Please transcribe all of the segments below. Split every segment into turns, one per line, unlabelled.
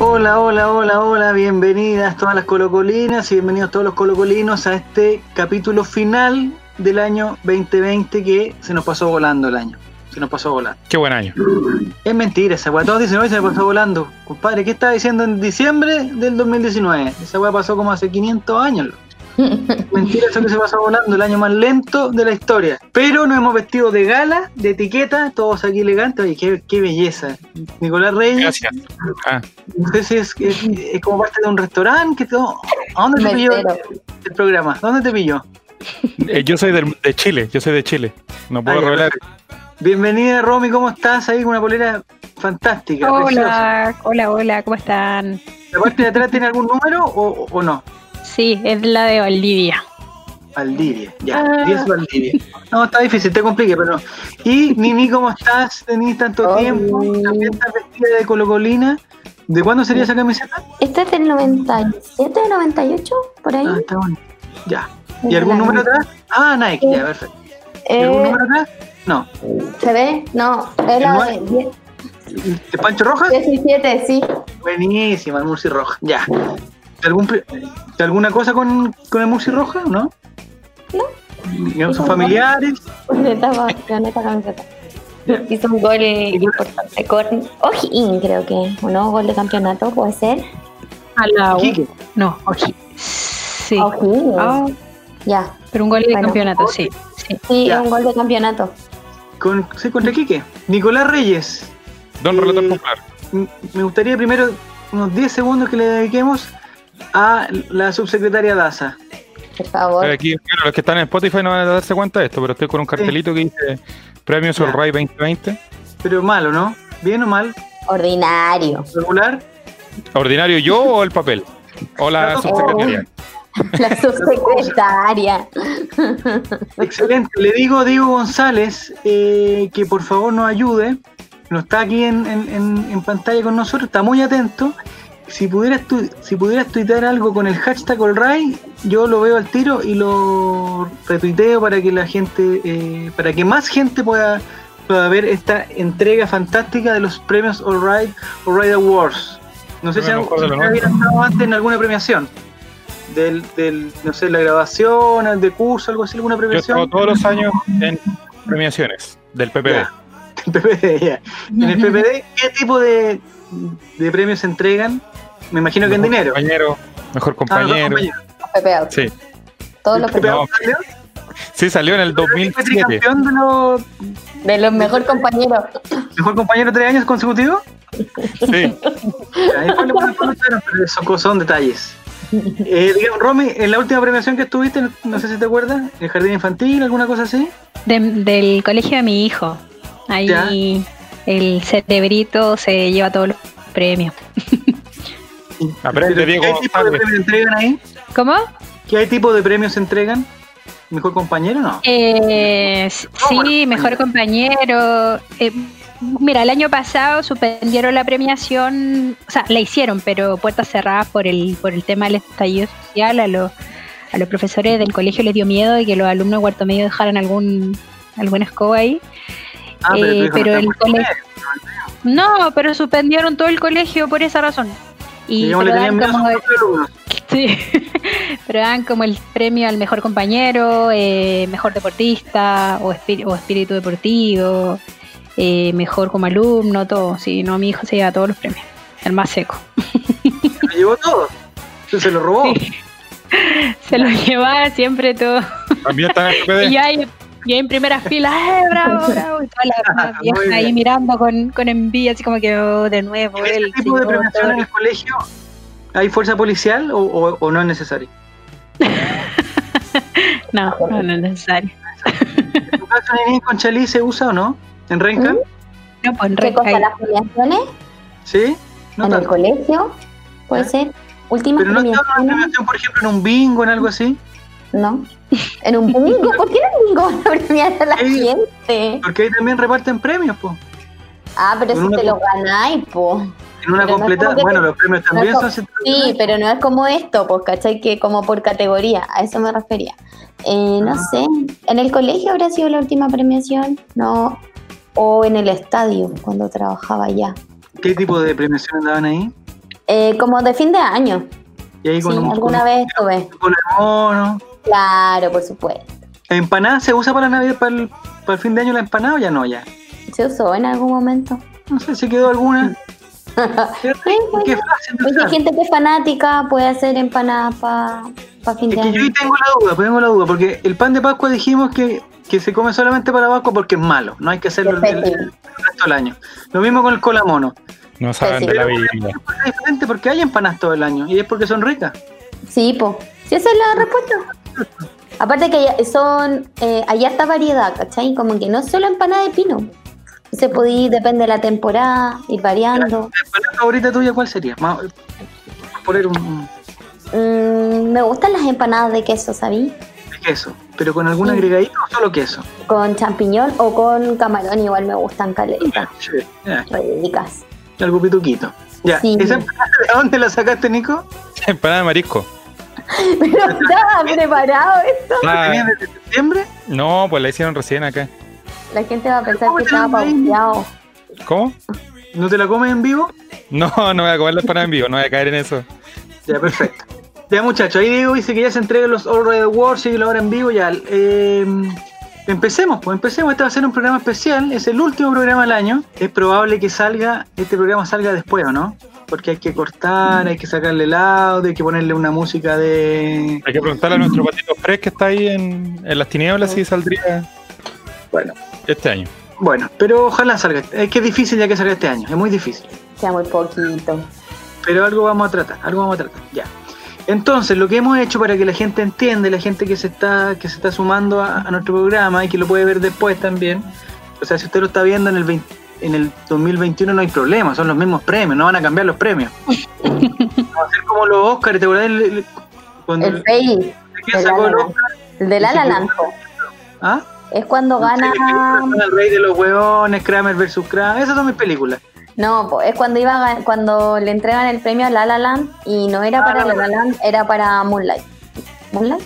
Hola, hola, hola, hola, bienvenidas todas las colocolinas y bienvenidos todos los colocolinos a este capítulo final del año 2020 que se nos pasó volando el año. Se nos pasó volando.
Qué buen año.
Es mentira esa weá. Todos dicen, hoy se me pasó volando. Compadre, ¿qué estaba diciendo en diciembre del 2019? Esa weá pasó como hace 500 años. loco. Mentira eso que se pasó volando, el año más lento de la historia. Pero nos hemos vestido de gala, de etiqueta, todos aquí elegantes. Oye, qué, qué belleza. Nicolás Reyes,
Gracias. Ah,
no sé si es, es- es como parte de un restaurante. Que todo- ¿A dónde te pilló el,
Mesero.
el programa? ¿Dónde te pilló?
eh, yo soy del- de Chile, yo soy de Chile. No puedo
Ay,
revelar.
Bienvenida, Romy, ¿cómo estás? Ahí con una polera fantástica, preciosa.
Hola, hola, hola, ¿cómo están?
¿La parte de atrás tiene algún número o, o no?
Sí, es la de Valdivia.
Valdivia, ya,
Ah.
10 Valdivia. No, está difícil, te complique, pero no. Y Nini, ¿cómo estás? Tenís tanto
Ay.
tiempo, también estás vestida de colocolina. ¿De cuándo sería esa camiseta?
Esta Este es del ¿este 97, 98, por ahí.
Ah, está bueno. Ya. ¿Y algún
la-
número atrás? Ah, Nike, ya, perfecto. ¿Y algún
Eh,
número atrás? No.
¿Se ve? No, es la de die-
¿De Pancho Rojas?
17, sí.
Buenísima, el Murci Roja, ya. ¿De, algún, pri- de alguna cosa con, con el Murci Roja o no? No. ¿Son familiares?
Camiseta, va, planeta, camiseta. Hizo un gol importante con O'Higgins, creo que. ¿O no? Gol de campeonato, puede ser.
A la U.
Quique.
No, aquí. Sí.
O'Higgins.
Ah,
Ya.
pero un gol de
Bueno.
campeonato, sí. sí.
Sí,
Ya.
es un gol de campeonato.
Con, sí, contra Quique. Nicolás Reyes.
Don
Eh,
Relator Popular.
m- Me gustaría primero unos 10 segundos que le dediquemos a la subsecretaria Daza.
Por
A ver,
Eh.
favor.
Aquí, claro, los que están en Spotify no van a darse cuenta de esto, pero estoy con un cartelito que dice Premio
Ya.
Solray 2020.
Pero malo, ¿no? ¿Bien o mal?
Ordinario.
¿Regular?
¿Ordinario yo o el papel? O la
Las dos
subsecretaria.
La subsecretaria.
Excelente. Le digo a Diego González eh, que por favor nos ayude. No está aquí en, en- en- en pantalla con nosotros, está muy atento. Si pudieras, tu- si pudieras tuitear algo con el hashtag Olray, yo lo veo al tiro y lo retuiteo para que la gente, eh, para que más gente pueda, pueda ver esta entrega fantástica de los premios Olray, Olray Awards. No sé si, han-
Premio mejor de
si
lo
ustedes habían estado antes en alguna premiación del, del no sé, la grabación, el de curso, algo así, alguna
Yo he estado
premiación.
todos los años en premiaciones del PPD.
Ya. El PPD, ya. En el PPD, ¿qué tipo de, de premios se entregan? Me imagino que en
Mejor
dinero.
Compañero,
Ah, no,
mejor compañero.
compañero.
Pepe Out.
sí.
Todos los
El PPD
No,
salió,
sí, salió en el
fue
2007.
tricampeón de los
De los mejores compañeros.
mejor compañero tres años consecutivos.
Sí.
Ya, ahí fue lo que me preguntaron, pero eso co- son detalles. Eh, digamos, Romy, en la última premiación que estuviste, no sé si te acuerdas, en el jardín infantil, alguna cosa así.
De- del colegio de mi hijo. Ahí
Ya.
el cerebrito se lleva todos los premios.
Aprende,
Pero,
Diego
¿Qué tipo de
González.
premios entregan ahí?
¿Cómo?
¿Qué tipo de premios se entregan? ¿Mejor compañero o no?
Eh, s-
Ah,
sí, mejor compañero. Eh, mira, el año pasado suspendieron la premiación, o sea, la hicieron, pero puertas cerradas por el por el tema del estallido social. A los a los profesores del colegio les dio miedo de que los alumnos de cuarto medio dejaran algún alguna escoba ahí.
Ah,
Eh,
tu hijo no
pero
está
el
muerto.
colegio- No, pero suspendieron todo el colegio por esa razón. Y
Digamos,
se
le
lo
tenían
dan
miedo a sus
como-
propios alumnos.
Sí. Pero dan como el premio al mejor compañero, eh, mejor deportista o, espí- o espíritu deportivo, eh, mejor como alumno, todo. Si no, mi hijo se lleva todos los premios. El más seco.
Se lo llevó todo. Se se lo robó.
Sí. Se lo lleva siempre todo.
También está en el
Y
PPD.
ya hay- y ahí en primera fila, ¡eh, bravo, bravo! Y todas las las
Ah, Muy
viejas ahí
bien.
mirando con, con envidia, así como que oh, de nuevo
¿En
él.
ese tipo
sí,
de
oh,
prevención en el colegio hay fuerza policial o, o- o no es necesario?
No, no, no es necesario.
¿En tu caso, Nini, con Chalí se usa o no? ¿En Renca?
¿Mm?
No, pues en
¿Qué
Renca
cosa?
hay-
Las premiaciones
¿Sí? No
en el
tanto.
colegio. Puede
¿Eh?
ser. Últimas
Pero no está en una
premiaciones.
premiación, por ejemplo, en un bingo, en algo así.
¿no? En un bingo. ¿Por qué en un bingo van a premiar a la
Sí.
gente?
Porque ahí también reparten premios, po.
Ah, pero
Por
si
una
te lo ganáis, po.
En una
Pero no es
completa.
como que
bueno,
te-
los premios
No
también
es
son
como-
100
Sí, pero no es como esto, pues, ¿cachai? Que como por categoría, a eso me refería. Eh, no
Ah.
sé, ¿en el colegio habrá sido la última premiación? No. O en el estadio, cuando trabajaba allá.
¿Qué tipo de premiaciones daban ahí?
Eh, como de fin de año.
Y ahí
Sí,
con un con
alguna vez estuve.
un mono.
Claro, por supuesto.
¿Empanada se usa para Navidad, para el, para el fin de año la empanada o ya no? Ya.
Se usó en algún momento.
No sé si quedó alguna. ¿Qué,
bueno.
qué frase no
Oye,
está?
gente que es fanática puede hacer empanadas para fin
Es
de
que yo
año.
ahí tengo la duda, pues tengo la duda, porque el pan de Pascua dijimos que, que se come solamente para Pascua porque es malo, no hay que hacerlo el, el- el resto del año. Lo mismo con el colamono.
No saben
sí.
de la Biblia.
Es diferente porque hay empanadas todo el año y es porque son ricas.
Sí, po. Sí, esa es la respuesta. Aparte que hay- son, eh, hay harta variedad, ¿cachai? Como que no solo empanada de pino. Se puede ir, depende de la temporada, ir variando.
¿La empanada favorita tuya cuál sería? Ma- poner un, un
Mm, me gustan las empanadas de queso, ¿sabí?
queso, pero con algún
Sí.
agregadito o solo queso.
Con champiñón o con camarón, igual me gustan caleta.
Sí, ya,
Ricas.
algo pituquito. Ya.
Sí.
¿Esa empanada de dónde la sacaste, Nico?
Empanada de marisco.
Pero estaba preparado ¿eh? esto.
¿La
Ah,
tenías desde septiembre?
no, pues la hicieron recién acá.
La gente va a pensar
¿Cómo
que
te
estaba
lo inventas?
pauteado.
¿Cómo?
¿No te la comes en vivo?
No, no voy a comer la empanada en vivo, no voy a caer en eso.
Ya, perfecto. Ya, muchachos, ahí Diego dice que ya se entregan los All Red Awards, sigue la hora en vivo, ya. eh, empecemos, pues empecemos. Este va a ser un programa especial, es el último programa del año. Es probable que salga, este programa salga después, ¿o no? Porque hay que cortar, hay que sacarle el audio, hay que ponerle una música de...
Hay que preguntarle a nuestro patito Fred que está ahí en, en las tinieblas si saldría
Bueno.
este año.
Bueno, pero ojalá salga. Es que es difícil ya que salga este año, es muy difícil.
Queda muy poquito.
Pero algo vamos a tratar, algo vamos a tratar, ya. Entonces, lo que hemos hecho para que la gente entienda, la gente que se está, que se está sumando a, a nuestro programa y que lo puede ver después también, o sea, si usted lo está viendo en el, 20 en el 2021 no hay problema, son los mismos premios, no van a cambiar los premios. Va a ser como los Oscars, ¿te acordás? El, el- cuando
El fail,
¿quién sacó el
la-
Oscar?
el de la la Land, po.
¿Ah?
Es cuando gana.
Sí, películas, El Rey de los Hueones, Kramer versus Kramer, esas son mis películas.
No, po, es cuando iba a gan- cuando le entregan el premio a La La Land y no
Ah,
era para La La Land, era para Moonlight. ¿Moonlight?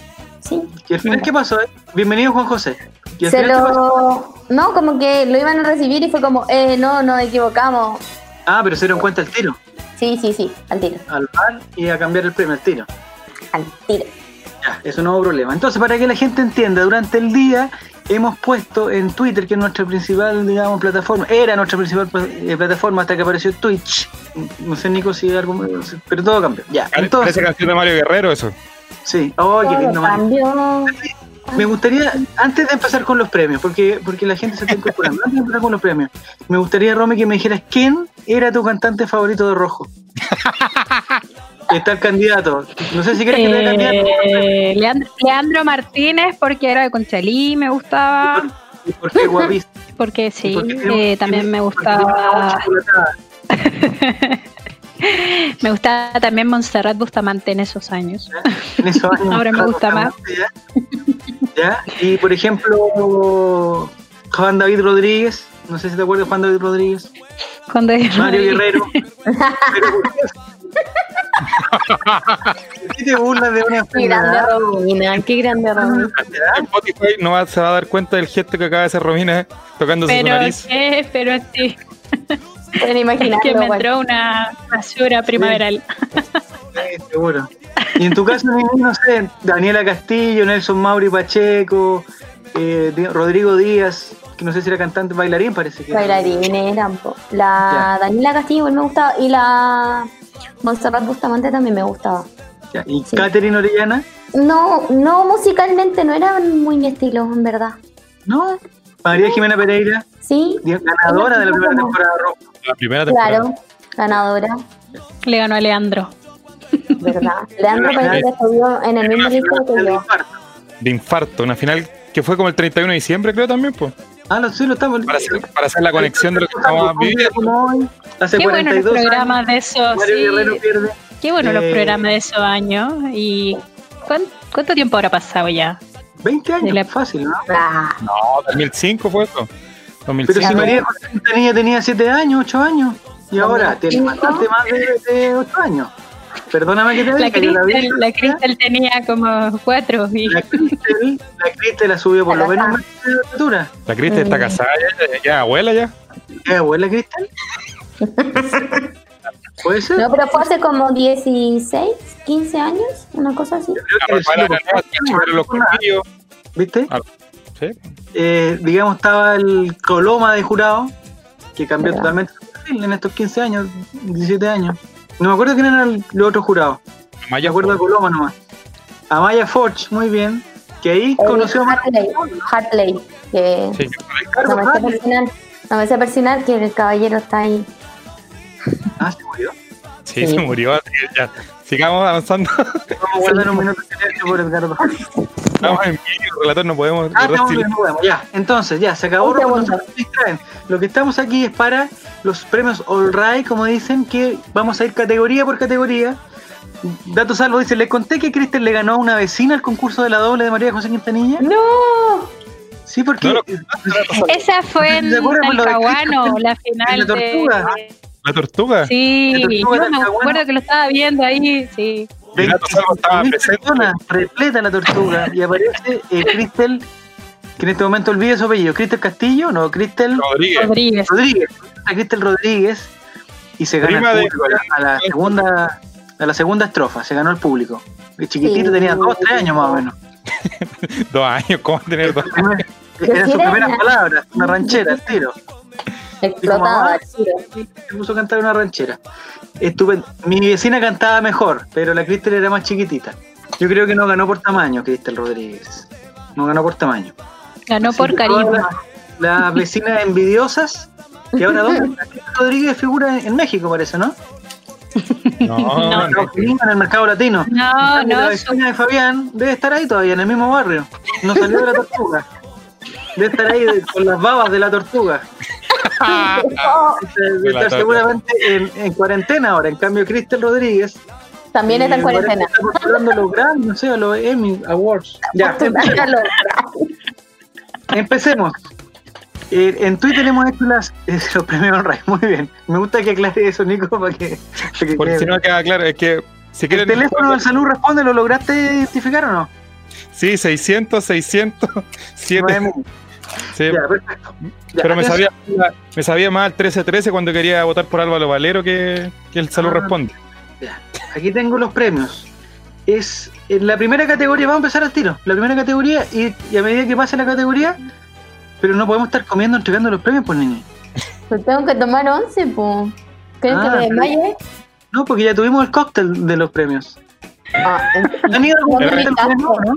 Sí.
¿Y al final qué pasó? eh? Bienvenido Juan José. ¿Y al
Se
final qué pasó?
lo no, como que lo iban a recibir y fue como, eh, no, nos equivocamos.
Ah, pero se dieron cuenta el tiro.
Sí, sí, sí, al tiro,
al bar y a cambiar el premio al tiro.
al tiro.
Ya, eso no hubo problema. Entonces, para que la gente entienda, durante el día hemos puesto en Twitter, que es nuestra principal, digamos, plataforma, era nuestra principal eh, plataforma hasta que apareció Twitch. No sé, Nico, si hay algo, pero todo cambió. Ya,
Parece
entonces,
canción de Mario Guerrero eso.
sí, oh, qué
Todo
lindo, man.
cambió.
Me gustaría, antes de empezar con los premios, porque, porque la gente se está incorporando, antes de empezar con los premios, me gustaría, Romy, que me dijeras quién era tu cantante favorito de rojo. Está el candidato. No sé si quieres que te dé el candidato.
Eh, Leandro, Leandro Martínez, porque era de Conchalí, me gustaba.
Porque guapísimo.
Porque Eh, sí,
Porque tenemos-
eh, también me
porque tenemos
gustaba.
mucha chocolatada.
Me gustaba también Montserrat Bustamante en esos años.
En esos años
Ahora me
estaba
gusta más.
¿ya? ¿Ya? Y por ejemplo, Juan David Rodríguez, no sé si te acuerdas de Juan David Rodríguez,
Cuando
Mario Guerrero. Pero- ¿Por qué te burlas de una
Qué grande
enfermedad?
Romina, qué grande Romina.
Spotify no va- se va a dar cuenta del gesto que acaba de hacer Romina tocándose su
Pero
nariz.
qué, pero sí,
Pueden
es
imaginarlo, pues.
que me
bueno.
entró una basura primaveral.
Sí, eh, seguro. Y en tu caso, Nini, no sé, Daniela Castillo, Nelson Mauri Pacheco, eh, Di- Rodrigo Díaz, que no sé si era cantante, bailarín parece que era.
Bailarines eran, po. La Daniela Castillo igual me gustaba y la Montserrat Bustamante también me gustaba.
Ya, Y
Sí.
Catherine Orellana,
No, no musicalmente no era muy mi estilo, en verdad.
¿no? María Jimena Pereira,
Sí,
ganadora de la primera temporada de Rojo.
La primera temporada.
claro, ganadora,
Le ganó a Leandro.
¿verdad? Leandro Pereira estudió en el mismo liceo que yo.
De infarto, una final que fue como el 31 de diciembre, creo también, pues.
Ah, no, sí, lo estamos.
Para hacer, para hacer la conexión de lo que estamos viviendo.
Como hoy, Hace
Qué bueno los
42 años,
programas de esos.
Mario
sí.
Guerrero pierde.
Qué bueno los
Eh,
programas de esos años. Y ¿cuán- ¿Cuánto tiempo habrá pasado ya?
20 años,
De la-
fácil, ¿no?
Ah,
No, 2005 fue eso. 2005.
Pero si
Sí.
María José tenía, tenía 7 años, 8 años, y ahora tiene bastante más de, 8 años. Perdóname que te
La
diga, yo la vi-
Crystal, la Crystal tenía como cuatro. Y,
La Cristel, la Cristel la subió por lo menos
Ajá.
más de la altura.
La Cristi está
Mm.
casada, ya, ya, ya, abuela ya.
¿Es abuela Cristel? ¿Puede ser?
no, pero fue hace como 16, 15 años, una cosa así.
Creo
La
que sí,
Rafaela
porque-
ganó, se fueron los colmillos.
¿Viste?
Sí.
Eh, digamos, estaba el Coloma de jurado, que cambió
Ya.
totalmente su perfil en estos 15 años, 17 años. No me acuerdo quién eran los otros jurados. Me
Maya
acuerdo a Coloma nomás. Amaya Forge, muy bien. Que ahí conoció a Mar-
Eh, Hartley, Hartley, que
Sí, yo creo que-
no
Carlos
me sé
Hartley.
personal, no me sé personal que el caballero está ahí.
Ah, se murió.
sí,
Sí.
se murió. así que ya. Sigamos avanzando.
Vamos a guardar un minuto de silencio por Edgardo.
Estamos en vídeo, relator, no podemos.
Ah,
recibir-
estamos bien, bueno, ya. Entonces, ya, se acabó.
Un
Rojo,
segundo.
no se distraen. Lo que estamos aquí es para los premios All Right, como dicen, que vamos a ir categoría por categoría. Dato Salvo dice, le conté que Kristen le ganó a una vecina al concurso de la doble de María José Quintanilla.
¡No!
Sí, porque eh,
No, no.
esa fue en
¿Se acuerdan con lo de
Talcahuano,
Crystal?
la final
la tortuga.
de...
La tortuga.
Sí,
La
yo
tortuga de
me
Talcahuano.
acuerdo que lo estaba viendo ahí, sí.
Y Dato Salvo estaba
25.000
presente.
personas, repleta la tortuga. Y aparece eh, Cristel, que en este momento olvida su apellido. ¿Cristel Castillo? No, Cristel
Rodríguez.
Rodríguez.
Rodríguez. A Cristel Rodríguez. Y se gana
Prima
el
de-
público a la segunda a la segunda estrofa. Se ganó el público. El chiquitito
Sí.
tenía dos, tres años más o menos.
Dos años, ¿cómo van a tener dos?
Era su
era-
primera palabra, una ranchera, el tiro.
Explotaba, chido.
Se puso a cantar una ranchera. Estupendo. Mi vecina cantaba mejor, pero la Cristel era más chiquitita. Yo creo que no ganó por tamaño, Cristel Rodríguez. No ganó por tamaño.
Ganó
Así
por
que
carisma.
todas Las las vecinas envidiosas. que ahora dónde? La Cristel Rodríguez figura en México, parece, ¿no?
No, no,
No, en el mercado latino.
No,
la
no, su-
vecina de Fabián debe estar ahí todavía, en el mismo barrio. No salió de la tortuga. Debe estar ahí de- con las babas de la tortuga.
Ah,
Debe
la
estar
tortuga.
seguramente en, en cuarentena ahora. En cambio, Cristel Rodríguez
También está en
eh,
cuarentena.
Está postulando los Grammy, no sé, a los Emmy Awards. Ya, empecemos. Eh, en Twitter hemos hecho las, eh, los premios All Right, Muy bien. Me gusta que aclare eso, Nico, para que. para que
Porque
quede.
si no queda claro, es que si
¿El
quieren.
teléfono del salud responde? ¿Lo lograste identificar o no?
Sí, 600, 600, 7.
Nueve mil.
Sí,
Ya, perfecto. Ya,
Eh, pero me
atención.
sabía, me sabía más el 13-13 cuando quería votar por Álvaro Valero que, que el Salud
Ah.
Responde.
Aquí tengo los premios. Es en la primera categoría, vamos a empezar al tiro. La primera categoría y, y a medida que pase la categoría, pero no podemos estar comiendo entregando los premios por niños.
Pues tengo que tomar once, po. ¿Creen que
Ah,
me desmaye?
No, porque ya tuvimos el cóctel de los premios.
Ah,
¿Han ido a algún
No
cóctel de
me invitaste.
premios, no?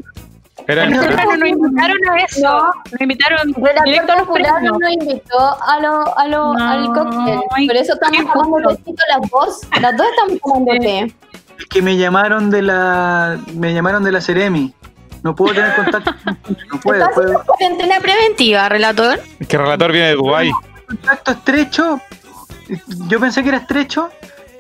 Era
No,
el-
Nosotros nos invitaron a eso. Nos invitaron directo a
Relator
los
Popular
premios.
no nos invitó a lo, a lo,
No,
al cóctel.
ay,
Por eso
qué
estamos tomando
justo.
tecito las dos. Las dos estamos tomando
Sí.
té.
Es que me llamaron de la me llamaron de la Ceremi. No puedo tener contacto. No puedo,
¿Estás
puedo.
haciendo cuarentena preventiva, relator?
que el relator viene de Dubái.
Contacto estrecho. Yo pensé que era estrecho,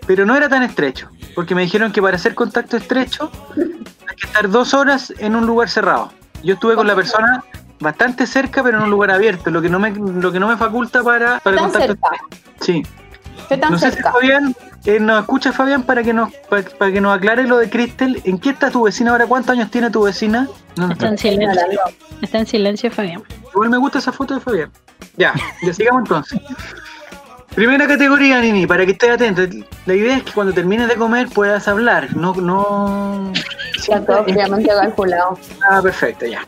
pero no era tan estrecho. Porque me dijeron que para hacer contacto estrecho hay que estar dos horas en un lugar cerrado. Yo estuve con la persona bastante cerca, pero en un lugar abierto, lo que no me, lo que no me faculta para, para
Tan
contacto
cerca.
estrecho. Sí.
¿Qué tan
No sé si
cerca?
Fabián eh, nos escucha Fabián para que nos pa- para, que nos aclare lo de Cristel. ¿En qué está tu vecina ahora? ¿Cuántos años tiene tu vecina? No, no está.
Está en silencio. Está en silencio, Fabián.
Igual me gusta esa foto de Fabián. Ya, ya sigamos entonces. Primera categoría, Nini, para que estés atento. La idea es que cuando termines de comer puedas hablar. No, no.
Ya todo previamente calculado.
Ah, perfecto, ya.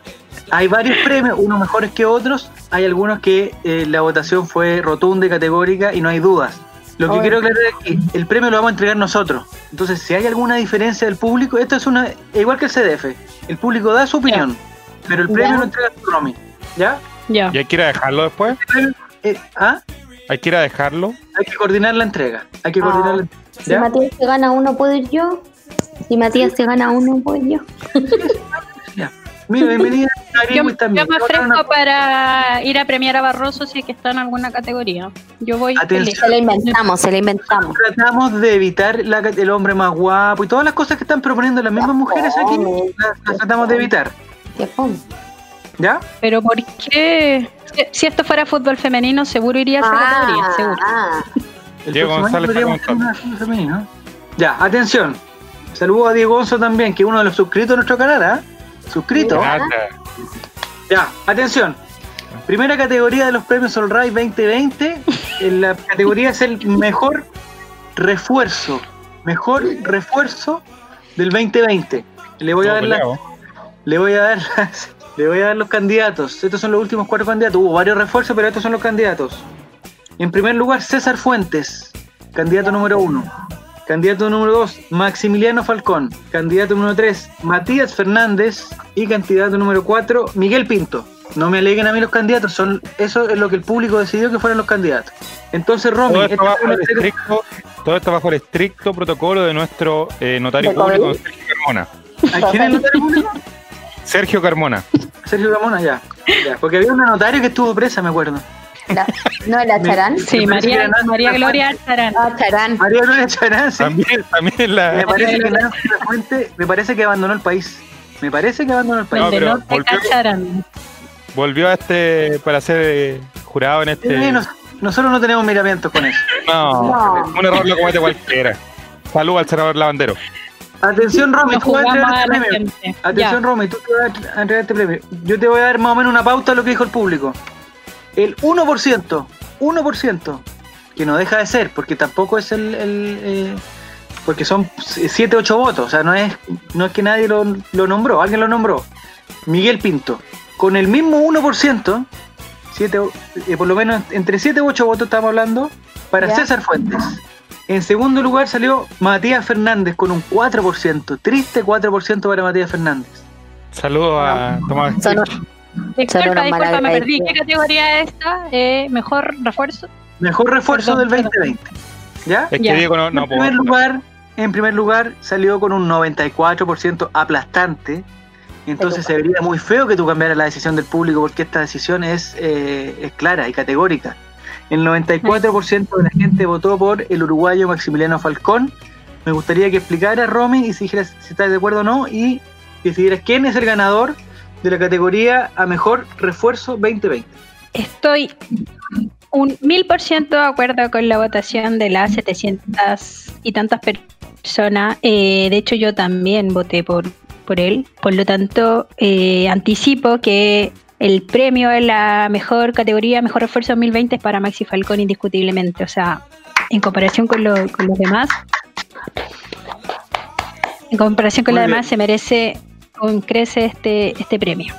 Hay varios premios, unos mejores que otros. Hay algunos que eh, la votación fue rotunda y categórica y no hay dudas. Lo que
Ay.
quiero aclarar es que el premio lo vamos a entregar nosotros. Entonces, si hay alguna diferencia del público, esto es una igual que el CDF. El público da su opinión, pero el premio
Ya.
lo entrega tú, Romy. ¿Ya?
Ya.
¿Y hay que ir a dejarlo después?
Eh, ¿ah?
¿Hay que ir a dejarlo?
Hay que coordinar la entrega. Hay que
Ah.
coordinar la
Si
¿Ya?
Matías se gana uno, ¿puedo ir yo? Si Matías se gana uno, ¿puedo ir yo?
Mira, bienvenida.
Yo,
Ariel,
yo
también.
me
Ahora una-
ofrezco para ir a premiar a Barroso si es que está en alguna categoría. Yo voy
Atención.
Se la inventamos, se la inventamos.
Tratamos de evitar la- el hombre más guapo y todas las cosas que están proponiendo las mismas mujeres aquí,
fome.
las, las tratamos de evitar.
Oh, Qué fome.
¿Ya?
feliz. Pero ¿por qué? Si, si esto fuera fútbol femenino, seguro iría a esa categoría, seguro.
ah,
El próximo
Diego
año
González
podríamos
está con
tener una femenina. Ya, atención. Saludos a Diego Gonzo también, que es uno de los suscritos de nuestro canal, ¿ah? Suscrito.
Mira.
Nada.
Ya, atención. Primera categoría de los premios Solray 2020. En la categoría es el mejor refuerzo. Mejor refuerzo del 2020. Le voy a dar las
Todo
le voy a dar las- le voy a dar los candidatos. Estos son los últimos cuatro candidatos. Hubo varios refuerzos, pero estos son los candidatos. En primer lugar, César Fuentes, candidato número uno. Candidato número dos, Maximiliano Falcón. Candidato número tres, Matías Fernández. Y candidato número cuatro, Miguel Pinto. No me aleguen a mí los candidatos, son eso es lo que el público decidió que fueran los candidatos. Entonces, Romy, esta
esto
es
bajo
una
el estricto, todo esto bajo el estricto protocolo de nuestro eh, notario
¿De COVID?
público, Sergio Carmona.
¿a quién es el notario público?
Sergio Carmona.
Sergio Ramona, ya. ya. Porque había una notaria que estuvo presa, me acuerdo.
la- no, la charán.
Me parece que
Sí, María,
Nancy
María
Fernández-
Gloria Artarán.
Ah, charán.
María Gloria Charán, sí.
También, también la.
Me parece que Nancy la Fuente, me parece que abandonó el país. Me parece que abandonó el país.
No,
Donde
pero
no te
volvió-
cacharán.
Volvió a este para ser eh, jurado en
Eh,
este.
nos- nosotros no tenemos miramientos con eso.
No,
No.
un error lo comete cualquiera. Salud al senador Lavandero.
Atención, Romy,
Nos
tú vas a
jugamos
entregar
a
este
la
premio.
gente.
Atención, Romy, tú te vas a entregar este premio. Yo te voy a dar más o menos una pauta de lo que dijo el público. El 1%, 1%, que no deja de ser, porque tampoco es el. el, eh, porque son 7, 8 votos. O sea, no es, no es que nadie lo, lo nombró, alguien lo nombró. Miguel Pinto. Con el mismo 1%, siete, eh, por lo menos entre 7 u 8 votos estamos hablando, para
Ya.
César Fuentes. En segundo lugar salió Matías Fernández con un 4%, triste 4% para Matías Fernández.
Saludos a Tomás.
Son-
Disculpa,
Solo los
disculpa, me perdí.
malagradecidos.
¿Qué categoría es esta? Eh, mejor refuerzo.
Mejor refuerzo
Perdón,
del
perdón.
2020. ¿Ya?
Es que
Ya.
Diego no, no
en, primer
puedo-
lugar, en primer lugar salió con un 94% aplastante. Entonces se vería muy feo que tú cambiaras la decisión del público porque esta decisión es, eh, es clara y categórica. El 94% de la gente votó por el uruguayo Maximiliano Falcón. Me gustaría que explicaras, Romy, y si dijeras si estás de acuerdo o no, y decidieras quién es el ganador de la categoría a mejor refuerzo 2020.
Estoy un mil por ciento de acuerdo con la votación de las 700 y tantas per- personas. Eh, de hecho, yo también voté por, por él. Por lo tanto, eh, anticipo que el premio de la mejor categoría, mejor refuerzo 2020 es para Maxi Falcón, indiscutiblemente. O sea, en comparación con, lo- con los demás, en comparación con
Muy
los
bien.
demás, se merece con crece este, este premio.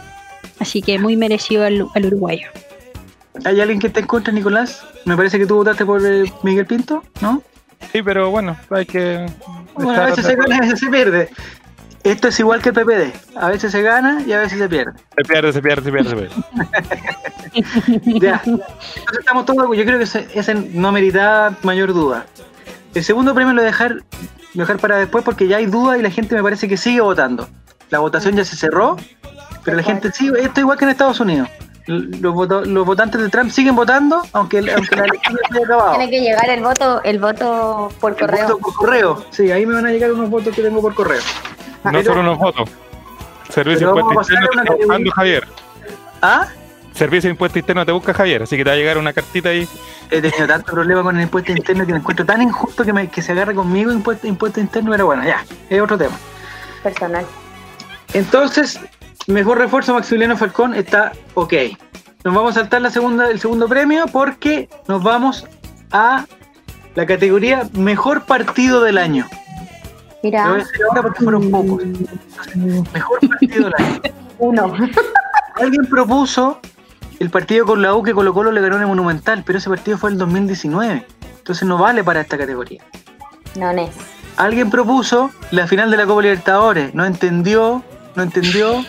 Así que muy merecido al- al uruguayo.
¿Hay alguien que te encuentre, Nicolás? Me parece que tú votaste por eh, Miguel Pinto, ¿no?
Sí, pero bueno, hay que.
Bueno, a
estar-
veces se gana y a veces se pierde. Esto es igual que el PPD. A veces se gana y a veces se pierde.
Se pierde, se pierde, se pierde. se pierde.
Ya. Entonces estamos todos, yo creo que ese, ese no meritaba mayor duda. El segundo premio lo voy a dejar, lo voy a dejar para después porque ya hay duda y la gente me parece que sigue votando. La votación ya se cerró, pero la gente sigue, esto es igual que en Estados Unidos. L- Los, voto- los votantes de Trump siguen votando, aunque, el- aunque la elección ya se haya acabado.
Tiene que llegar el voto, el voto por
El
correo.
voto por correo. Sí, ahí me van a llegar unos votos que tengo por correo. Ah,
No
Pero-
solo unos votos.
Pero
Servicio de
vamos a
impuesto
pasar
interno
a una
te está buscando
categoría.
Javier.
¿Ah?
Servicio de impuesto interno te busca Javier, así que te va a llegar una cartita ahí.
He tenido tanto problema con el impuesto interno que lo encuentro tan injusto que, me- que se agarra conmigo impuesto, impuesto interno, pero bueno, ya, es otro tema.
personal.
Entonces, mejor refuerzo Maximiliano Falcón está ok. Nos vamos a saltar la segunda, el segundo premio porque nos vamos a la categoría mejor partido del año. Lo voy a
Mira, Mm,
decir ahora porque fueron pocos. Mejor partido del año.
uno.
Alguien propuso el partido con la U que Colo Colo le ganó en el Monumental, pero ese partido fue el 2019. Entonces no vale para esta categoría.
No, no es.
Alguien propuso la final de la Copa Libertadores. No entendió, no entendió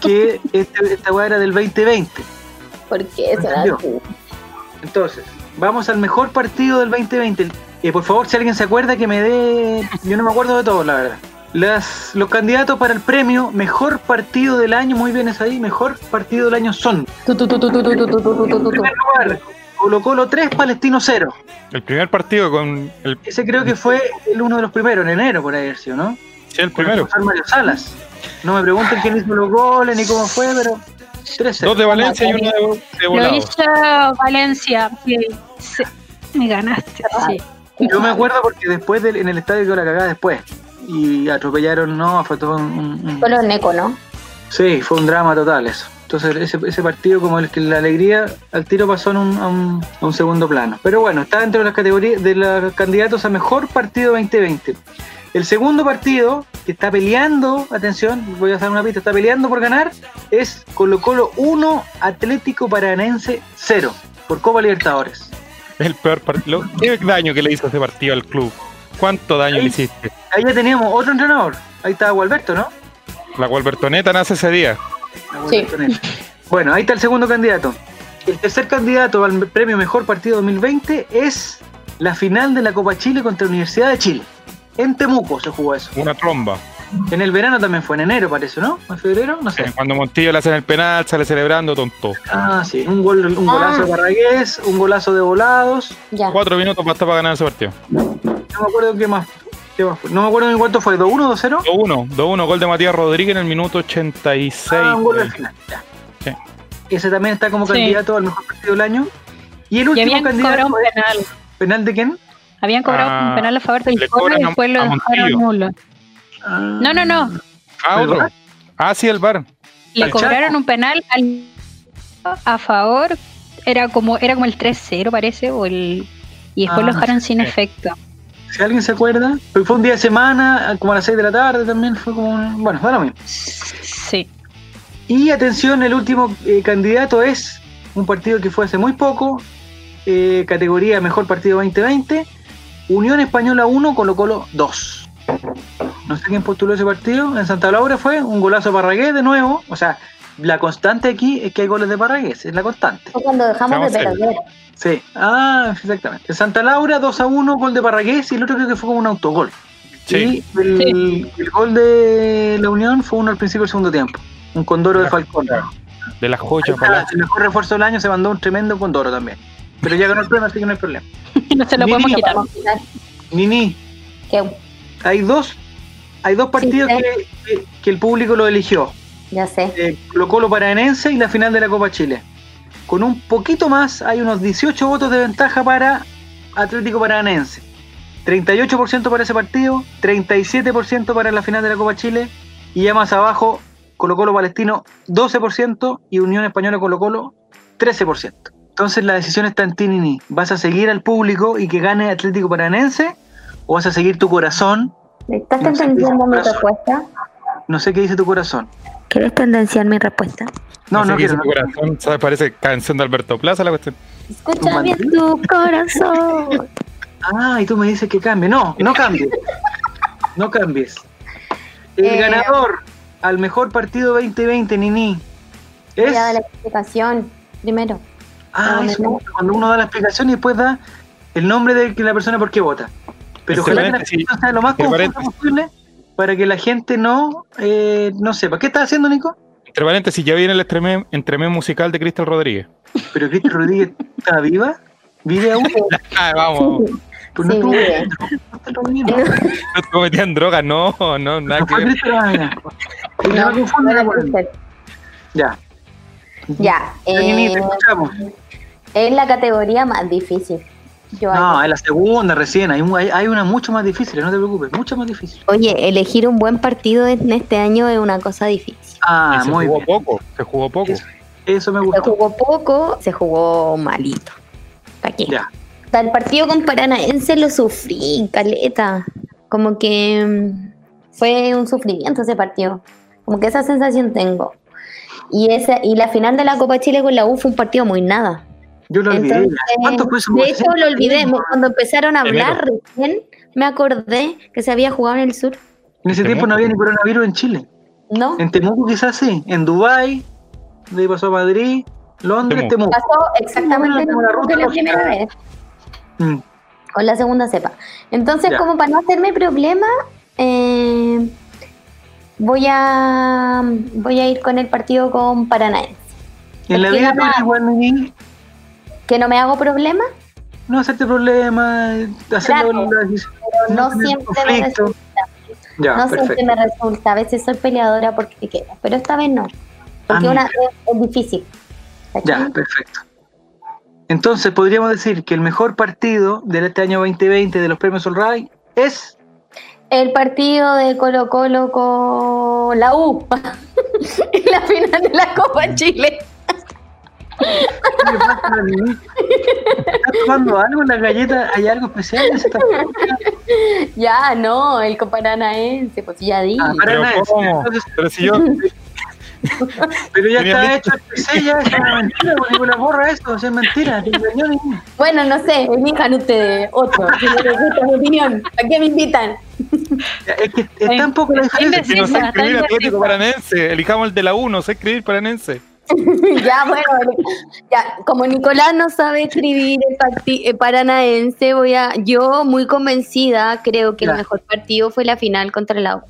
que este- esta weá era del 2020.
Porque eso era
Entendió.
así.
Entonces, vamos al mejor partido del 2020. Eh, por favor, si alguien se acuerda, que me dé. Yo no me acuerdo de todo, la verdad. Las, los candidatos para el premio Mejor Partido del Año, muy bien es ahí, Mejor Partido del Año son.
Tu, tu, tu, tu, tu, tu, tu, tu, tu, tu, tu,
En
tu.
primer lugar, Colo Colo 3, Palestino 0.
El primer partido con el.
Ese creo que fue el uno de los primeros, en enero, por ahí, ¿sí, ¿no?
Sí, el primero.
Con Mario Salas. No me pregunten quién hizo los goles ni cómo fue, pero 3-0.
Dos de Valencia y uno de, de
Lo
volado.
hizo Valencia. que se- me ganaste. Sí.
Yo me acuerdo porque después del- en el estadio quedó la cagada después. Y atropellaron, no, fue todo un- un- un,
Solo Neco, ¿no?
Sí, fue un drama total eso. Entonces ese, ese partido como el que la alegría al tiro pasó en un, a, un, a un segundo plano. Pero bueno, está dentro de las categorías de los candidatos a mejor partido 2020. El segundo partido que está peleando, atención, voy a hacer una pista, está peleando por ganar, es Colo Colo 1, Atlético Paranense 0, por Copa Libertadores.
El peor partido. ¿Qué daño que le hizo ese partido al club? ¿Cuánto daño le hiciste?
Ahí ya teníamos otro entrenador, ahí estaba Gualberto, ¿no?
La Gualbertoneta nace ese día.
La
Sí.
vuelta con él. Bueno, ahí está el segundo candidato. El tercer candidato al premio Mejor Partido 2020 es la final de la Copa Chile contra la Universidad de Chile. En Temuco se jugó eso.
Una tromba.
En el verano también fue, en enero parece, ¿no? ¿En febrero? No sé.
Cuando Montillo le hacen el penal, sale celebrando, tonto.
Ah, sí. Un, gol, un
Ah.
golazo de Barragués, un golazo de volados.
Ya.
Cuatro minutos basta para ganar ese partido.
No me acuerdo qué más. qué más fue. No me acuerdo en cuánto fue. ¿2-1, 2-0?
2-1, 2-1, gol de Matías Rodríguez en el minuto 86.
Ah, un gol al final. ya.
Sí.
Ese también está como
Sí.
candidato al mejor partido del año. Y el
Y
último
habían cobrado
candidato
un
es-
penal.
¿Penal de quién?
Habían cobrado
Ah,
un penal a favor
le
del Colo
cobran
y
a-
después lo
a
dejaron
Montillo.
nulo. No, no, no.
ah, otro.
¿verdad?
Ah, sí, el bar.
Le
Al
cobraron
Chaco.
un penal al, a favor. Era como era como el 3-0, parece. O el, y después
Ah,
lo dejaron sin
sí.
efecto.
si alguien se acuerda, fue fue un día de semana, como a las 6 de la tarde también, fue como, un- bueno, da lo mismo.
Sí.
Y atención, el último eh, candidato es un partido que fue hace muy poco, eh, categoría Mejor Partido 2020, Unión Española 1, Colo Colo 2. No sé quién postuló ese partido, en Santa Laura fue un golazo Parragués de nuevo, o sea, la constante aquí es que hay goles de Parragués, es la constante.
Fue cuando dejamos
Vamos
de
a ver.
perder.
Sí, ah, exactamente. En Santa Laura 2 a 1, gol de Parragués y el otro creo que fue como un autogol.
Sí.
Y el, el gol de la Unión fue uno al principio del segundo tiempo. Un condoro de Falcón.
De las
Ahí
joyas,
está,
Palacio.
el mejor refuerzo del año se mandó un tremendo condoro también. Pero ya ganó el premio, así que no hay problema.
No se lo
Mira,
podemos quitar.
Vamos a quitar.
Nini,
Que-
hay dos, hay dos partidos
Sí,
que, que- que el público lo eligió.
Ya sé.
Eh, Colo Colo Paranense y la final de la Copa Chile. Con un poquito más, hay unos 18 votos de ventaja para Atlético Paranense. 38% para ese partido, 37% para la final de la Copa Chile y ya más abajo Colo Colo Palestino 12% y Unión Española Colo Colo 13%. Entonces la decisión está en ti, Nini. ¿Vas a seguir al público y que gane Atlético Paranense o vas a seguir tu corazón?
¿Estás
No sé,
tendenciando mi
brazo.
respuesta?
No sé qué dice tu corazón.
¿Quieres tendenciar mi respuesta?
No, no,
sé qué
quiero.
dice tu
no.
corazón, ¿sabes? Parece canción de Alberto Plaza la cuestión.
Escucha bien tu corazón.
Ah, y tú me dices que cambie. No, no cambies. No cambies. El
Eh,
ganador al mejor partido 2020, Nini, es.
Ya da la explicación primero.
Ah,
No,
eso,
no,
cuando uno da la explicación y después da el nombre de que la persona por qué vota. Pero ojalá que la
Excelente, sí.
explicación sea lo más
Me
confusa
parece.
posible para que la gente no, eh, no sepa. ¿Qué estás haciendo, Nico?
Entre paréntesis, ya viene el entremés, entremés musical de Cristian Rodríguez.
Pero Cristian Rodríguez está viva, vive aún.
Ah, vamos.
Pues no
Sí,
estuvo-
vive.
no estuvo bien, ¿no?
No te metían drogas, no, no, nada
No
que
fue
ver.
Cristian Rodríguez. No me
no
confundas,
la
bueno.
puse.
Ya.
Ya.
Nini,
eh,
te escuchamos.
es la categoría más difícil. Yo
No,
hago.
es la segunda recién. Hay, un- hay- hay una mucho más difícil, no te preocupes, mucho más difícil.
Oye, elegir un buen partido en este año es una cosa difícil.
Ah,
Y se
muy
jugó
bien.
poco, se jugó poco.
Eso me
Se
gustó.
jugó poco, se jugó malito. ¿Para qué?
Ya.
O sea, El partido con Paranaense lo sufrí, caleta. Como que mm, fue un sufrimiento ese partido. Como que esa sensación tengo. Y esa y la final de la Copa Chile con la U fue un partido muy nada.
Yo lo olvidé.
Entonces,
¿Cuántos fue ese
de
gol?
hecho, lo olvidé. Me- Cuando empezaron a
Enero.
hablar recién, me acordé que se había jugado en el sur.
En ese tiempo no había ni coronavirus en Chile.
No,
En Temuco quizás sí. En Dubái, de ahí pasó a Madrid, Londres, Temuco.
pasó exactamente
Como la
lo mismo
ruta
que la
lógica.
primera vez.
Mm.
con la segunda cepa. Entonces,
Ya.
como para no hacerme problema, eh, voy a voy a ir con el partido con Paranaense.
En la
Porque
vida
gana-
tú eres igual, Nini.
que no me hago problema,
No hacerte problemas, hacerlo
Claro.
la decisión,
no
tener
siempre me
conflicto. Ya,
no siempre
perfecto.
me resulta. A veces soy peleadora porque quiero, pero esta vez no. Porque
Ah,
una es, es difícil. ¿cachai?
Ya, perfecto. Entonces podríamos decir que el mejor partido de este año 2020 de los premios Solray es
El partido de Colo Colo con la U en la final de la Copa Chile.
¿Qué le pasa a la niña? ¿Está tomando algo en la galleta? ¿Hay algo especial? en esta fruta?
Ya, no, el Coparanaense, pues ya di.
Ah, para
Pero
nada,
¿cómo?
entonces-
Pero si yo,
Pero ya
Tenía
está
listo.
hecho, el PC, ya es una mentira, por ninguna borra eso, o sea, es mentira, te engañó niña.
Bueno, no sé, elijan ustedes otro. Si no les gusta mi opinión, ¿a qué me invitan?
Ya, Es que es tan poco la
Está
diferencia.
si no sé
Está
escribir
bien,
Atlético
sí.
Paranense, elijamos el de la U, no sé escribir Paranense.
ya, bueno, ya, como Nicolás no sabe escribir el parti- eh, paranaense, voy a, yo muy convencida, creo que
Ya.
el mejor partido fue la final contra la U.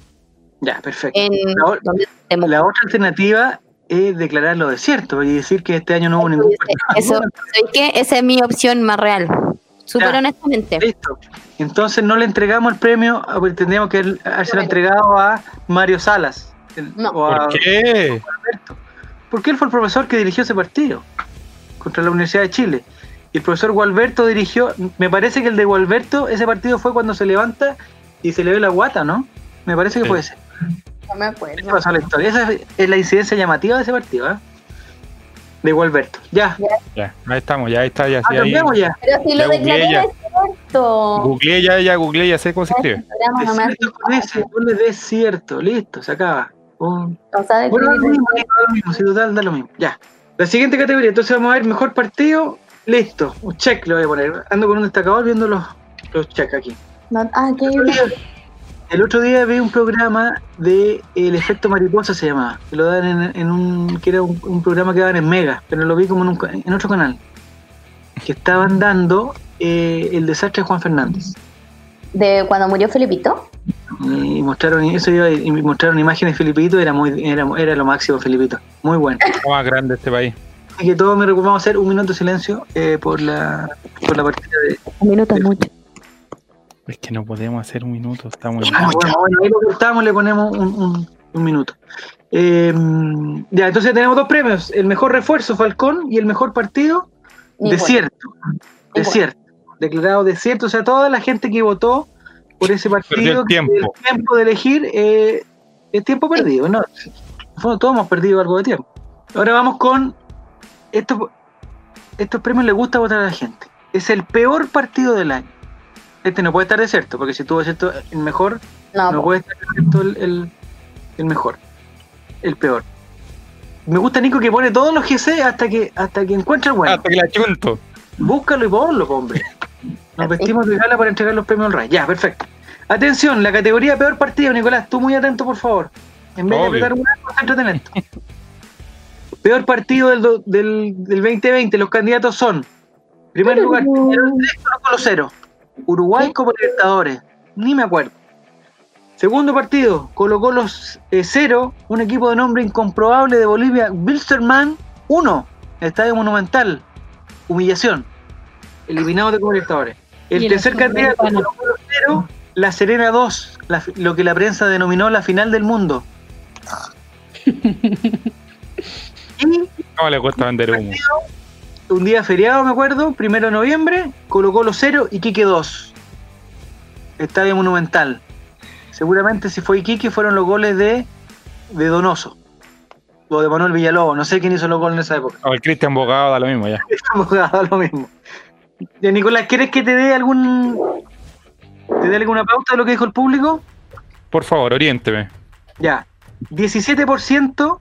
Ya, perfecto.
En,
La o-
¿dónde? Temuco.
La otra alternativa es declararlo desierto y decir que este año no hubo ningún
Eso,
partido.
¿sabes qué? Esa es mi opción más real. Súper
Ya.
honestamente.
Listo. Entonces no le entregamos el premio, ah, porque tendríamos que el- habérselo entregado a Mario Salas. el-
No.
o a-
¿Por qué?
Alberto. Porque él fue el profesor que dirigió ese partido contra la Universidad de Chile. Y el profesor Gualberto dirigió, me parece que el de Gualberto, ese partido fue cuando se levanta y se le ve la guata, ¿no? Me parece que
Sí.
fue ese.
No me
Ese
acuerdo.
pasó a la historia. Esa es- es la incidencia llamativa de ese partido, ¿eh? De Gualberto. Ya,
Ya, ahí estamos, ya ahí está, ya.
ah,
sí, ahí.
cambiamos ya.
Pero si
La
lo declaré
googleé ya.
desierto.
Googleé ya, ya googleé, ya sé cómo se escribe.
Programa no me hace
Desierto con ese, ponle desierto, listo, se acaba. Un-
No sabe
Bueno, da lo
escribir.
mismo, da lo mismo, sí, total, da lo mismo. Ya. La siguiente categoría, entonces vamos a ver mejor partido. Listo, un check le voy a poner. Ando con un destacador viendo los, los checks aquí.
No- ah, qué
El otro día vi un programa de El Efecto Mariposa, se llamaba. Que lo dan en, en un. que era un, un programa que daban en Mega, pero lo vi como en, un ca- en otro canal. Que estaban dando eh, El desastre de Juan Fernández.
De cuando murió Felipito.
Y mostraron, eso iba, y mostraron imágenes de Felipito, era, muy, era, era lo máximo Felipito. Muy bueno.
Lo más grande de este país.
Así que todos me recomendamos hacer un minuto de silencio eh, por la por la partida de.
Un minuto es mucho.
Es que no podemos hacer un minuto, está muy
Ah,
mal.
bueno, bueno, ahí lo cortamos, le ponemos un, un- un minuto. Eh, ya, entonces tenemos dos premios: el mejor refuerzo, Falcón, y el mejor partido,
Ni
Desierto.
Ni
Desierto. Declarado desierto. O sea, toda la gente que votó por ese
Perdió
partido,
el
que
tiempo.
el tiempo de elegir eh, es tiempo perdido, ¿no? En el fondo, todos hemos perdido algo de tiempo. Ahora vamos con. Estos, estos premios le gusta votar a la gente. Es el peor partido del año. Este no puede estar desierto, porque si tuvo desierto el mejor,
No,
no puede
pues,
estar desierto el, el, el mejor. El peor. Me gusta Nico que pone todos los GC hasta que hasta que encuentra el bueno.
Hasta que Ah, la chunto.
Búscalo y ponlo, po, hombre. Nos vestimos de gala para entregar los premios al RAI. Ya, perfecto. Atención, la categoría peor partido, Nicolás. Tú muy atento, por favor. En vez
Obvio.
de apretar una, concéntrate en esto. peor partido del, do- del, del 2020. Los candidatos son: primer lugar, Peñarol tres, Colo Colo cero. Uruguay como Libertadores. Ni me acuerdo. Segundo partido, Colo Colo 0, un equipo de nombre incomprobable de Bolivia, Wilstermann 1, Estadio Monumental, humillación, eliminado de Copa Libertadores. El
Y el
tercer
azul
candidato,
americano.
Colo Colo 0, La Serena 2, la fi- lo que la prensa denominó la final del mundo. y
No le cuesta vender humo.
un día feriado, me acuerdo, primero de noviembre, Colo Colo 0, Iquique 2. Estadio Monumental. Seguramente si fue Iquique fueron los goles de, de Donoso. O de Manuel Villalobos, no sé quién hizo los goles en esa época.
O el Cristian Bogado da lo mismo ya.
Estamos jugando lo mismo. Ya, Nicolás, ¿quieres que te dé algún. ¿Te dé alguna pauta de lo que dijo el público?
Por favor, oriénteme.
Ya. 17%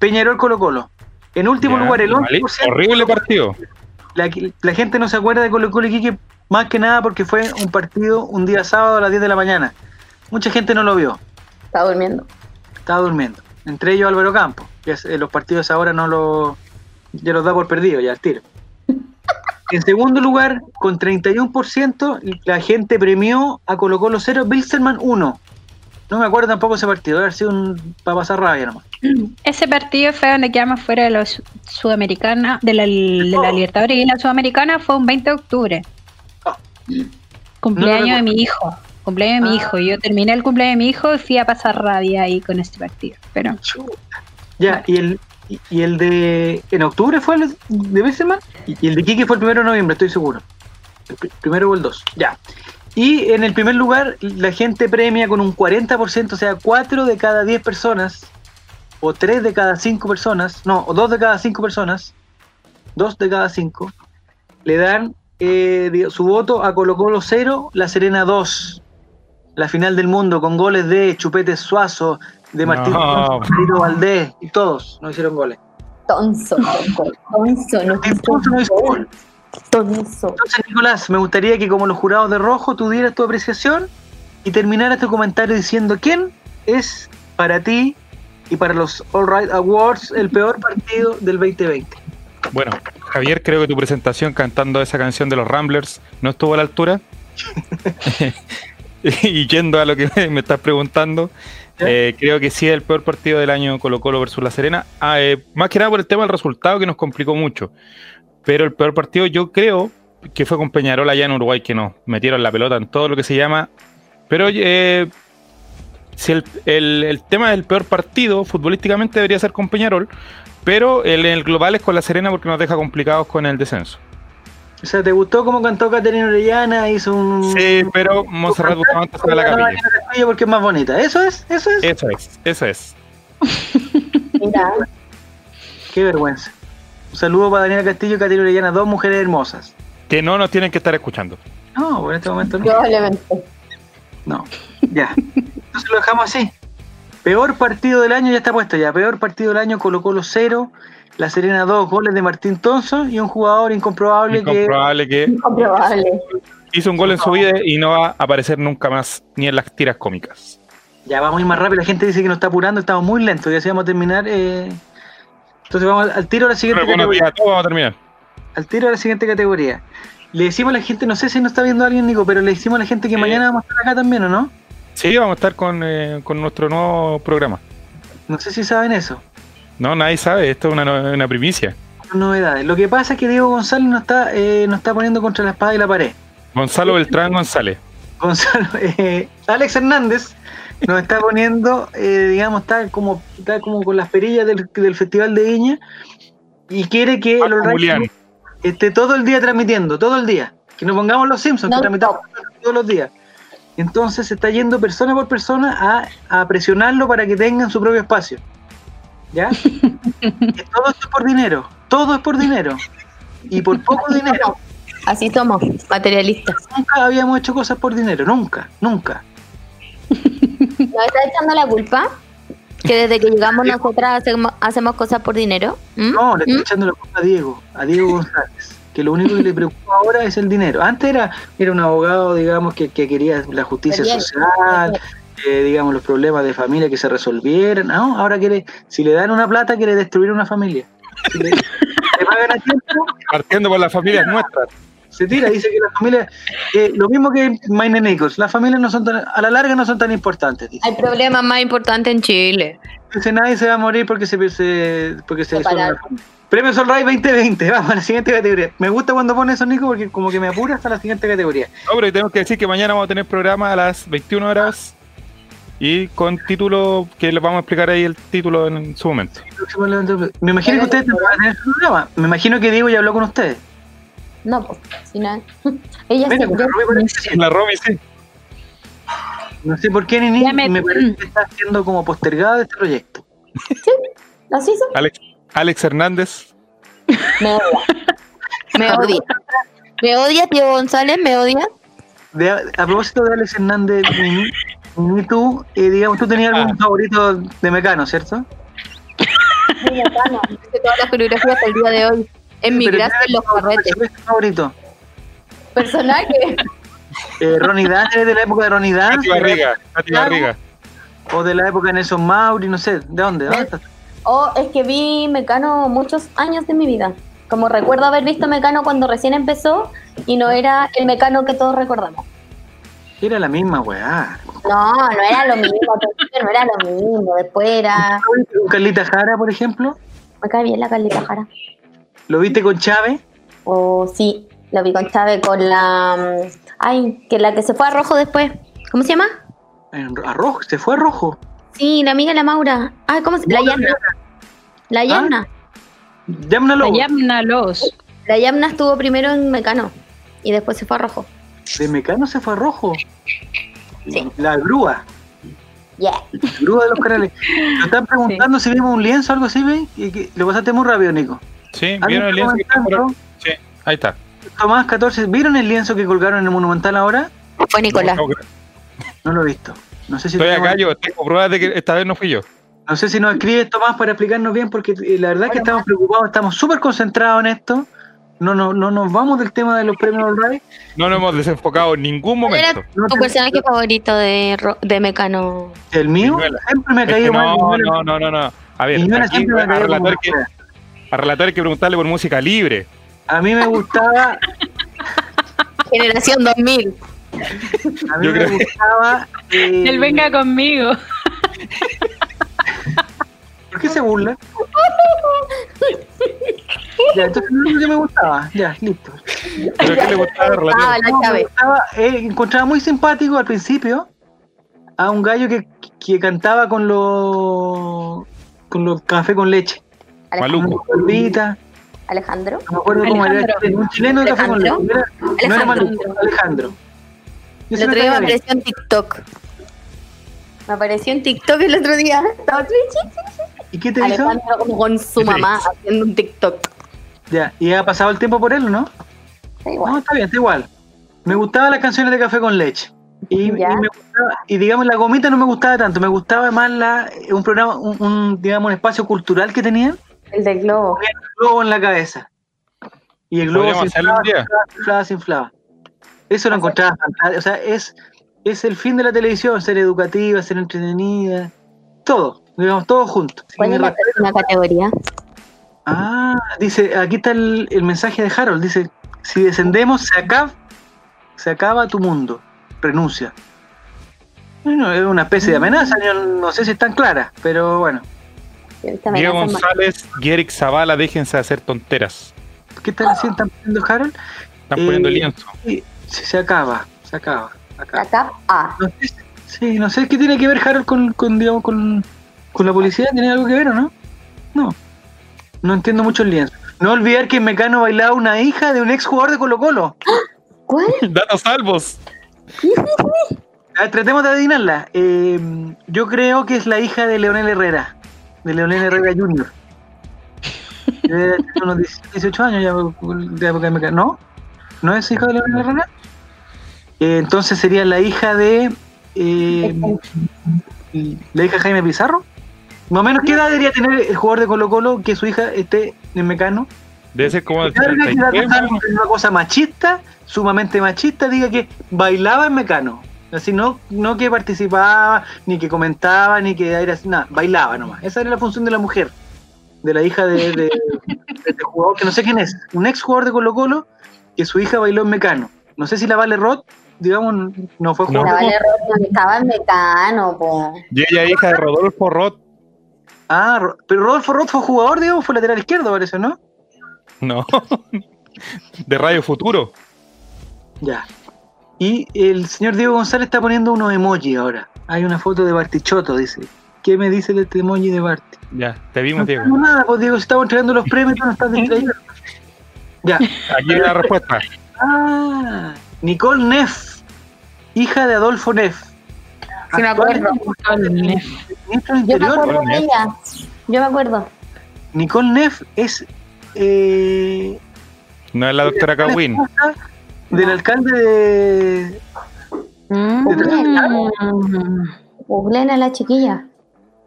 Peñarol Colo Colo. En último
Ya,
lugar, el
mal-
11%.
Horrible partido.
la, la gente no se acuerda de Colo Colo Iquique más que nada porque fue un partido un día sábado a las 10 de la mañana. Mucha gente no lo vio,
está durmiendo.
estaba durmiendo. Entre ellos Álvaro Campo, que es- eh, los partidos ahora no lo, ya los da por perdido, ya al tiro. En segundo lugar, con 31%, la gente premió a Colo Colo 0, Bilsterman 1. No me acuerdo tampoco ese partido, haber sido un para pasar rabia nomás.
Ese partido fue donde quedamos fuera de la su- Sudamericana, de la, de la
Oh.
Libertadores y la Sudamericana fue un 20 de octubre.
Oh.
Cumpleaños
No lo
de mi hijo. Cumpleaños de mi
Ah.
hijo. Yo terminé el cumpleaños de mi hijo y fui a pasar rabia ahí con este partido. Pero
Ya, y el, y, y el de. En octubre fue el de Besseman. Y, y el de Quique fue el primero de noviembre, estoy seguro. El pri- primero o el 2. Ya. Y en el primer lugar, la gente premia con un 40%, o sea, 4 de cada 10 personas, o 3 de cada 5 personas, no, o 2 de cada 5 personas, 2 de cada 5, le dan eh, digo, su voto a Colo Colo 0, La Serena 2. La final del mundo con goles de Chupete Suazo, de Martín
No.
Marino Valdés y todos no hicieron goles.
Tonso, loco, tonso, no
Martín Ponce no hizo gol.
tonso.
Entonces, Nicolás, me gustaría que como los jurados de rojo tú dieras tu apreciación y terminaras tu comentario diciendo quién es para ti y para los All Right Awards el peor partido del 2020.
Bueno, Javier, creo que tu presentación cantando esa canción de los Ramblers no estuvo a la altura. y yendo a lo que me, me estás preguntando, eh, creo que sí es el peor partido del año Colo Colo versus La Serena. Ah, eh, más que nada por el tema del resultado que nos complicó mucho. Pero el peor partido yo creo que fue con Peñarol allá en Uruguay, que nos metieron la pelota en todo lo que se llama. Pero eh, si el, el- el tema del peor partido futbolísticamente debería ser con Peñarol, pero el, el global es con la Serena porque nos deja complicados con el descenso.
O sea, ¿te gustó cómo cantó Caterina Orellana? Hizo un...
Sí, pero Monserrat Bustamante se va a la
Ganó
capilla. Eh.
Caterina Castillo Porque es más bonita. ¿Eso es? ¿Eso es?
Eso es, eso es.
Mira,
Qué vergüenza. Un saludo para Daniela Castillo y Caterina Orellana, dos mujeres hermosas.
Que no nos tienen que estar escuchando.
No, en este momento no.
probablemente.
No, ya. Entonces lo dejamos así. Peor partido del año, ya está puesto ya. Peor partido del año, Colo Colo 0, La Serena 2, goles de Martín Thompson y un jugador incomprobable que...
Incomprobable que
Incomprobable.
hizo un gol en su vida y no va a aparecer nunca más ni en las tiras cómicas.
Ya vamos a ir más rápido, la gente dice que nos está apurando, estamos muy lentos, ya se vamos a terminar. eh. Entonces vamos al- al tiro a la siguiente
Pero bueno,
categoría.
ya todo vamos a terminar.
Al tiro a la siguiente categoría. Le decimos a la gente, no sé si nos está viendo alguien, Nico, pero le decimos a la gente que
Sí.
mañana vamos a estar acá también, ¿o no?
Sí, vamos a estar con, eh, con nuestro nuevo programa.
No sé si saben eso.
No, nadie sabe, esto es una, no- una primicia.
Novedades. Lo que pasa es que Diego González nos está, eh, nos está poniendo contra la espada y la pared.
Gonzalo Beltrán González.
Gonzalo, eh, Alex Hernández nos está poniendo, eh, digamos, está como, está como con las perillas del, del Festival de Viña y quiere que el
Paco
All Right
Julián.
Club esté todo el día transmitiendo, todo el día. Que nos pongamos los Simpsons,
No,
que transmitamos todos los días. Entonces se está yendo persona por persona a, a presionarlo para que tengan su propio espacio. ¿Ya? Que todo esto es por dinero, todo es por dinero. Y por poco dinero.
Así somos, materialistas.
Nunca habíamos hecho cosas por dinero, nunca, nunca.
¿Nos está echando la culpa? Que desde que llegamos nosotras hacemos, hacemos cosas por dinero. ¿Mm?
No, le estoy
¿Mm?
echando la culpa a Diego, a Diego González, que lo único que le preocupa ahora es el dinero. Antes era, era un abogado, digamos, que, que quería la justicia
Bien,
social, eh, digamos, los problemas de familia que se resolvieran. No, ahora quiere, si le dan una plata, quiere destruir una familia. Si le, le pagan a tiempo,
Partiendo por las familias nuestras.
se tira, dice que las familias, eh, lo mismo que Maine Nichols, las familias no son tan, a la larga no son tan importantes. Dice,
El problema más importante en Chile.
Dice, nadie se va a morir porque se se- porque se
Separado.
disuelve la familia. Premio Sunrise 2020, vamos a la siguiente categoría. Me gusta cuando pone eso, Nico, porque como que me apura hasta la siguiente categoría.
No, pero tenemos que decir que mañana vamos a tener programa a las 21 horas y con título que les vamos a explicar ahí el título en su momento.
Próximo levantamiento. Me imagino que ustedes también van a tener su programa. Me imagino que Diego ya habló con ustedes.
No, pues, si no. Ella
Venga,
se
pues, Rubén, parece que sí.
La Romy, sí.
No sé por qué, Nini,
Ya me-
me
mm.
parece que está haciendo como postergada este proyecto.
Así son.
Alex, Alex Hernández.
Me odia. Me odia. Me odia, tío González, me odia.
De- a propósito de Alex Hernández, Nini, Nini, tú, eh, digamos, tú tenías algún favorito de Mecano, ¿cierto?
Mira, Tano, hice todas las coreografías hasta el día de hoy. En mi
Pero
gracia, en los carretes.
¿cuál es tu favorito?
Personaje.
Eh, Ronnie Dan, ¿eres de la época de Ronnie Dan?
Nati Barriga. Nati
Claro.
Barriga.
O de la época de Nelson Mauri, no sé, ¿de dónde? ¿De dónde estás?
Oh, es que vi Mecano muchos años de mi vida. Como recuerdo haber visto Mecano cuando recién empezó y no era el Mecano que todos recordamos.
Era la misma weá.
No, no era lo mismo, al principio no era lo mismo. Después era.
¿Con Carlita Jara, por ejemplo?
Me cae bien la Carlita Jara.
¿Lo viste con Chávez?
O sí, lo vi con Chávez con la. mm, Ay, que la que se fue a rojo después. ¿Cómo se llama?
En- A rojo, se fue a rojo.
Sí, la amiga de la Maura. ¿Ah? Ay, ¿cómo se La
Maura
Yamna. La Yamna.
Llámalo.
La Yamna Los.
La Yamna estuvo primero en Mecano y después se fue a rojo.
De Mecano se fue a rojo.
Sí.
La grúa.
Yeah.
La grúa de los canales. Nos están preguntando si vimos un lienzo o algo así, ¿ve? Y que- Lo pasaste muy rápido, Nico.
Sí,
Alguien
¿vieron el lienzo que
está
está por ahí?
comentando,
Sí, ahí está.
Tomás 14, ¿vieron el lienzo que colgaron en el Monumental ahora?
Fue Nicolás.
No,
No lo he visto. No sé si
Estoy acá
tenemos-
yo, tengo pruebas de que esta vez no fui yo.
No sé si nos escribe Tomás para explicarnos bien, porque eh, la verdad es que estamos preocupados, estamos súper concentrados en esto. No, no, no nos vamos del tema de los premios All
No nos hemos desenfocado en ningún
¿Cuál era
momento.
No
tu
te-
personaje favorito de, Ro- de Mecano?
El mío
Viñuela.
siempre me ha
Es que
caído mal.
no,
Viñuela.
no, no, no, no. A ver,
Viñuela
aquí,
siempre me
a,
ha caído como
relatar que,
fuera.
a relatar que preguntarle por música libre.
A mí me gustaba,
Generación 2000.
a mí me
Yo creo
gustaba. eh,
Él venga conmigo.
¿Por qué se burla? ya, entonces no es lo que me gustaba. Ya, listo.
¿Pero qué le gustaba a relatar?
Ah, la
No, me
Chávez.
gustaba, eh, encontraba muy simpático al principio a un gallo que, que cantaba con los con los café con leche.
Alejandro.
Malú.
Con
Luco.
las polvitas.
Alejandro.
No me acuerdo cómo era
Alejandro.
chileno, un chileno de café con leche. No
Alejandro.
era- No era
Alejandro.
Maluco, Alejandro. Yo
El
siempre
otro día me
sabía bien.
apareció en TikTok. Me apareció en TikTok el otro día. Estaba triste.
¿Y qué te hizo?
Alejandro como con su
Sí.
mamá haciendo un TikTok.
Ya, y ha pasado el tiempo por él, ¿no?
Está
No,
igual.
está bien, está igual. Me gustaban las canciones de café con leche. Y, y
Ya.
me gustaba- y, digamos, la gomita no me gustaba tanto, me gustaba más la, un programa, un, un, digamos, un espacio cultural que tenían,
El del globo.
ponían el globo en la cabeza. Y el globo se
Podríamos hacerlo
inflaba,
un
se
día.
inflaba, se inflaba, se inflaba. Eso lo encontraba fantástico. O sea, es, es el fin de la televisión, ser educativa, ser entretenida, todo, digamos, todo junto.
¿Cuál
Y
es
me
la próxima categoría?
Ah, dice, aquí está el, el mensaje de Harold. Dice, si descendemos, se acaba, se acaba tu mundo. Renuncia. Bueno, es una especie de amenaza, yo no sé si es tan clara, pero bueno.
Esta
Diego
amenaza más.
González, Gierix Zavala, déjense de hacer tonteras.
¿Qué están haciendo? ¿Están poniendo Harold?
Están
Eh,
poniendo lienzo.
Sí, sí, se acaba, se acaba. se acaba.
La cap A.
No sé, sí, no sé qué tiene que ver Harold con, con, digamos, con, con la publicidad, ¿tiene algo que ver o no? No. No entiendo mucho el lienzo. No olvidar que en Mecano bailaba una hija de un ex jugador de Colo Colo.
¿Cuál?
Datos salvos.
A ver, tratemos de adivinarla. Eh, yo creo que es la hija de Leonel Herrera, de Leonel Herrera Jr. Debe tener unos 18 años ya, de época de Meca- ¿No? ¿No es hija de Leonel Herrera? Eh, entonces sería la hija de. eh, la hija de Jaime Pizarro. Más o menos, ¿qué edad debería tener el jugador de Colo-Colo que su hija esté en Mecano?
Debe ser como el
Carga que la
33,
cosa-
mano.
una cosa machista, sumamente machista, diga que bailaba en Mecano. Así no, no que participaba, ni que comentaba, ni que era así, nada, bailaba nomás. Esa era la función de la mujer, de la hija de, de- de este jugador, que no sé quién es, un ex jugador de Colo Colo, que su hija bailó en Mecano. No sé si la Vale Roth, digamos, no fue
No.
jugador.
La
de
Vale Rosa estaba en Mecano, po.
Y ella es hija de Rodolfo Roth.
Ah, Ro- pero Rodolfo Roth fue jugador, digamos, fue lateral izquierdo, parece, ¿no?
No. De Radio Futuro.
Ya. Y el señor Diego González está poniendo unos emoji ahora. Hay una foto de Bartichotto, dice. ¿Qué me dice de este emoji de Barti?
Ya, te
No
vimos, Diego.
tengo nada, pues Diego, si estamos entregando los premios, tú no estás distrayendo. ya.
Aquí es la respuesta.
Ah, Nicole Neff, hija de Adolfo Neff.
Sí, me
Actual
acuerdo.
Ministro del
Yo me
Interior.
acuerdo de ella. Yo me acuerdo.
Nicole Neff es eh,
No es la doctora Cawin.
esposa del alcalde de.
Mm.
Googleen a la chiquilla.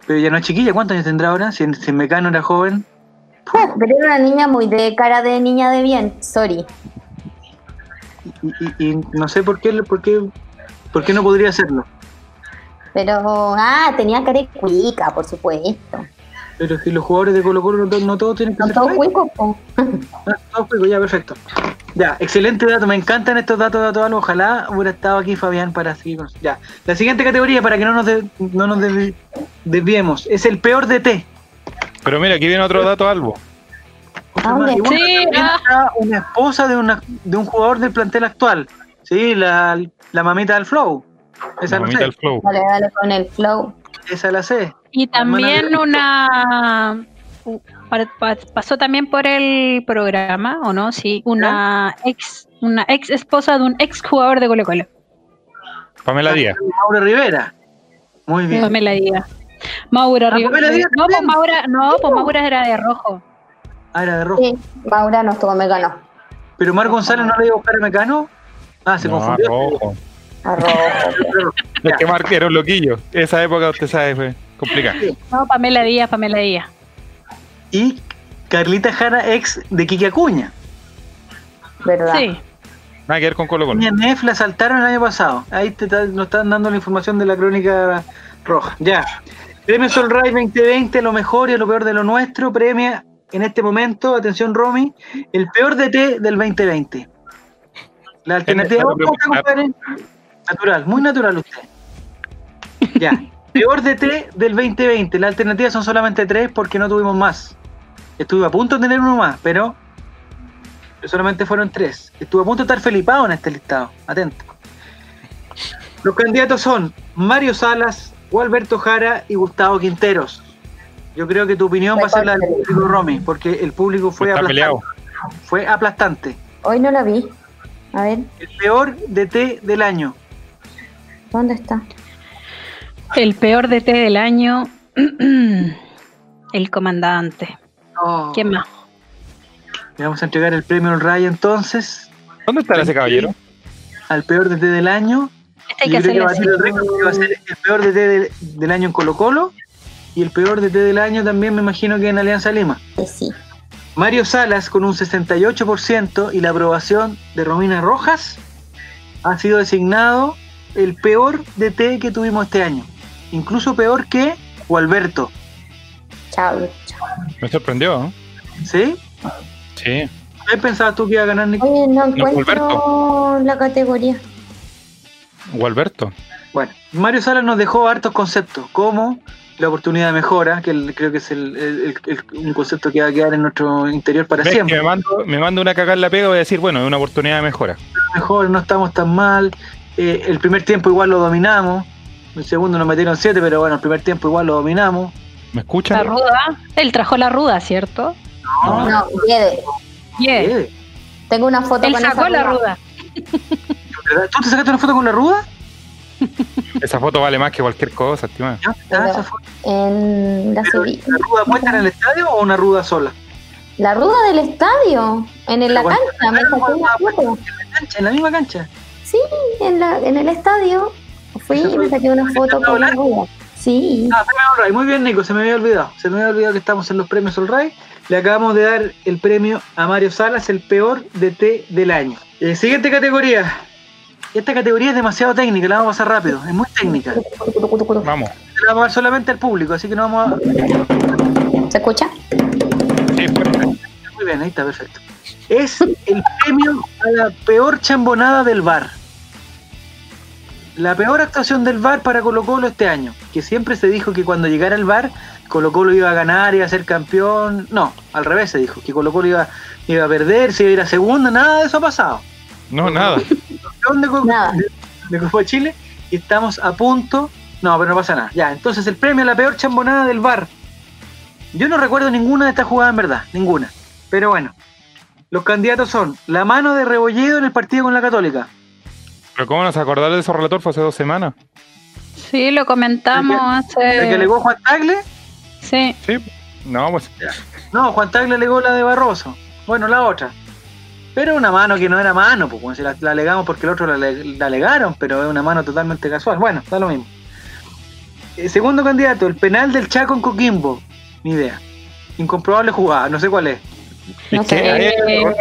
Pero ya no es chiquilla, ¿cuántos años tendrá ahora? Si en, si en Mecano era joven.
Pero era una niña muy de cara de niña de bien. Sorry.
y, y- y no sé por qué, por qué, por qué no podría hacerlo.
Pero, ah, tenía cara de cuica, por supuesto.
Pero si los jugadores de Colo Colo no, to- no todos tienen que
Son
ser
todos
cuicos.
cuicos, po.
Ah, todos cuicos, ya perfecto. Ya, excelente dato, me encantan estos datos de todos. Ojalá hubiera estado aquí Fabián para seguir con. Ya, la siguiente categoría para que no nos, de- no nos desvi- desviemos es el peor de té.
Pero mira, aquí viene otro dato, Albo.
¿A dónde?
Y bueno,
Sí,
también
ah.
está una esposa de, una, de un jugador del plantel actual. Sí, la, la mamita del Flow. Esa la,
Mamita
sé.
del flow.
Dale, dale con el flow.
Esa la sé.
Y también una. pa- pa- Pasó también por el programa, ¿o no? Sí, una ex una ex esposa de un ex jugador de Colo Colo,
Pamela Díaz.
Mauro Rivera. Muy bien.
Pamela Díaz. Maura
Ah,
Rivera.
Pamela Díaz
No, pues
también.
Maura, no, pues Maura era de rojo.
Ahora
Ah.
de rojo.
Sí, Maura nos tocó Mecano.
Pero Mar González no le iba a buscar a Mecano. Ah, se
No,
confundió.
rojo.
Arroz.
Es que Mark era un loquillo. Esa época, usted sabe, fue complicada.
No, Pamela Díaz, Pamela Díaz.
Y Carlita Jara, ex de Kiki Acuña.
¿Verdad?
Sí.
Nada que ver con Colo Colo.
Acuña Nef la saltaron el año pasado. Ahí te está- nos están dando la información de la crónica roja. Ya. Premio Solray 2020, lo mejor y lo peor de lo nuestro. Premia en este momento, atención Romy, el peor DT del 2020. La alternativa
Necesario
otra,
preguntar.
compadre. natural, muy natural usted. Ya. Peor DT del 2020. La alternativa son solamente tres porque no tuvimos más. Estuve a punto de tener uno más, pero solamente fueron tres. Estuve a punto de estar felipado en este listado. Atento. Los candidatos son Mario Salas, Gualberto Jara y Gustavo Quinteros. Yo creo que tu opinión va a ser la del público, Romy, porque el público fue
está
aplastante.
peleado.
Fue aplastante.
Hoy no la vi. A ver,
El peor DT del año.
¿dónde está?
El peor DT del año, el comandante.
Oh.
¿Quién más?
Le vamos a entregar el premio al Ray entonces,
¿Dónde estará ese caballero?
al peor DT del año.
Este hay que
Yo creo que
hacerle
va a ser el
así.
récord, que va a ser el peor DT del, del año en Colo Colo y el peor DT del año también me imagino que en Alianza Lima.
Que Eh, sí.
Mario Salas con un 68% y la aprobación de Romina Rojas ha sido designado el peor DT que tuvimos este año. Incluso peor que Gualberto.
Chao, chao.
Me sorprendió, ¿no?
¿Sí?
Sí.
¿Qué pensabas tú que iba a ganar Nicolás?
Oye, no
Nico
encuentro la categoría.
Gualberto.
Bueno, Mario Salas nos dejó hartos conceptos, como la oportunidad de mejora, que el- creo que es el, el- el- el- un concepto que va a quedar en nuestro interior para
¿Ves que
siempre.
me mando, me mando una cagada en la pega y voy a decir, bueno, es una oportunidad de mejora.
Mejor, no estamos tan mal. eh, el primer tiempo igual lo dominamos. El segundo nos metieron siete, pero bueno, el primer tiempo igual lo dominamos.
¿Me
La
escuchan?
ruda. Él trajo la ruda, ¿cierto?
No.
No, Yede.
Yeah.
eh,
Tengo una foto
Él
con
sacó
esa
la
ruda.
ruda.
¿verdad? ¿Tú te sacaste una foto con la ruda?
Esa foto vale más que cualquier cosa, estimado.
Ya, está, esa foto.
En la,
Pero,
subí.
¿La ruda puesta en el estadio o una ruda sola?
la ruda del estadio. En el- la
Pero
cancha. Me
cuando-
sacó una foto.
En la cancha, en la misma cancha.
Sí, en, la, en el estadio. Fui
¿Esa
y me
fue-
saqué una foto con la ruda. Sí.
Ah, premio All Right. Muy bien, Nico, se me había olvidado. Se me había olvidado que estamos en los premios All Right. Le acabamos de dar el premio a Mario Salas, el peor DT del año. Eh, siguiente categoría. Esta categoría es demasiado técnica, la vamos a pasar rápido. Es muy técnica. Se
Vamos.
la vamos a dar solamente al público, así que no vamos a.
¿Se escucha?
Sí, fuerte.
Muy bien, ahí está, perfecto. Es el premio a la peor chambonada del bar. La peor actuación del bar para Colo Colo este año. Que siempre se dijo que cuando llegara el bar, Colo Colo iba a ganar, iba a ser campeón. No, al revés se dijo, que Colo Colo iba, iba a perder, se iba a ir a segunda, nada de eso ha pasado.
No, nada.
Campeón de, Co-
Nada.
de, de Copa de Chile y estamos a punto. No, pero no pasa nada. Ya, entonces el premio a la peor chambonada del bar. Yo no recuerdo ninguna de estas jugadas en verdad, ninguna. Pero bueno, los candidatos son la mano de Rebolledo en el partido con la Católica.
Pero ¿cómo nos acordar de esos relator? Fue hace dos semanas.
Sí, lo comentamos
¿La que
hace.
alegó Juan Tagle?
Sí,
Sí. No, pues.
No, Juan Tagle alegó la de Barroso. Bueno, la otra. Pero una mano que no era mano, pues bueno, si la, la alegamos porque el otro la, ale- la alegaron, pero es una mano totalmente casual. Bueno, da lo mismo. Eh, segundo candidato, el penal del Chaco en Coquimbo. Ni idea. Incomprobable jugada, no sé cuál es.
No
es que
sé.
eh,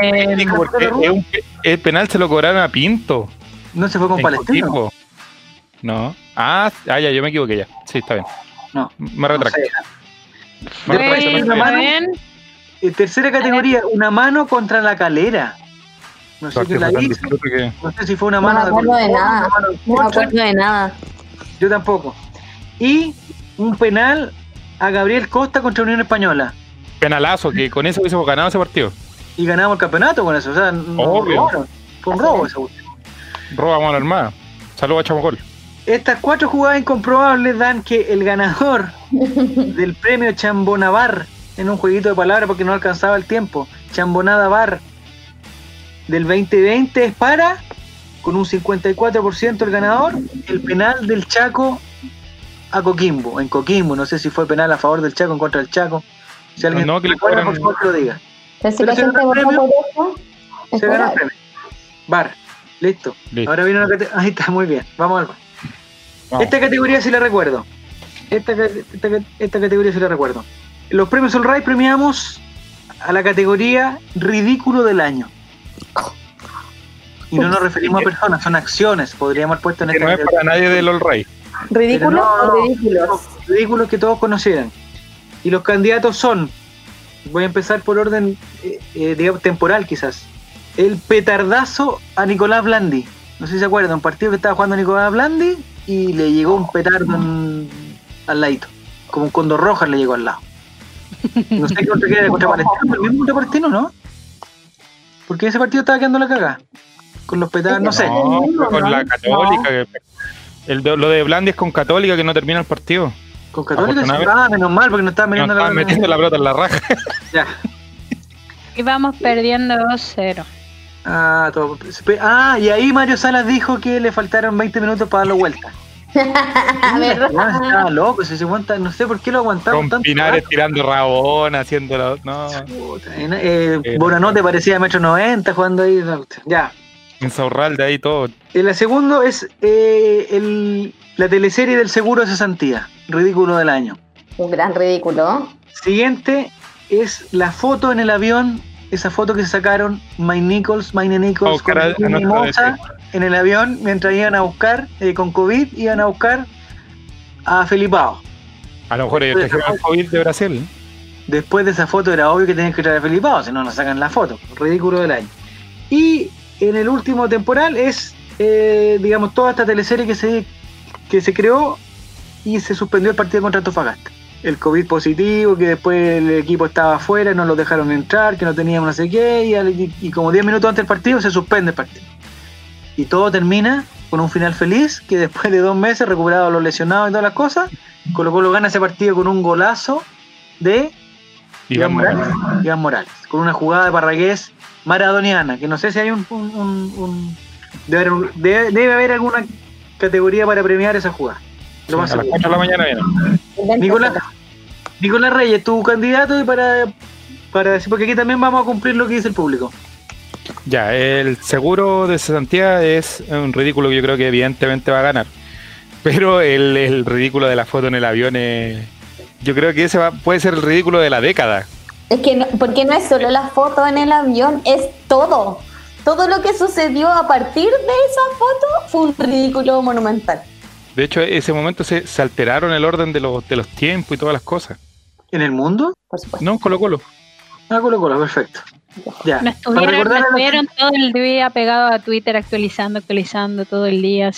Eh,
es porque es un pe- el penal se lo cobraron a Pinto.
No se fue con
en
Palestino.
Coquimbo. No. Ah, ah, ya, yo me equivoqué ya. Sí, está bien.
No.
Me
No
retracto.
sé.
Me
Bueno, pues,
retracto,
bueno,
no sé.
bueno.
ven,
Eh, tercera categoría, una mano contra la calera. No sé,
Aparte
si la
fue tan
hice,
discreto que-
no sé si fue una
No me
mano de
acuerdo de
Colo-Colo,
nada.
una mano de
No pues. me
Concha,
acuerdo de nada.
Yo tampoco. Y un penal a Gabriel Costa contra Unión Española.
Penalazo, que con eso hubiésemos ganado ese partido.
Y ganamos el campeonato con eso. O sea, no
Obvio.
robaron. Fue un robo esa cuestión.
Robamos a la Armada. Saludos a Chamocol.
Estas cuatro jugadas incomprobables dan que el ganador del premio Chambonavar, en un jueguito de palabras porque no alcanzaba el tiempo, Chambonada Bar del 2020 es para, con un 54% el ganador, el penal del Chaco a Coquimbo, en Coquimbo, no sé si fue penal a favor del Chaco o en contra del Chaco. Si alguien
No, que le
recuerda,
cobran-
por favor, que lo diga.
Pero si la
se
gente
ganó el
votó por eso, es
Se ganó el
por-
premio. Bar, listo.
Listo.
Ahora viene una categoría. Ahí está, muy bien. Vamos al bar.
Vamos.
Esta categoría sí la recuerdo. Esta, ca- esta ca- esta categoría sí la recuerdo. Los premios Solray premiamos a la categoría ridículo del año. Y no nos referimos a personas, son acciones, podríamos haber puesto en
Que
esta
no es para
categoría.
nadie del All Ray.
¿Ridículo
Pero no,
o ridículos?
Ridículos que todos conocieran. Y los candidatos son, voy a empezar por orden eh, eh, digamos, temporal quizás, el petardazo a Nicolás Blandi. No sé si se acuerdan, un partido que estaba jugando Nicolás Blandi y le llegó un petardo en- al ladito. Como un condor roja le llegó al lado. No sé qué contra quién era, contra Palestino, el mismo contra Palestino, ¿no? Porque ese partido estaba quedando la caga. Con los petardos, no sé.
No, fue con la
No.
Católica. que- el de- lo de Blandi es con Católica que no termina el partido.
Con Católica se
Afortunadamente-
ah, menos mal porque no estaban
Nos
mirando
estaban metiendo la pelota en la raja.
Ya.
Y vamos perdiendo 2-0.
Ah, todo. Espe- Ah, y ahí Mario Salas dijo que le faltaron 20 minutos para darlo vuelta.
A ver,
Ah, estaba loco, si se aguanta, no sé por qué lo aguantaron
Con
tanto. Ah,
Pinares tirando rabón, haciendo la. No,
Puta, en- eh,
Eh,
Bonanote parecía metro 90 jugando ahí. no, Ya.
en Saurralde ahí todo.
El segundo es eh, el- la teleserie del seguro de cesantía, ridículo del año.
un gran ridículo.
Siguiente es la foto en el avión, esa foto que se sacaron Mike Nichols, Mike
A
Nichols
buscar
con
a- a
Jimmy
nuestro
Moza en el avión mientras iban a buscar, eh, con COVID, iban a buscar a Felipao.
A lo mejor ellos trajeron el COVID de Brasil. ¿eh?
Después de esa foto era obvio que tenías que traer a Felipao, si no nos sacan la foto. Ridículo del año. Y en el último temporal es, eh, digamos, toda esta teleserie que se, que se creó y se suspendió el partido contra Antofagasta. El COVID positivo, que después el equipo estaba afuera, no lo dejaron entrar, que no tenían no sé qué, y, al- y- y como 10 minutos antes del partido se suspende el partido. Y todo termina con un final feliz, que después de dos meses recuperado los lesionados y todas las cosas, Colo Colo gana ese partido con un golazo de Iván Morales. Iván Morales, con una jugada de Parragués maradoniana, que no sé si hay un... un- un- un- debe, haber- debe- debe haber alguna categoría para premiar esa jugada. Lo más
a las
seguro.
4 de la mañana viene.
Nicolás, Nicolás Reyes, tu candidato y para, para decir, porque aquí también vamos a cumplir lo que dice el público.
Ya, el seguro de cesantía es un ridículo que yo creo que evidentemente va a ganar. Pero el, el ridículo de la foto en el avión es- Yo creo que ese va- puede ser el ridículo de la década.
Es que no, porque no es solo la foto en el avión, es todo. Todo lo que sucedió a partir de esa foto fue un ridículo monumental.
De hecho, ese momento se, se alteraron el orden de los, de los tiempos y todas las cosas.
¿En el mundo?
Por supuesto.
No, Colo Colo.
Ah, Colo Colo, perfecto. Ya.
Nos
Para
tuvieron,
recordar a
nos
la-
tuvieron todo el día pegado a Twitter actualizando, actualizando todo el día.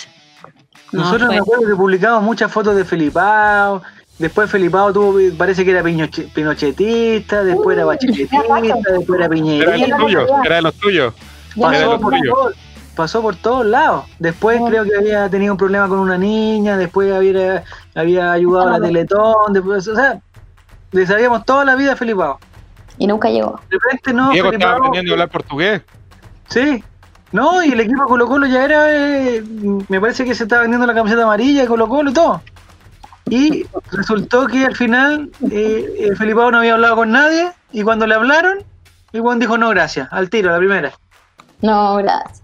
No,
Nosotros
fue-
me acuerdo que publicamos muchas fotos de Felipao. Después Felipao tuvo, parece que era piñoche- pinochetista, después era bacheletista, después era
Era de
piñerista.
los tuyos, era de los tuyos.
Yo
Era
Pasó
lo
no-
por,
tuyo.
todo- pasó por todos lados. Después
No.
creo que había tenido un problema con una niña, después había, había ayudado
Ah.
a la Teletón, después, o sea, le sabíamos toda la vida a Felipao.
y nunca llegó.
De repente no,
Diego estaba
Felipao,
aprendiendo a hablar portugués.
Sí. No, y el equipo de Colo Colo ya era, eh, me parece que se estaba vendiendo la camiseta amarilla de Colo Colo y todo. Y resultó que al final eh, eh, Felipao no había hablado con nadie y cuando le hablaron, el Juan dijo no gracias, al tiro, a la primera.
No, gracias.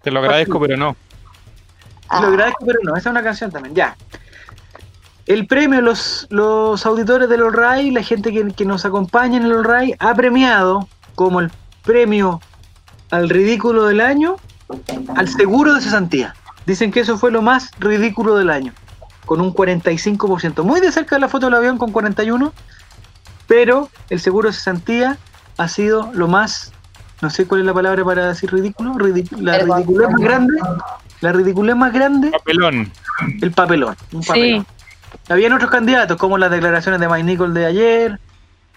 Te lo agradezco, pero no.
Ah,
Lo agradezco, pero no, esa es una canción también, ya. El premio, los, los auditores del All Ray, la gente que, que nos acompaña en el All Ray, ha premiado como el premio al ridículo del año al seguro de cesantía. Dicen que eso fue lo más ridículo del año, con un 45%. Muy de cerca de la foto del avión con 41%, pero el seguro de cesantía ha sido lo más no sé cuál es la palabra para decir ridículo, ridic- la
Vergüenza.
ridiculez más grande, la ridiculez más grande,
Papelón.
el papelón, un papelón.
Sí.
Habían otros candidatos, como las declaraciones de Mike Nichols de ayer,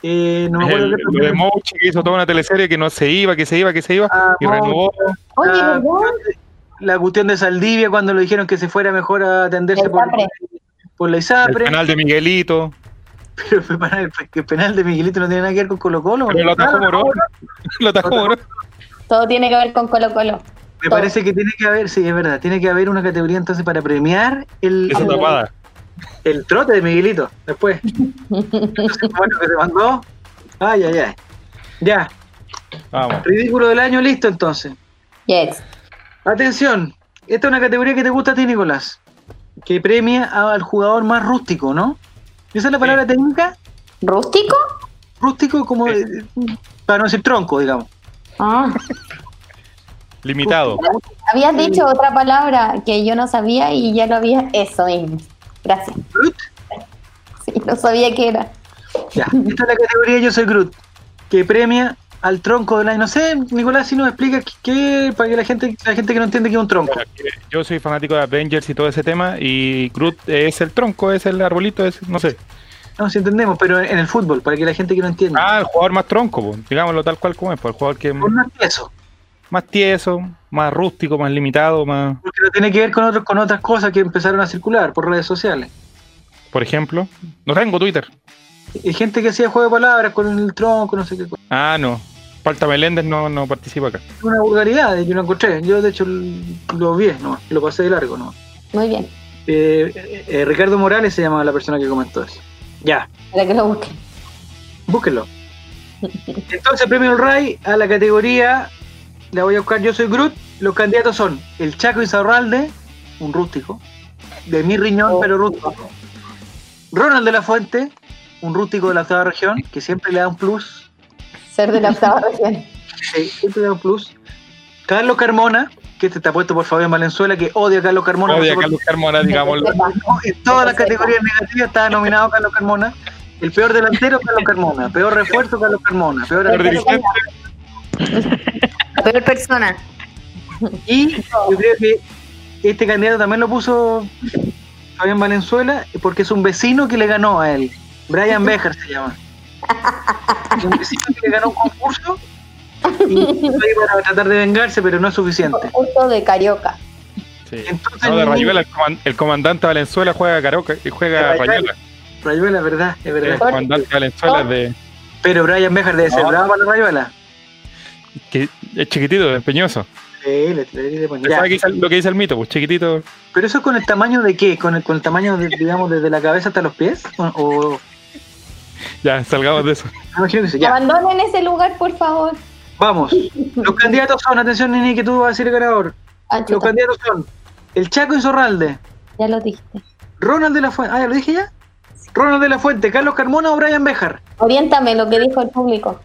eh, no me acuerdo
El-
qué
Lo de Mouchi que hizo toda una teleserie que no se iba, que se iba, que se iba.
Ah,
Y renovó.
Oye,
la,
¿verdad?
Ah, la cuestión de Saldivia cuando le dijeron que se fuera mejor a atenderse
El
por,
Tapre.
por la
El
ISAPRE,
canal de Miguelito.
pero el penal, el penal de Miguelito no tiene nada que ver con Colo Colo.
Pero lo atajó Morón. Lo atajó Morón.
Todo tiene que ver con Colo Colo.
Me parece que tiene que haber, sí, es verdad, tiene que haber una categoría entonces para premiar el,
Esa tapada.
el trote de Miguelito después. Entonces, bueno, que se mandó. Ay, ay, ay. Ya,
Vamos.
ridículo del año, listo entonces.
Yes.
Atención, esta es una categoría que te gusta a ti, Nicolás, que premia a- al jugador más rústico, ¿no? ¿Esa es la palabra técnica?
¿Rústico?
Rústico como,
Sí.
eh, para no decir tronco, digamos.
Ah.
Limitado.
Habías dicho otra palabra que yo no sabía y ya lo había. Eso mismo. Gracias.
Groot.
Sí, no sabía qué era.
Ya, esta es la categoría Yo Soy Groot, que premia al tronco del año. No sé, Nicolás, si nos explicas qué, qué- para que la gente, la gente que no entiende qué es un tronco.
Yo soy fanático de Avengers y todo ese tema. Y Groot es el tronco, es el arbolito, es no sé.
No, si entendemos, pero en el fútbol, para que la gente que no entiende.
Ah, el jugador más tronco, po. digámoslo tal cual como es. po. El jugador que es
Por más que eso,
más tieso, más rústico, más limitado, más.
porque no tiene que ver con, otros con otras cosas que empezaron a circular por redes sociales.
Por ejemplo, no tengo Twitter.
Hay gente que hacía juego de palabras con el tronco, no sé qué cosa.
Ah, no. Falta Meléndez, no, no participa acá.
Una vulgaridad, eh, yo lo encontré. Yo, de hecho, l- lo vi, no, lo pasé de largo, no.
Muy bien.
Eh, eh, eh, Ricardo Morales se llamaba la persona que comentó eso. Ya,
Para que lo busquen.
búsquenlo. Entonces, premio El Ray a la categoría, la voy a buscar, yo soy Groot. Los candidatos son el Chaco Izarralde, un rústico, de mi riñón,
Oh.
pero rústico. Ronald de la Fuente, un rústico de la octava región, que siempre le da un plus.
Ser de la octava región.
sí, siempre le da un plus. Carlos Carmona, que este está puesto por Fabián Valenzuela, que odia a Carlos Carmona. no sé
Odia a
por
Carlos Carmona, digámoslo.
No, en todas las categorías negativas estaba nominado Carlos Carmona. El peor delantero, Carlos Carmona. Peor refuerzo, Carlos Carmona. Peor
Peor
arquero.
dirigente,
La peor persona.
Y yo creo que este candidato también lo puso Fabián Valenzuela porque es un vecino que le ganó a él. Brian Bejar se llama. Es un vecino que le ganó un concurso y fue para tratar de vengarse, pero no es suficiente.
Justo de Carioca.
Sí.
Entonces,
No, de
ningún-
Rayuela, el, coman- el comandante Valenzuela juega a Caroca, y juega a
De Rayuela,
Rayuela.
Rayuela, verdad, es
El
verdad.
comandante Valenzuela es de
Pero Brian Bejar debe ser
No.
bravo para Rayuela.
que es chiquitito, es peñoso.
Sí, le tendría que poner.
¿Sabes qué dice el- lo que dice el mito? Pues chiquitito.
¿Pero eso con el tamaño de qué? ¿Con el, con el tamaño, de, digamos, desde la cabeza hasta los pies? ¿O, o- me
Ya, salgamos de eso.
imagino que sí. Ya,
Abandonen ese lugar, por favor.
vamos. Los candidatos son, atención Nini, que tú vas a decir el ganador.
Ah,
Los
chuta,
candidatos son el Chaco Insorralde,
ya lo dijiste.
Ronald de la Fuente, ah, ¿ya lo dije ya? Ronald de la Fuente, Carlos Carmona o Brian Bejar.
Oriéntame lo que dijo el público.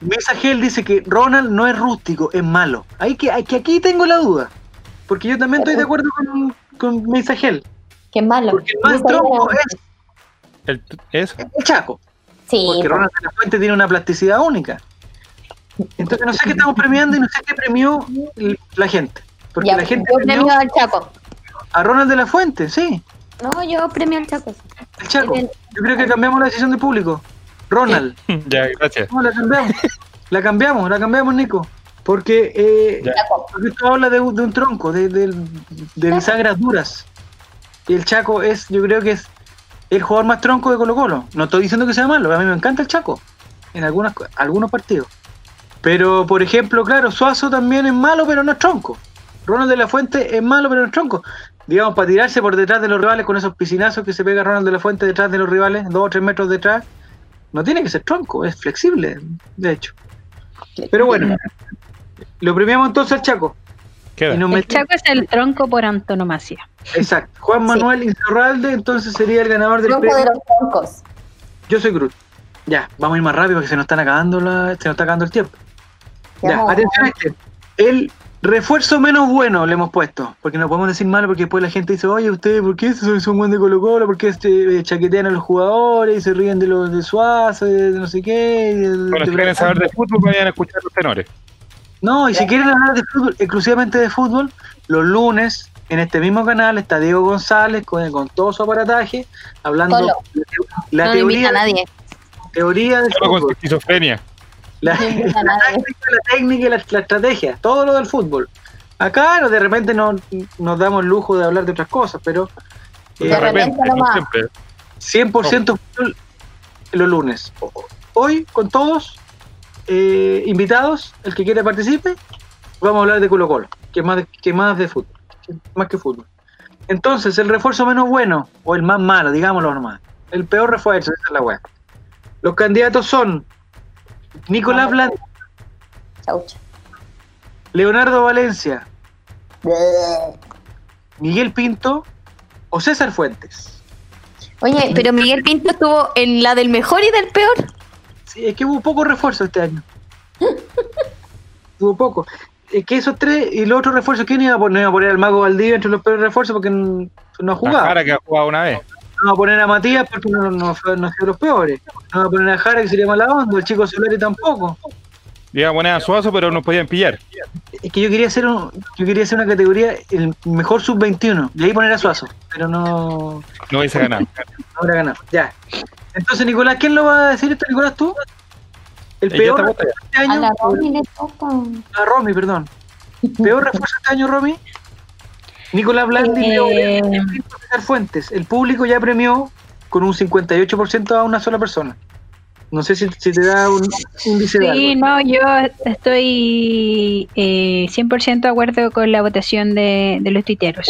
Mesa Gel dice que Ronald no es rústico, es malo. Hay que, hay que aquí tengo la duda. Porque yo también estoy de acuerdo con, con Mesa Gel.
Qué malo.
Porque el más tronco es
El- eso.
el Chaco.
Sí,
Porque Ronald de la Fuente tiene una plasticidad única. Entonces no sé qué estamos premiando y no sé qué premió l- la gente. Porque
ya,
la gente
yo
premió
premio al Chaco.
a Ronald de la Fuente, sí,
No, yo premio al Chaco.
el Chaco.
El-
Yo creo que cambiamos la decisión del público. Ronald,
Ya, gracias.
no, la cambiamos. La cambiamos, la cambiamos, Nico. Porque, eh,
Ya.
Chaco.
porque tú hablas de, un- de un tronco, de, de- de bisagras duras. Y el Chaco es, yo creo que es el jugador más tronco de Colo Colo. No estoy diciendo que sea malo, a mí me encanta el Chaco en algunas, co- algunos partidos. Pero, por ejemplo, claro, Suazo también es malo, pero no es tronco. Ronald de la Fuente es malo, pero no es tronco. Digamos, para tirarse por detrás de los rivales con esos piscinazos que se pega Ronald de la Fuente detrás de los rivales, dos o tres metros detrás, no tiene que ser tronco, es flexible, de hecho. Pero bueno, lo premiamos entonces al Chaco.
Queda.
Y nos
El
metemos-
Chaco es el tronco por antonomasia.
Exacto. Juan Manuel Insorralde, entonces sería el ganador del
Grupo de
premio.
los troncos.
Yo soy Groot. Ya, vamos a ir más rápido porque se nos están acabando la, se nos está acabando el tiempo.
Ya,
Ya,
vamos.
atención a este. El refuerzo menos bueno le hemos puesto, porque no podemos decir malo porque después la gente dice, oye, ustedes, ¿por qué son son buen de Colo Colo? ¿Por qué este, eh, chaquetean a los jugadores y se ríen de los de Suazo, y de, no sé qué? y de-
Bueno,
de-
si quieren saber de fútbol, vayan a escuchar los tenores.
No, y si quieren hablar de fútbol, exclusivamente de fútbol, los lunes en este mismo canal está Diego González con, con todo su aparataje hablando
Solo.
de la
no le
teoría,
invita a nadie.
teoría del
Solo con
fútbol.
esquizofrenia.
La,
No invita a
la
nadie.
táctica, la técnica y la, la estrategia, todo lo del fútbol. Acá no, de repente no, nos damos el lujo de hablar de otras cosas, pero eh,
De repente
no
nomás.
siempre.
100% fútbol los lunes. Hoy con todos eh, invitados, el que quiera participe, vamos a hablar de Colo Colo, que es más de, que más de fútbol, que- más que fútbol. Entonces, el refuerzo menos bueno, o el más malo, digámoslo nomás, el peor refuerzo, esa es la weá. Los candidatos son Nicolás Bland,
Chau, chau.
Leonardo Valencia,
Bleh.
Miguel Pinto o César Fuentes.
Oye, pero Miguel Pinto estuvo en la del mejor y del peor.
Sí, es que hubo poco refuerzo este año. hubo poco. Es que esos tres y los otros refuerzos, ¿quién iba a poner? No iba a poner al Mago Valdivia entre los peores refuerzos porque n- no ha
La
jugado.
Jara que ha jugado una vez.
No va a poner a Matías porque no, no fue no ha sido los peores. No va a poner a Jara que sería mala onda, el chico Solari tampoco.
Iba a poner a Suazo, pero nos podían pillar.
Es que yo quería hacer un, yo quería hacer una categoría el mejor sub-21, de ahí poner a Suazo, pero no, no
No hubiese ganado.
habrá ganado. Ya. Entonces, Nicolás, ¿quién lo va a decir esto, Nicolás, tú? El
Eh, yo te
peor refuerzo
voto.
de este
A
año.
la Romy le toca.
a Ah, Romy, perdón. Peor refuerzo este año, Romy. Nicolás Blandi,
Eh.
Leo Valencia, Francisco César Fuentes. El público ya premió con un 58% a una sola persona. No sé si, si te da un índice de
Sí,
algo.
no, yo estoy eh, 100% de acuerdo con la votación de, de los tuiteros.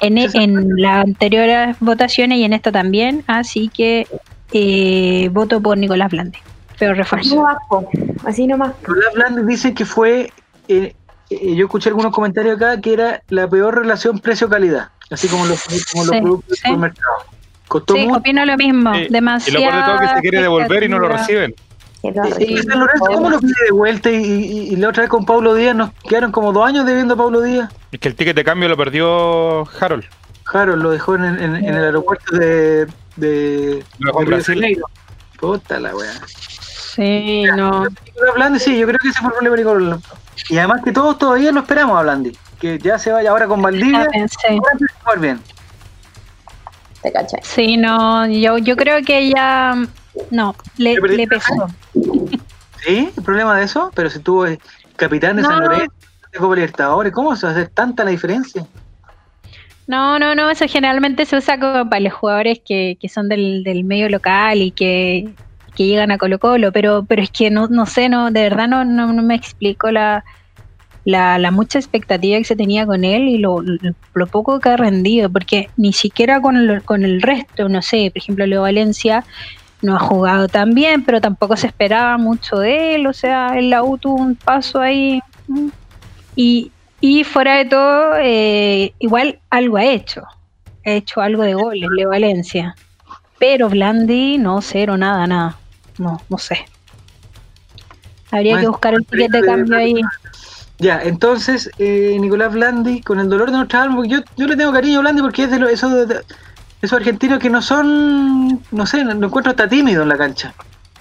En, e- en las anteriores votaciones y en esta también, así que eh, voto por Nicolás Blande. Peor
Así
refuerzo.
nomás, po. Así nomás.
Nicolás Blandi dice que fue, eh, eh, yo escuché algunos comentarios acá, que era la peor relación precio-calidad, así como los, como los
Sí,
productos del
sí.
supermercado. Costó
Sí,
mucho.
opino lo mismo.
Sí, Y
Demasiado.
lo peor de todo es que se quiere devolver y no lo reciben.
Que lo
Es que
reciba.
San Eh, Lorenzo, ¿Cómo lo pide de vuelta? Y, y- y la otra vez con Pablo Díaz, nos quedaron como dos años debiendo a Pablo Díaz.
Es que el ticket de cambio lo perdió Harold.
Harold lo dejó en, el- en- en el aeropuerto de, de, de
Lo dejó en
Río de
Brasil.
Janeiro. Puta la weá.
Sí, no.
Nicolás Blandi, sí, yo creo que ese fue el problema de Nicolás Blandi. Y además que todos todavía lo esperamos a Blandi. Que ya se vaya ahora con
Ya
Valdivia.
pensé.
Ahora empieza a jugar bien.
Te cachai.
Sí, no. Yo, yo creo que ya. No, le,
¿Le perdiste
le
la
pesó.
Sí, el problema de eso, pero si tuvo eh, capitán de
No.
San Lorenzo, de Copa Libertadores, ¿cómo se va a hacer tanta la diferencia?
No, no, no, eso generalmente se usa como para los jugadores que, que son del, del medio local y que, que llegan a Colo Colo, pero, pero es que no, no sé, no, de verdad no, no, no me explico la, la, la mucha expectativa que se tenía con él y lo, lo poco que ha rendido, porque ni siquiera con el, con el resto, no sé, por ejemplo Leo Valencia no ha jugado tan bien, pero tampoco se esperaba mucho de él, o sea, en la U tuvo un paso ahí mm, y, y fuera de todo, eh, igual algo ha hecho. Ha hecho algo de goles, Leo Valencia. Pero Blandi, no, cero, nada, nada. No, no sé. Habría
Bueno,
que buscar el ticket de
de-
cambio ahí.
Ya, entonces, eh, Nicolás Blandi, con el dolor de nuestra alma, porque yo, yo le tengo cariño a Blandi porque es de los- esos, de- de- esos argentinos que no son, no sé, lo encuentro hasta tímido en la cancha.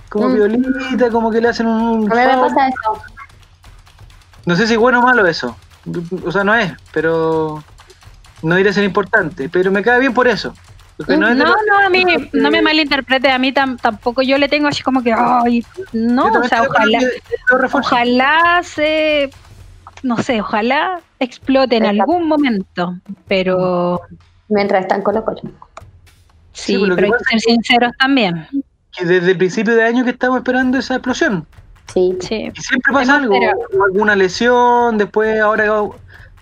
Como
Mm.
violita, como que le hacen un... un
A mí me
foul.
pasa eso.
No sé si es bueno o malo eso. O sea, no es, pero no diría ser importante. Pero me cae bien por eso. Porque no
No,
es de los-
no, a mí no me malinterprete, a mí tam- tampoco yo le tengo así como que, ay, no,
yo
o
también
sea,
creo que
ojalá,
es peor refuerzo.
ojalá se, no sé, ojalá explote en
Exacto.
algún momento, pero
Mientras están Colo Colo.
sí,
pero lo que
pero hay que
pasa
ser sinceros también.
Que desde el principio de año que estamos esperando esa explosión.
Sí.
Sí,
Y siempre pasa algo.
Hemos
Alguna lesión, después ahora...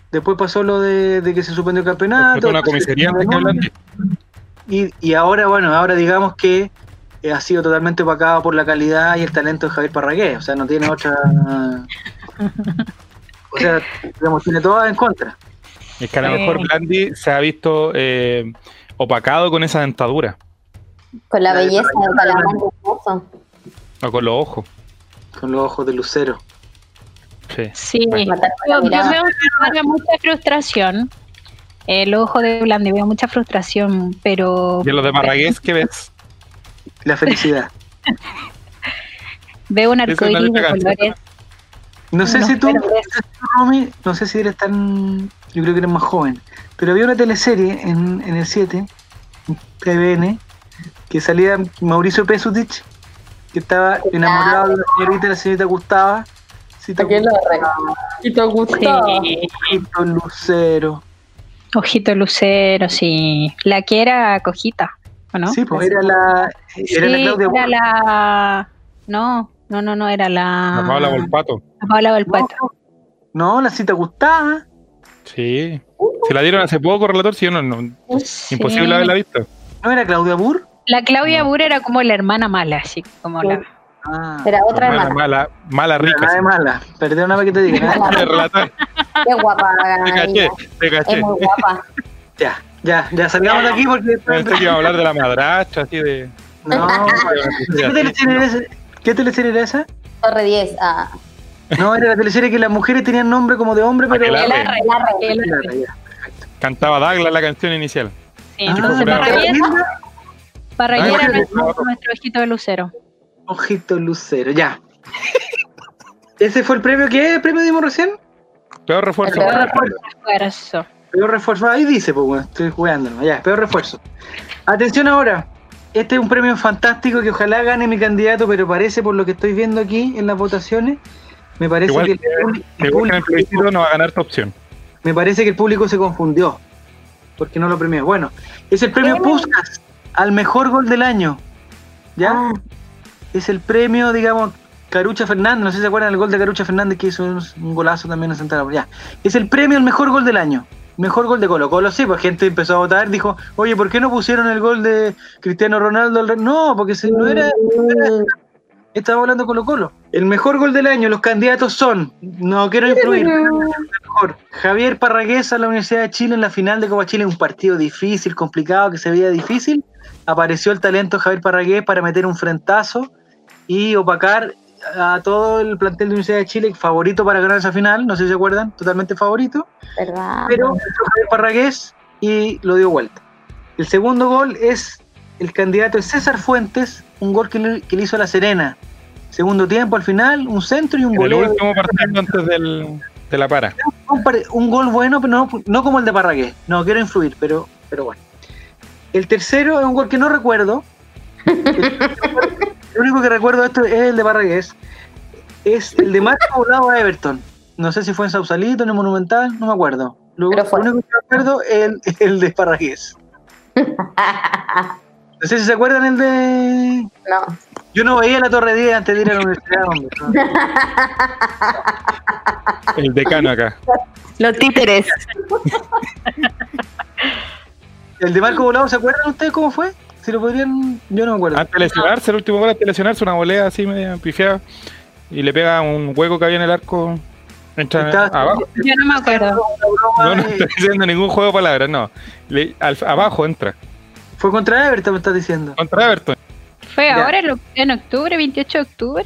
Después pasó lo de, de que se suspendió Ah, el campeonato.
Explotó una comisaría antes que Blandi.
Y, y ahora, bueno, ahora digamos que eh, ha sido totalmente opacado por la calidad y el talento de Javier Parragués. O sea, no tiene otra. o sea, digamos, tiene todas en contra.
Es que a lo
Sí.
mejor Blandi se ha visto eh, opacado con esa dentadura
Con la
La de
belleza de Calamar hermoso.
o con los ojos.
Con los ojos de Lucero.
Sí.
sí.
Matar con la
Yo, yo
mirada.
veo que había mucha frustración. El ojo de Blandi, veo mucha frustración, pero
Y en los de Marragués, ¿qué ves?
La felicidad.
veo un
Esa es la
arcoíris de
única canción.
colores.
No sé
No,
si tú,
pero-
Romy, no sé si eres tan. Yo creo que eres más joven. Pero había una teleserie en, en el 7, en TVN, que salía Mauricio Pesutich, que estaba enamorado de la señorita, la señorita Gustava. Si te
Aquel
gusta,
Y te gusta.
Sí.
ojito Lucero.
Ojito Lucero, sí. La que era cojita, ¿o no?
Sí, pues era la, era la
Sí,
Claudia
era
Borges.
la- No, no, no, no, era la...
Ah.
La Paola Volpato.
La Paola Volpato.
No, no, la cita Gustava.
Sí. Se la dieron hace poco, relator, si yo no, no-
Sí.
imposible haberla visto.
¿No era Claudia Burr?
La Claudia Bur era como la hermana mala, así como la...
Ah,
Era otra
mala,
hermana.
mala, mala rica.
nada de
sí.
mala. Perdona para que te diga. ¿eh?
Oye, relator,
Qué guapa.
te caché,
amiga.
te
Es
caché.
muy guapa.
Ya, ya, ya salgamos de aquí porque.
Pensé que iba a hablar de la madrastra, así de.
No, ¿Qué
eh,
teleserie era esa? ¿Qué teleserie era esa?
Torre 10. Ah,
No, era la teleserie que las mujeres tenían nombre como de hombre, pero. Ah,
Aquelarre.
la re-
la re-
que la-
Aquelarre, ya.
Cantaba Dagla la canción inicial.
sí.
Ah,
Chico curado.
Parrallera,
Parrallera
Ah,
era
bueno.
nuestro ojito de Lucero.
Ojito lucero, ya. ¿Ese fue el premio que premio dimos recién?
Peor refuerzo.
Peor
Esfuerzo.
Peor refuerzo. Ahí dice, pues bueno, estoy jugándolo. Ya, peor refuerzo. Atención ahora. Este es un premio fantástico que ojalá gane mi candidato, pero parece, por lo que estoy viendo aquí en las votaciones, me parece
Igual
que el
que-
público- el
Según el
público-
plebiscito no va a ganar tu opción.
Me parece que el público se confundió. Porque no lo premió. Bueno, es el premio Puskas al mejor gol del año. ¿Ya? Es el premio, digamos, Carucha Fernández. No sé si se acuerdan del gol de Carucha Fernández que hizo un, un golazo también en Santana. Ya. Es el premio al mejor gol del año. Mejor gol de Colo Colo, sí, pues gente empezó a votar, dijo, oye, ¿por qué no pusieron el gol de Cristiano Ronaldo? al Re-?" No, porque se, no era, estaba hablando Colo Colo. El mejor gol del año, los candidatos son, no quiero influir, mejor. Javier Parragués a la Universidad de Chile en la final de Copa Chile, un partido difícil, complicado, que se veía difícil. Apareció el talento de Javier Parragués para meter un frentazo y opacar a todo el plantel de la Universidad de Chile, favorito para ganar esa final, no sé si se acuerdan, totalmente favorito.
¿verdad?
Pero entró Javier Parragués y lo dio vuelta. El segundo gol es el candidato es César Fuentes, un gol que le, que le hizo a La Serena. Segundo tiempo al final, un centro y un
En el
gol.
último partido antes del, de la para.
un, par- un gol bueno, pero no, no como el de Parragués. No quiero influir, pero, pero bueno. El tercero es un gol que no recuerdo. El único que recuerdo de esto es el de Parragués. Es el de Marco Volado a Everton. No sé si fue en Sausalito, en el Monumental, no me acuerdo. Lo,
Pero fue.
lo único que recuerdo es el, el de Parragués. No sé si se acuerdan el de.
no.
Yo no veía la Torre 10 antes de ir a la universidad. hombre.
El decano acá.
Los títeres.
El de Marco Volado, ¿se acuerdan ustedes cómo fue? Si lo podrían. Yo no me acuerdo.
Antes de lesionarse, el último gol antes de lesionarse, una volea así media pifiada. Y le pega un hueco que había en el arco. Entra
Estaba-
abajo.
Yo no me acuerdo.
No, no estoy diciendo ningún juego de palabras, no. Le- al- abajo entra.
Fue contra Everton, me estás diciendo.
Contra Everton.
¿Fue
Ya.
ahora en oc- en octubre, 28 de octubre?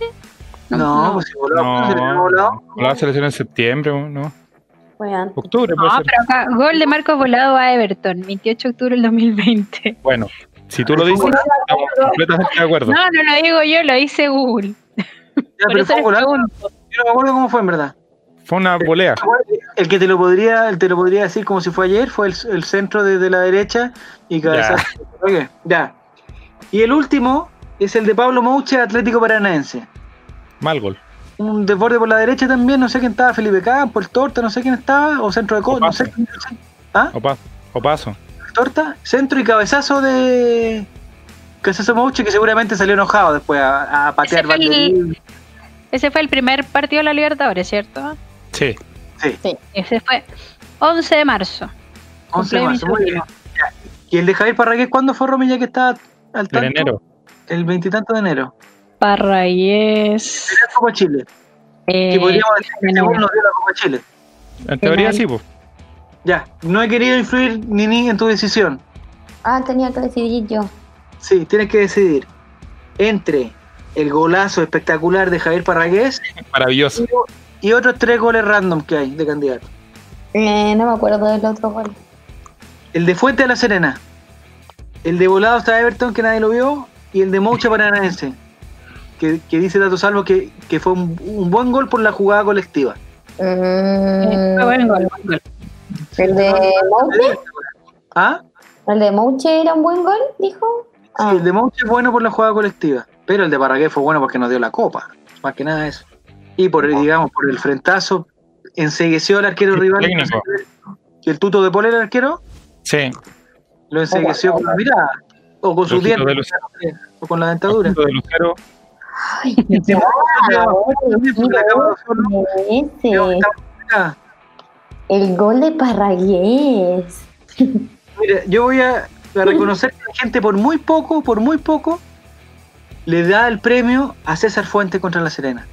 No, pues si voló,
No,
se le había volado.
la selección en septiembre, ¿no?
Bueno,
Octubre puede
No,
ser.
Ah, pero acá, gol de Marcos Volado a Everton, 28 de octubre del 2020.
Bueno, si tú lo dices, estamos completamente de acuerdo.
No, no lo digo yo, lo dice Google.
Ya,
Por
pero
eso
fue
les
volado.
pregunto.
Yo no me acuerdo cómo fue en verdad.
Fue una volea.
El que te lo podría, el te lo podría decir como si fue ayer fue el, el centro desde la derecha y cabezazo. Ok, ya. Y el último es el de Pablo Mouche, Atlético Paranaense.
Mal gol.
Un desborde por la derecha también, no sé quién estaba, Felipe Campo, el Torta, no sé quién estaba, o centro de co, no sé quién ¿Ah?
O paso. O paso.
Torta, centro y cabezazo de Cabezazo Mouche que seguramente salió enojado después a, a patear
Ese fue el-
banderín.
Ese fue el primer partido de la Libertadores, ¿cierto?
Sí.
Ese fue 11 de marzo.
11 de
Cumpleaños
marzo, muy
de
bien. ¿Y el de Javier Parragués cuándo fue, Romy, ya que está al tanto?
En enero.
El veintitanto de enero.
Parraíes.
La Copa Chile.
eh,
que podríamos decir que
enero.
según nos dio la Copa Chile.
En teoría
Penal.
sí, pues.
Ya, no he querido influir, Nini, en tu decisión.
ah, tenía que decidir yo.
Sí, tienes que decidir entre el golazo espectacular de Javier Parragués
Maravilloso.
y otros tres goles random que hay de candidato.
Eh, no me acuerdo del otro gol.
El de Fuente de la Serena, el de Volado hasta Everton, que nadie lo vio, y el de Moucha Paranaense. que, que dice Tato Salvo que, que fue un, un buen gol por la jugada colectiva.
Mm,
Ah, buen gol, buen gol.
¿El de Mouche?
¿Ah?
¿El de Mouche era un buen gol? Dijo. Ah.
Sí, el de Mouche es bueno por la jugada colectiva, pero el de Paraguay fue bueno porque nos dio la copa, más que nada eso. Y por, el, digamos, por el frentazo, ensegueció al arquero
Ah. Sí,
rival.
técnico.
Y el tuto de Polera, el arquero,
Sí,
lo ensegueció con la mirada, o con sus
Ojito
dientes,
de luz.
o con la dentadura.
de Lucero.
La cama de ozono,
Ah, ese.
digamos, estaba mirada.
El gol de Parragués.
Mira, yo voy a, a reconocer que la gente por muy poco, por muy poco, le da el premio a César Fuentes contra La Serena.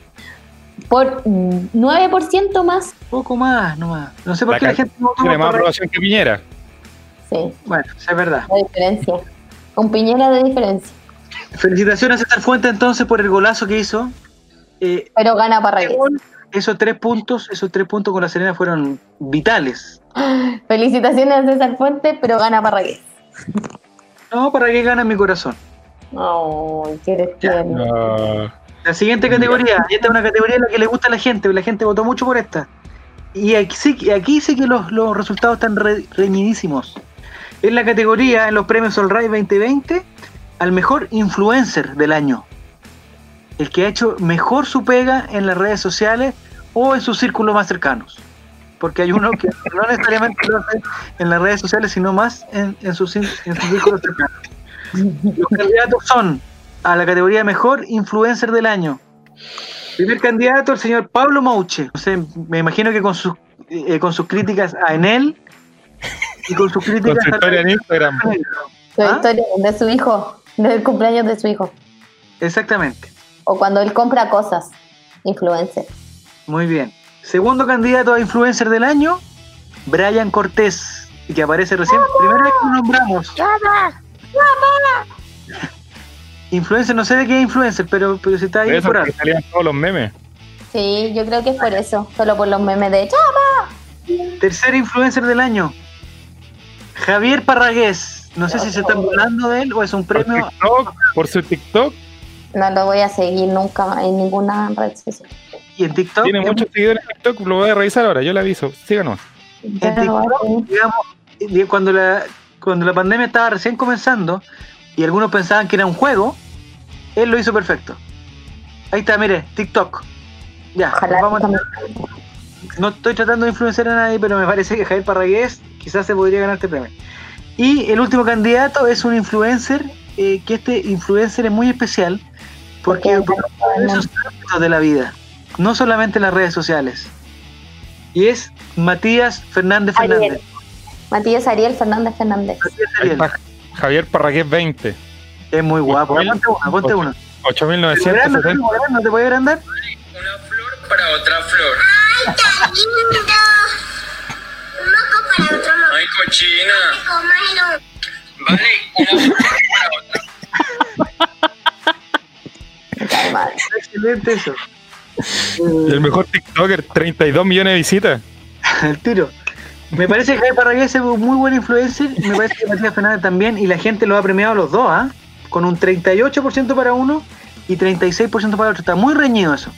Por mm, 9% más.
Poco más nomás. No sé por
La
qué la
cal-
gente no toma
Tiene más
por-
aprobación que Piñera.
Sí,
Bueno, sí, es verdad.
la diferencia. Con Piñera de diferencia.
Felicitaciones a César Fuentes entonces por el golazo que hizo. Eh,
Pero gana Parragués.
esos tres puntos, esos tres puntos con La Serena fueron vitales.
Felicitaciones a César Fuente, pero gana Parragués.
No, para que gane mi corazón.
Ay, qué eres tierno.
Ah,
La siguiente categoría, y esta es una categoría en la que le gusta a la gente, la gente votó mucho por esta. Y aquí sí, aquí sí que los, los resultados están re- reñidísimos. Es la categoría en los premios Solray 2020 al mejor influencer del año. El que ha hecho mejor su pega en las redes sociales o en sus círculos más cercanos. Porque hay uno que no necesariamente lo hace en las redes sociales, sino más en, en sus, cír- en sus círculos cercanos. Los candidatos son a la categoría mejor influencer del año. Primer candidato, el señor Pablo Mouche. O sea, me imagino que con sus, eh, con sus críticas a Enel y con sus
con
críticas
su historia en Instagram.
a
Su
¿Ah?
historia de su hijo, del cumpleaños de su hijo.
Exactamente.
O cuando él compra cosas. Influencer.
Muy bien. Segundo candidato a influencer del año, Brian Cortés, que aparece recién. Primera vez que lo nombramos. Influencer, no sé de qué es influencer, pero, pero si está ahí
Eso
por
porque
algo.
salían todos los memes.
Sí, yo creo que es por eso. Solo por los memes de hecho.
Tercer influencer del año, Javier Parragués. No sé si se están burlando de él o es un
Por,
premio
TikTok, por su TikTok,
No lo voy a seguir nunca más en ninguna red social.
y en TikTok.
tiene muchos seguidores en TikTok, lo voy a revisar ahora, yo le aviso. Síganos.
Yo
En
no voy a seguir.
digamos, eh, cuando la, cuando la pandemia estaba recién comenzando y algunos pensaban que era un juego, él lo hizo perfecto. Ahí está, mire, TikTok. Ya,
Ojalá
vamos a-
nunca
no estoy tratando de influenciar a nadie, pero me parece que Javier Parragués quizás se podría ganar este premio. Y el último candidato es un influencer, eh, que este influencer es muy especial porque
Porque-
en esos ámbitos de la vida, no solamente en las redes sociales. Y es Matías Fernández
Ariel.
Fernández.
Matías Ariel Fernández Fernández.
Matías
Ahí
Ariel.
está Javier Parragués 20,
Es muy guapo.
Ocho mil-
Ponte uno, ponte uno. Pero grande,
8970.
grande, ¿No te puede agrandar?
Una flor para otra flor.
tan lindo! Un moco para otro moco,
Ay, cochina.
Mayro.
Vale, una flor para otra.
Excelente eso.
Y el mejor TikToker, 32 millones de visitas.
el tiro. Me parece que Javier Parragués es un muy buen influencer. y Me parece que Matías Fernández también. Y la gente lo ha premiado a los dos, ¿ah? Con un 38% para uno y 36% para el otro. Está muy reñido eso.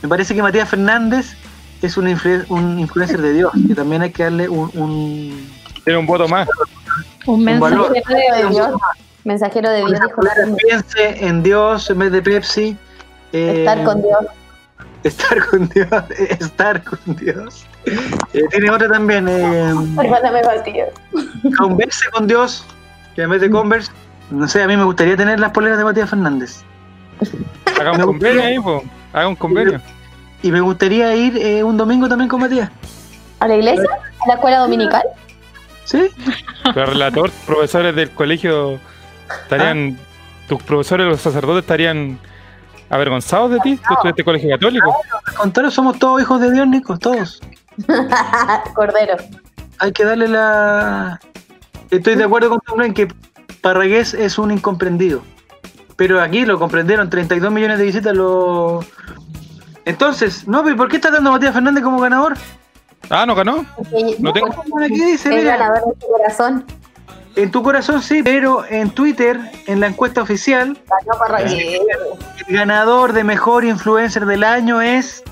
Me parece que Matías Fernández es un, influ- un influencer de Dios. Que también hay que darle un. un-
Tiene un voto más.
Un mensaje
valor.
Mensajero de Dios. Mensajero de Dios dijo Carmen,
piense en Dios en vez de Pepsi. eh,
Estar con Dios.
Estar con Dios. Estar con Dios. Eh, tiene otra también. eh,
Perdóname, Matías.
Converse con Dios, que en vez de Converse, no sé, a mí me gustaría tener las poleras de Matías Fernández.
Haga un
Me
convenio
gustaría-
ahí, po. Haga un convenio.
Y me gustaría ir eh, un domingo también con Matías.
¿A la iglesia? ¿A la escuela dominical?
¿Sí?
Pero relator, profesores del colegio estarían. Tus profesores, los sacerdotes, estarían avergonzados de ti. Tú estudiaste colegio católico.
Contaros, somos todos hijos de Dios, Nico, todos.
Cordero.
Hay que darle la... Estoy de acuerdo con Pablo en que Parragués es un incomprendido. Pero aquí lo comprendieron, 32 millones de visitas lo... Entonces, no, pero ¿por qué está dando a Matías Fernández como ganador?
Ah, no ganó.
Porque-
No tengo-
¿Qué dice?
El
Mira,
ganador de tu corazón.
En tu corazón sí, pero en Twitter, en la encuesta oficial,
Ganó
Eh.
Parraguero.
el ganador de mejor influencer del año es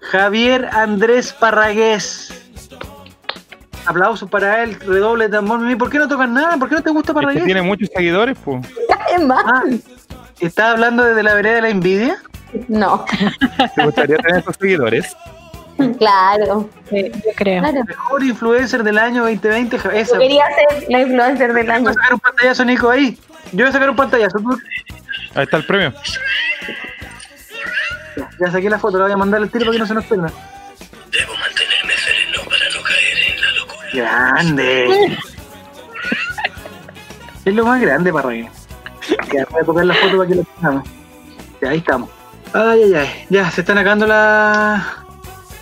Javier Andrés Parragués. Aplausos para él, redoble de tambor. ¿Y ¿Por qué no tocan nada? ¿Por qué no te gusta
Es que
Parragués?
tiene muchos seguidores, pues.
Es más,
Ah, ¿Estás hablando desde la vereda de la envidia?
no,
¿Te gustaría tener esos seguidores?
claro,
Sí, yo creo.
claro.
Mejor influencer del año 2020. Ja- Esa.
Yo quería ser la influencer del
Voy
año.
a sacar un pantallazo, Nico, ahí. Yo voy a sacar un pantallazo. Tú-
Ahí está el premio.
Ya saqué la foto, la voy a mandar al tiro para que no se nos pierda.
Debo mantenerme sereno para no caer en la locura.
Grande. es lo más grande, Parragués. Ya, voy a tocar la foto para que lo tengamos. Ya, ahí estamos. Ay, ay, ay. Ya, se están acabando la-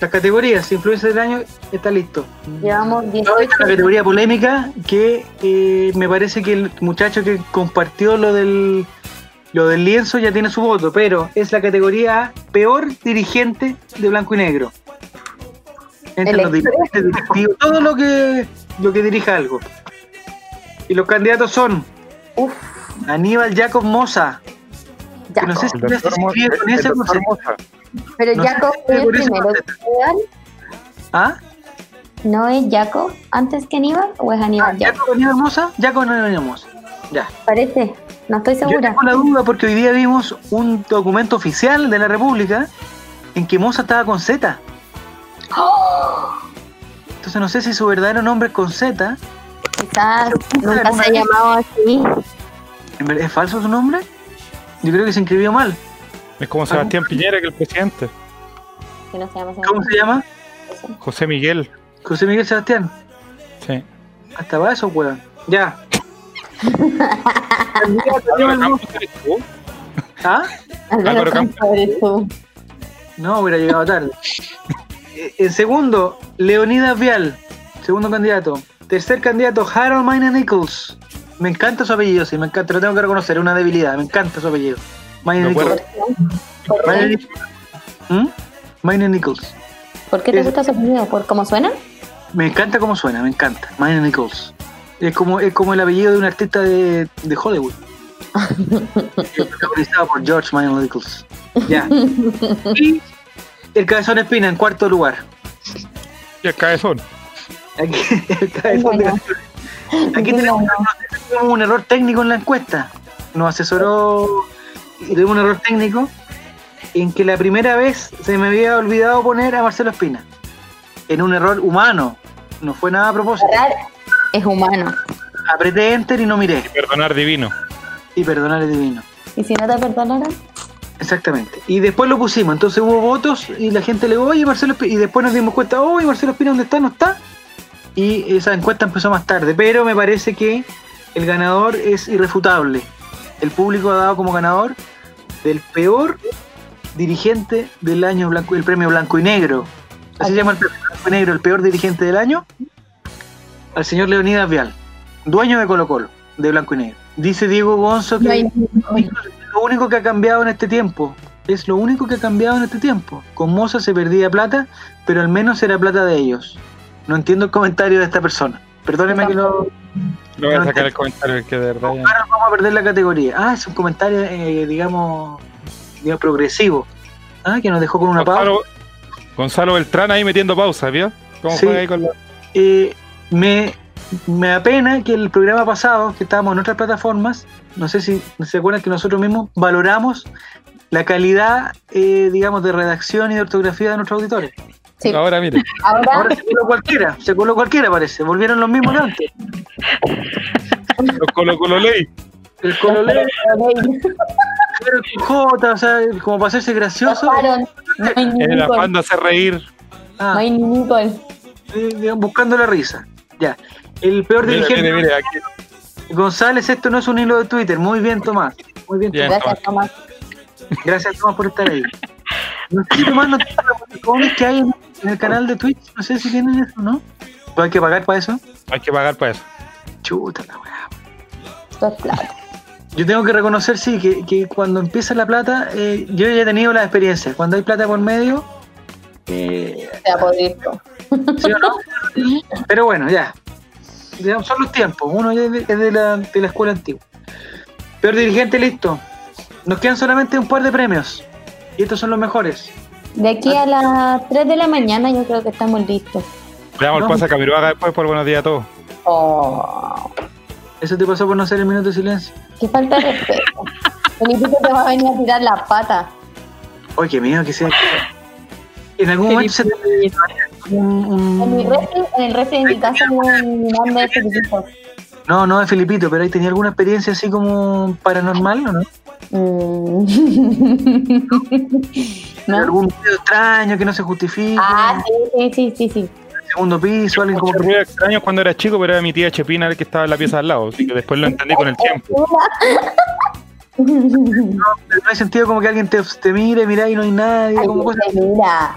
las categorías. Influencer del año está listo.
Llevamos 10
Ahora está la categoría polémica que eh, me parece que el muchacho que compartió lo del lo del lienzo ya tiene su voto, pero es la categoría peor dirigente de blanco y negro. Entre los
Electo.
dirigentes, directivos, todo lo que lo que dirija algo. Y los candidatos son
Uf.
Aníbal Jacob Moza,
ya.
que no sé si
El
ya se
doctor, Mo-
escribe con
el
ese, no
doctor
sé.
Moza.
Pero
no sé
Jacob
si
fue el
por eso
primero
no
que Aníbal.
¿Ah?
¿No es Jacob antes que Aníbal o es Aníbal Jacob?
Jacob Aníbal Moza, Jacob Aníbal Moza. Ya.
Parece, no estoy
Yo
segura.
tengo la duda porque hoy día vimos un documento oficial de la República en que Moza estaba con Z. Entonces no sé si su verdadero nombre es con Z.
Quizás
Yo-
nunca se ha
Yo-
llamado así.
¿En verdad ¿Es falso su nombre? Yo creo que se inscribió mal.
Es como Sebastián Piñera, que el presidente.
Que no se llama así.
¿Cómo se llama?
José Miguel.
José Miguel Sebastián.
Sí.
Hasta va eso, weón. Ya.
Álvaro Campos, ¿eres tú?
¿Ah?
Álvaro
Álvaro
Campos.
Campos, eres tú.
No, hubiera llegado tarde. Eh, En segundo, Leonidas Vial. Segundo candidato. Tercer candidato, Harold Miner Nichols. Me encanta su apellido, sí, me encanta, lo tengo que reconocer, es una debilidad, me encanta su apellido. Miner
No puedo-
Nichols. Miner Nichols. ¿Mm? Miner Nichols.
¿Por qué te
Es-
gusta ese apellido? ¿Por cómo suena?
Me encanta cómo suena, me encanta. Miner Nichols. Es como, es como el apellido de un artista de, de Hollywood. Protagonizado por George Miner Nichols. Ya. Y el Cabezón Espina en cuarto lugar.
Y el cabezón.
Aquí, el cabezón de
Bueno.
Gabriel. Aquí tenemos, tenemos un error técnico en la encuesta. Nos asesoró y tuvimos un error técnico en que la primera vez se me había olvidado poner a Marcelo Espina. En un error humano. No fue nada a propósito.
Errar es humano.
Apreté enter y no miré.
Perdonar divino.
Y perdonar es divino.
¿Y si no te perdonaron?
Exactamente. Y después lo pusimos. Entonces hubo votos y la gente le dijo, oye, Marcelo Espina. Y después nos dimos cuenta, oye, Marcelo Espina, ¿dónde está? No está. Y esa encuesta empezó más tarde. Pero me parece que el ganador es irrefutable. El público ha dado como ganador del peor dirigente del año blanco, el premio blanco y negro. Así se llama el premio blanco y negro, el peor dirigente del año. Al señor Leonidas Vial, dueño de Colo Colo, de blanco y negro. Dice Diego Gonzo que
No hay-
lo único que ha cambiado en este tiempo. Es lo único que ha cambiado en este tiempo. Con Moza se perdía plata, pero al menos era plata de ellos. No entiendo el comentario de esta persona. Perdónenme que no
Le voy a sacar el comentario que de verdad ya-
ahora vamos a perder la categoría. Ah, es un comentario, eh, digamos, digamos, progresivo. Ah, que nos dejó con una pausa.
Gonzalo, Gonzalo Beltrán ahí metiendo pausa, ¿vio? ¿Cómo
Sí.
juega ahí con la...
Eh, me, me apena que el programa pasado, que estábamos en otras plataformas, no sé si se acuerdan que nosotros mismos valoramos la calidad, eh, digamos, de redacción y de ortografía de nuestros auditores.
Sí.
Ahora mire,
Ahora
Ahora se coló cualquiera, se coló cualquiera parece, volvieron los mismos de antes.
los Colo Colo Ley.
El cololeo, el J, o sea, como para hacerse gracioso.
taparon. No hay ni
El
Nicole.
afán de hacer reír.
Ah,
No hay ni Nicole.
eh, digamos, buscando la risa. Ya. El peor
Mire,
dirigente
mire, mire, aquí.
González, esto no es un hilo de Twitter. Muy bien, Tomás. Muy bien,
Bien,
Gracias, Tomás.
Tomás. Gracias, Tomás, por estar ahí. No sé si Tomás no tiene los botones que hay en- en el canal de Twitch. No sé si tienen eso, ¿no? ¿Pero hay que pagar para eso?
Hay que pagar para eso.
Chuta la weá.
Esto es plata.
Yo tengo que reconocer, sí, que, que cuando empieza la plata, eh, yo ya he tenido la experiencia. Cuando hay plata por medio, eh,
Se ha podido.
¿sí o no? Pero bueno, ya. digamos, son los tiempos. Uno ya es de, es de la, de la escuela antigua. Peor dirigente, listo. Nos quedan solamente un par de premios. Y estos son los mejores.
De aquí a las 3 de la mañana yo creo que estamos listos.
Le damos el pase a Camiroaga después por buenos días a todos.
Oh,
Eso te pasó por no hacer el minuto de silencio.
qué falta de respeto. Felipito te va a venir a tirar las patas.
Oye, qué miedo que sea. En algún momento se te un-
Mm,
un-
En, mi refri, en el refri de mi casa hubo un nombre de Felipito.
No, no de Filipito, pero ahí tenía alguna experiencia así como paranormal, ¿o ¿no?
Mm. ¿No?
Algún miedo extraño que no se justifica.
Ah, sí, sí, sí, sí, sí.
segundo piso, alguien como
Muchos
que
ruidos extraños cuando era chico, pero era mi tía Chepina el que estaba en la pieza al lado. Así que después lo entendí con el tiempo.
no hay sentido como que alguien te, te mire, mira y no hay nadie,
Ay,
como cosas.
mira.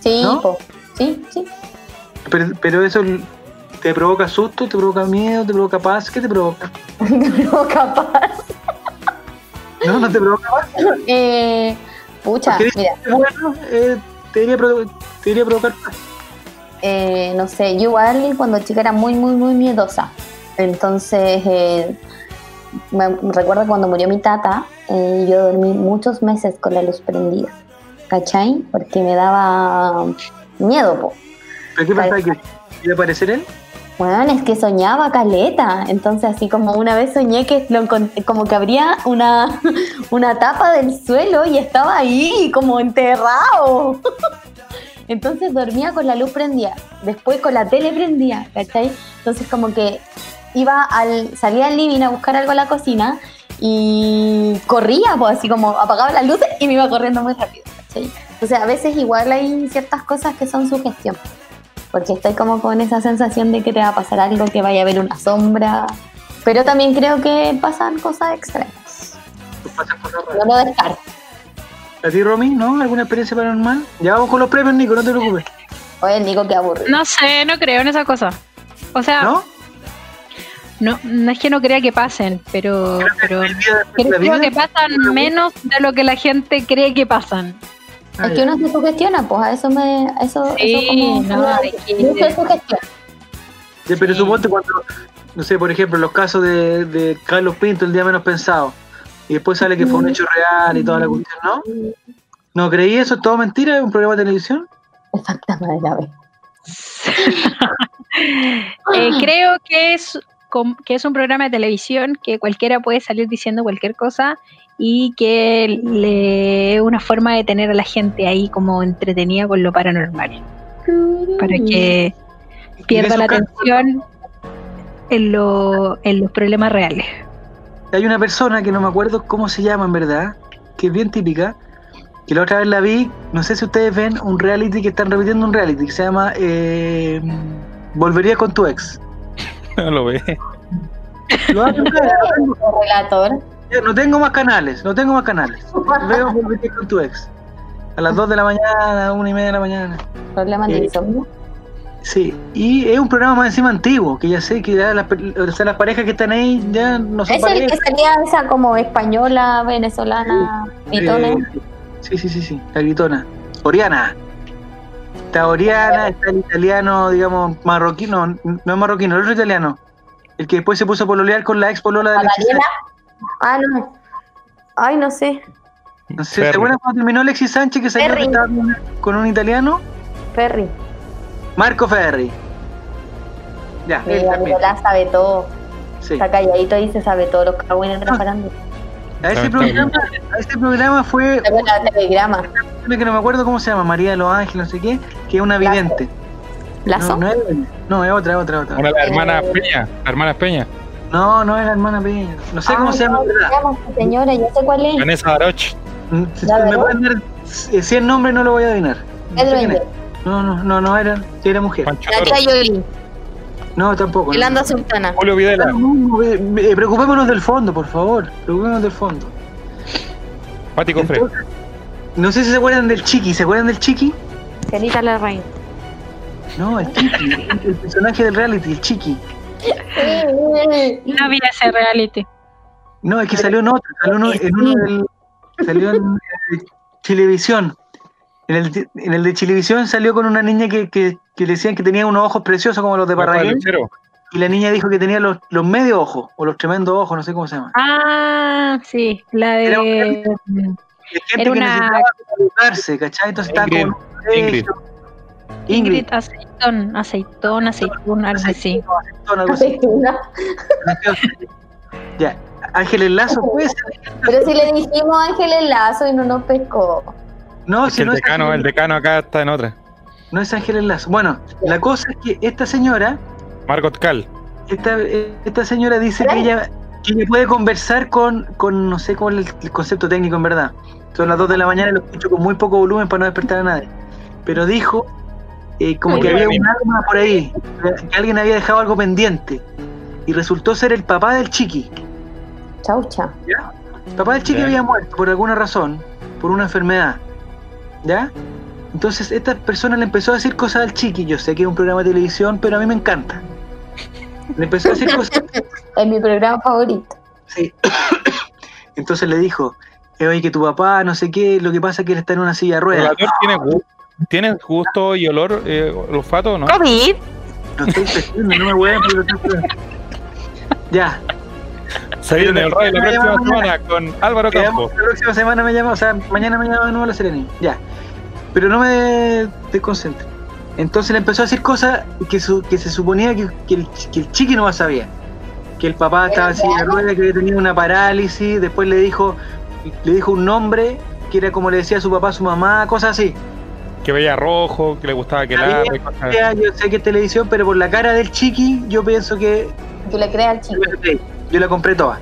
Sí,
¿No?
po. sí, sí.
Pero, pero eso te provoca susto, te provoca miedo, te provoca paz, ¿qué te provoca?
No capaz.
No, no te provoca paz.
Eh, pucha,
Porque dices,
mira,
bueno, eh, te diría te debería provocar paz.
eh, no sé, yo igual cuando chica era muy, muy, muy miedosa. Entonces, eh, me recuerdo cuando murió mi tata, eh, yo dormí muchos meses con la luz prendida, ¿cachai? Porque me daba miedo, po.
¿Pero qué pasa? ¿Que iba a aparecer él?
Bueno, es que soñaba caleta, entonces así como una vez soñé que lo encon- como que abría una, una tapa del suelo y estaba ahí como enterrado. Entonces dormía con la luz prendida, después con la tele prendida, ¿cachai? Entonces como que iba al, salía al living a buscar algo a la cocina y corría, pues así como apagaba las luces y me iba corriendo muy rápido, ¿cachai? O sea, a veces igual hay ciertas cosas que son su gestión porque estoy como con esa sensación de que te va a pasar algo, que vaya a haber una sombra. Pero también creo que pasan cosas extrañas.
Pues pasan cosas raras.
No lo descarto.
¿A ti, Romy? ¿No? ¿Alguna experiencia paranormal? Ya vamos con los premios, Nico, no te preocupes.
Oye, Nico, qué aburrido.
No sé, no creo en esa cosa. O sea, no,
¿No?
no, es que no crea que pasen, pero, pero
El día de la
creo
vida.
que pasan menos de lo que la gente cree que pasan.
Ah,
es
ya.
que uno se sugestiona, pues a eso me. a Eso, eso
Sí,
como,
no, hay
Yo soy
que-
sugestión.
Ya, pero suponte cuando, no sé, por ejemplo, los casos de, de Carlos Pinto, el día menos pensado, y después sale que fue un hecho real y toda la cuestión, ¿no? ¿No creí eso? ¿Es todo mentira? ¿Es un programa de televisión?
Exacta madre la vez.
Eh, creo que es, com- que es un programa de televisión que cualquiera puede salir diciendo cualquier cosa y que le- es una forma de tener a la gente ahí como entretenida con lo paranormal, para que pierda
esos
la
casos-
atención en, lo- en los problemas reales.
Hay una persona que no me acuerdo cómo se llama en verdad, que es bien típica, que la otra vez la vi, no sé si ustedes ven un reality que están repitiendo un reality, que se llama eh, Volvería con tu ex.
No lo ve.
Lo hacen ustedes, no tengo-
Relator.
Yo no tengo más canales, no tengo más canales. Veo Volvería con tu ex. A las 2 de la mañana, una y media de la mañana.
Problema de
Sí.
insomnio.
Sí, y es un programa más encima antiguo, que ya sé que ya las, pe- o sea, las parejas que están ahí ya no son
Es el que
parejas.
salía esa como española, venezolana, y todo.
Eh, sí, sí, sí, sí, la gritona. Oriana. Está Oriana, está el italiano, digamos, marroquino, no no es marroquino, el otro italiano. El que después se puso a pololear con la ex polola de
¿A
Alexis
Daniela?
Sánchez.
Ah, no. Ay, no sé.
No sé, ¿Te acuerdas cuando terminó Alexis Sánchez que salió que
Ferri.
estaba con un- con un italiano?
Ferry.
Marco Ferri. Ya, él
Mira,
también.
Nicolás sabe todo.
Sí.
Está calladito y se sabe todos los cagüines
Ah.
reparando.
A ese programa, a ese programa fue
Tengo la telegrama.
una que no me acuerdo cómo se llama, María de los Ángeles, no sé qué, que es una
Lazo.
vidente. No,
¿Lazo?
no, es, no, es otra, otra, otra.
Una de las hermanas Peña. La hermana Peña.
No, no es la hermana Peña. No sé cómo
Ah,
se llama,
no,
¿verdad?
llama esta señora, yo sé cuál es.
Vanessa Daroch.
Si
¿La
me
verdad?
pueden dar eh, 100 nombres, no lo voy a adivinar. No, sé
Pedro
quién es.
Engel.
no, no, no, no era, sí era mujer.
Pancho
La
Toro.
Chayoli.
No, tampoco. no.
Yolanda Sultana.
Julio Videla.
No, no, eh, eh, preocupémonos del fondo, por favor. Preocupémonos del fondo.
Pati Cofre.
Entonces, no sé si se acuerdan del chiqui. ¿Se acuerdan del chiqui?
Celita Larraín.
No, el chiqui. el- el personaje del reality, el chiqui.
No vi ese reality.
No, es que salió en otro, salió en, uno- en uno del- salió en eh, Chilevisión. En el, de- en el de Chilevisión salió con una niña que, que, que le decían que tenía unos ojos preciosos como los de
Rafael
Parragués.
Lucero.
Y la niña dijo que tenía los, los medios ojos, o los tremendos ojos, no sé cómo se llama.
Ah, sí, la
Era
de.
Hay gente
Era
que
una-
necesitaba educarse, ¿cachai? Entonces estaba
Ingrid,
como... en un
Ingrid.
colegio. Ingrid,
Ingrid ah, Aceitón, Aceitón, Aceitón, algo así.
no, algo así.
Aceituna.
ya. Ángeles Lazo,
Oh.
pues.
Pero si le dijimos a Ángeles Lazo y no nos pescó.
No,
Es
si
que el
no es
decano, el
Ángeles-
decano acá está en otra.
no es Ángeles Lazo. Bueno, la cosa es que esta señora,
Margot Cal.
esta, esta señora dice
¿Eh?
que ella, que ella puede conversar con, con, no sé cuál es el concepto técnico en verdad. Son las 2 de la mañana y lo escucho con muy poco volumen para no despertar a nadie. Pero dijo eh, como
Muy
que había
bien.
un arma por ahí, que alguien había dejado algo pendiente. Y resultó ser el papá del chiqui.
Chaucha.
El papá del chiqui
Ya.
había muerto por alguna razón, por una enfermedad. ¿Ya? Entonces esta persona le empezó a decir cosas al chiqui. Yo sé que es un programa de televisión, pero a mí me encanta. Le empezó a decir cosas.
Es mi programa favorito.
Sí. Entonces le dijo, "Eh, oye, que tu papá, no sé qué, lo que pasa es que él está en una silla de
El
ruedas.
actor tiene, gu- tiene gusto y olor, eh, olfato, o ¿no?
COVID.
Lo estoy pescando, no me hueven, pero lo estoy pescando". Ya,
Se viene el radio la próxima semana con Álvaro
te llamo,
Campo.
la próxima semana me llama, o sea, mañana me llama de nuevo la Sereni. Ya. Pero no me desconcentre. Entonces le empezó a decir cosas que, su- que se suponía que, que el, ch- que el chiqui no sabía. Que el papá estaba en silla de ruedas, que había tenido una parálisis. Después le dijo, le dijo un nombre que era como le decía a su papá, a su mamá, cosas así.
Que veía rojo, que le gustaba que la.
Sabía, sea, yo sé que es televisión, pero por la cara del chiqui, yo pienso que
Tú le crees al chico.
yo la compré toda.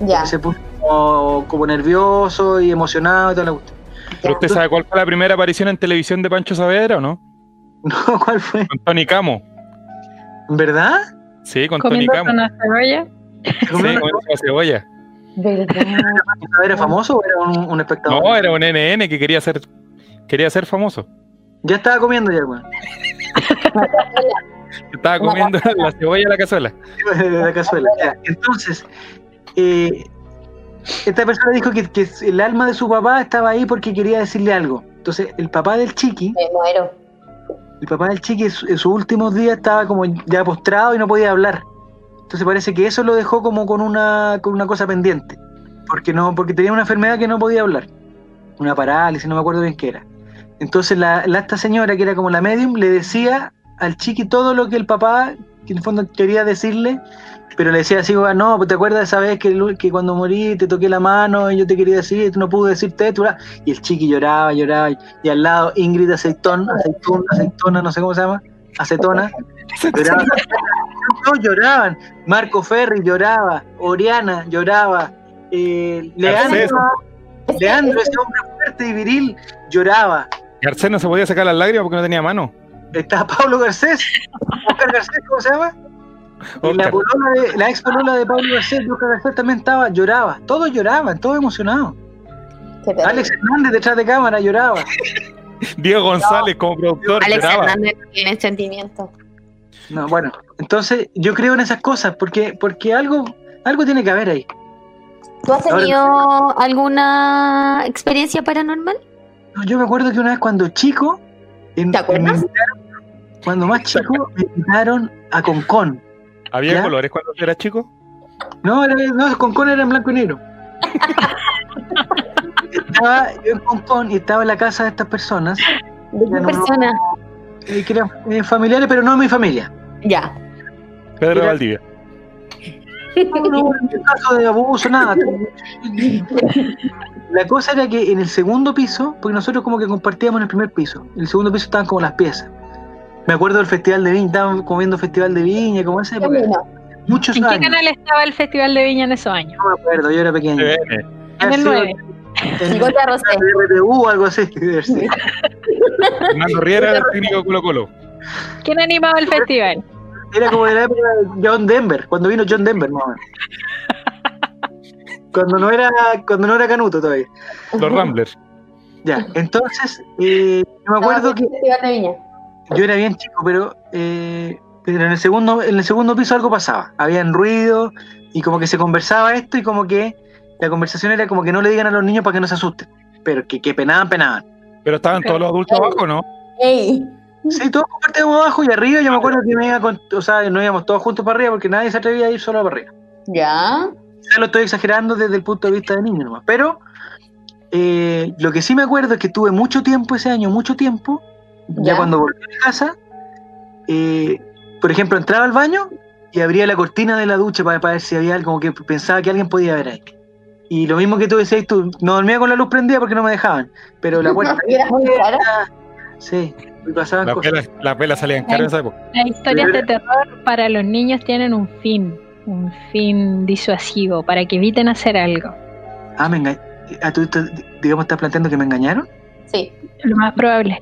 Ya.
Se puso como, como nervioso y emocionado y toda la cuestión.
Pero usted sabe cuál fue la primera aparición en televisión de Pancho Saavedra, ¿o no?
No, ¿cuál fue?
Con Tony Camo.
¿En ¿Verdad?
Sí, con Tony
Comiendo
Camo.
una cebolla.
Sí, comiendo la cebolla.
¿Verdad?
¿Era famoso o era un, un espectador?
No, era un NN que quería ser, quería ser famoso.
Ya estaba comiendo ya, weón.
Estaba
Una
comiendo la cebolla de la cazuela.
de la cazuela. Ya, Entonces, eh, esta persona dijo que, que el alma de su papá estaba ahí porque quería decirle algo. Entonces, el papá del chiqui,
Me muero.
el papá del chiqui en su- en sus últimos días estaba como ya postrado y no podía hablar. Entonces parece que eso lo dejó como con una, con una cosa pendiente. Porque no, porque tenía una enfermedad que no podía hablar. Una parálisis, no me acuerdo bien qué era. Entonces la, la- esta señora, que era como la medium, le decía al chiqui todo lo que el papá, que en el fondo quería decirle, pero le decía así, "Ah, no, pues te acuerdas de esa vez que, el- que cuando morí te toqué la mano y yo te quería decir, y tú no pude decirte esto. bla". Y el chiqui lloraba, lloraba, y al lado Ingrid Aceitón, Aceitón, Aceitona, no sé cómo se llama, Acetona, lloraba. Todos lloraban. Marco Ferri lloraba, Oriana lloraba, eh,
Garcés.
Leandro, Leandro, ese hombre fuerte y viril, lloraba.
Garcés no se podía sacar las lágrimas porque no tenía mano.
Está Pablo Garcés, Oscar Garcés, ¿cómo se llama? Y La,
Oscar.
polola de- la ex polola de Pablo Garcés, de Oscar Garcés también estaba, lloraba, todos lloraban, todos emocionados.
Qué terrible.
Alex Hernández detrás de cámara lloraba.
Diego González como productor.
Alex
lloraba.
Hernández no tiene sentimiento.
No, bueno, entonces yo creo en esas cosas, porque, porque algo, algo tiene que haber ahí.
¿Tú has
Ahora-
tenido alguna experiencia paranormal?
No, Yo me acuerdo que una vez cuando chico, en-
¿Te acuerdas?
me invitaron- cuando más chico, me invitaron a Concón.
¿Había
¿Ya?
colores cuando era chico?
No, era, no, Concón era en blanco y negro. estaba yo en Concón y estaba en la casa de estas personas,
¿De
Ya
qué
no.
persona?
eh, que eran eh, familiares, pero no de mi familia.
Ya.
Pedro
Mira.
Valdivia.
No, no, hubo ningún caso de abuso, nada. La cosa era que en el segundo piso, porque nosotros como que compartíamos en el primer piso, en el segundo piso estaban como las piezas. Me acuerdo del festival de viña, estaban comiendo festival de viña, como esa época.
Camino.
Muchos
¿En qué
años.
canal estaba el Festival de Viña en esos años?
No me acuerdo, yo era pequeño.
TVN.
Ha
En el
sido
9.
en
Gota Rosé.
el RTU o algo así. debe ser.
Fernando Riera, el técnico de Colo Colo.
¿Quién animaba el festival?
Era como de la época de John Denver, cuando vino John Denver, más o menos. Cuando no era, cuando no era Canuto todavía.
Los Ramblers.
Ya, entonces, eh, yo me acuerdo que
Festival de Viña.
yo era bien chico, pero, eh, pero en el segundo, en el segundo piso algo pasaba. Habían ruido y como que se conversaba esto y como que la conversación era como que no le digan a los niños para que no se asusten. Pero que, que penaban, penaban.
Pero estaban todos los adultos abajo, ¿no?
Ey.
Sí, todos compartíamos abajo y arriba. Yo me acuerdo que me iba con- o sea, nos íbamos todos juntos para arriba porque nadie se atrevía a ir solo para arriba.
Ya.
Ya lo estoy exagerando desde el punto de vista de niño nomás. Pero eh, lo que sí me acuerdo es que tuve mucho tiempo ese año, mucho tiempo. Ya,
Ya.
cuando volví a casa, eh, por ejemplo, entraba al baño y abría la cortina de la ducha para, para ver si había algo como que pensaba que alguien podía ver ahí. Y lo mismo que tú decías tú, no dormía con la luz prendida porque no me dejaban. Pero la puerta.
Era muy raro.
sí, me pasaban
Las
cosas.
velas, las velas salían caras en esa época.
Las historias de terror para los niños tienen un fin, un fin disuasivo, para que eviten hacer algo.
Ah, me enga- ah, tú, tú, digamos, estás planteando que me engañaron.
Sí.
Lo más probable.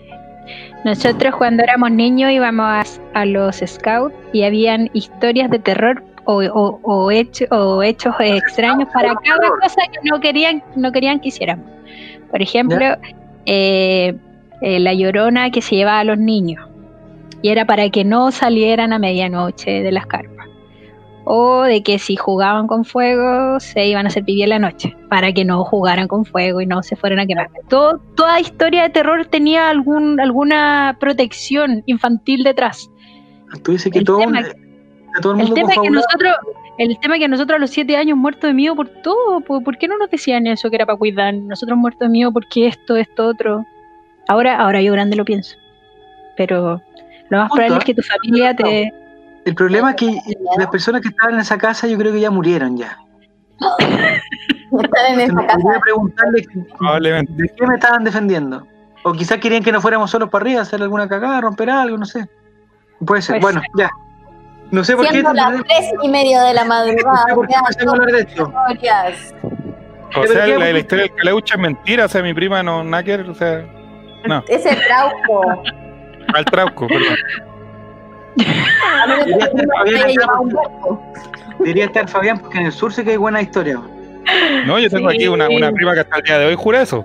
Nosotros cuando éramos niños íbamos a, a los scouts y habían historias de terror o, o- o hecho- o hechos extraños para cada cosa que no querían, no querían que hiciéramos. Por ejemplo, eh, eh, la llorona que se llevaba a los niños y era para que no salieran a medianoche de las carpas. O de que si jugaban con fuego se iban a hacer pipí en la noche, para que no jugaran con fuego y no se fueran a quemar. Todo- toda historia de terror tenía algún, alguna protección infantil detrás.
Tú dices que
El
todo,
tema-
a todo el
El
mundo
tema, es que
confabulaba.
nosotros, el tema es que nosotros a los siete años muertos de miedo por todo, ¿por, por qué no nos decían eso que era para cuidar? Nosotros muertos de miedo porque esto, esto, otro. Ahora, ahora yo grande lo pienso. Pero lo más
Punto,
probable
¿eh?
es que tu familia te...
El problema es que las personas que estaban en esa casa, yo creo que ya murieron ya.
Estar
Se
en
me
esa
ocurrió
casa.
preguntarle
Probablemente.
de qué me estaban defendiendo. O quizás querían que nos fuéramos solos para arriba, hacer alguna cagada, romper algo, no sé. Puede ser.
Pues-
bueno, ya. No sé por qué.
Siendo las tres y media de la
no
madrugada.
sé por qué
ya,
empezamos a hablar de esto.
dos historias.
O
Pero
sea,
¿qué?
la, la historia del caleuche es mentira. O sea, mi prima no, nada que ver, O sea,
Ese trauco.
al trauco, perdón.
A menos que
Debería ser
uno
Fabián
haya
acá,
llevado un barco.
Debería estar este Fabián, porque en el sur sí que hay buena historia.
No, yo tengo
Sí.
aquí una, una prima que hasta el día de hoy jura eso.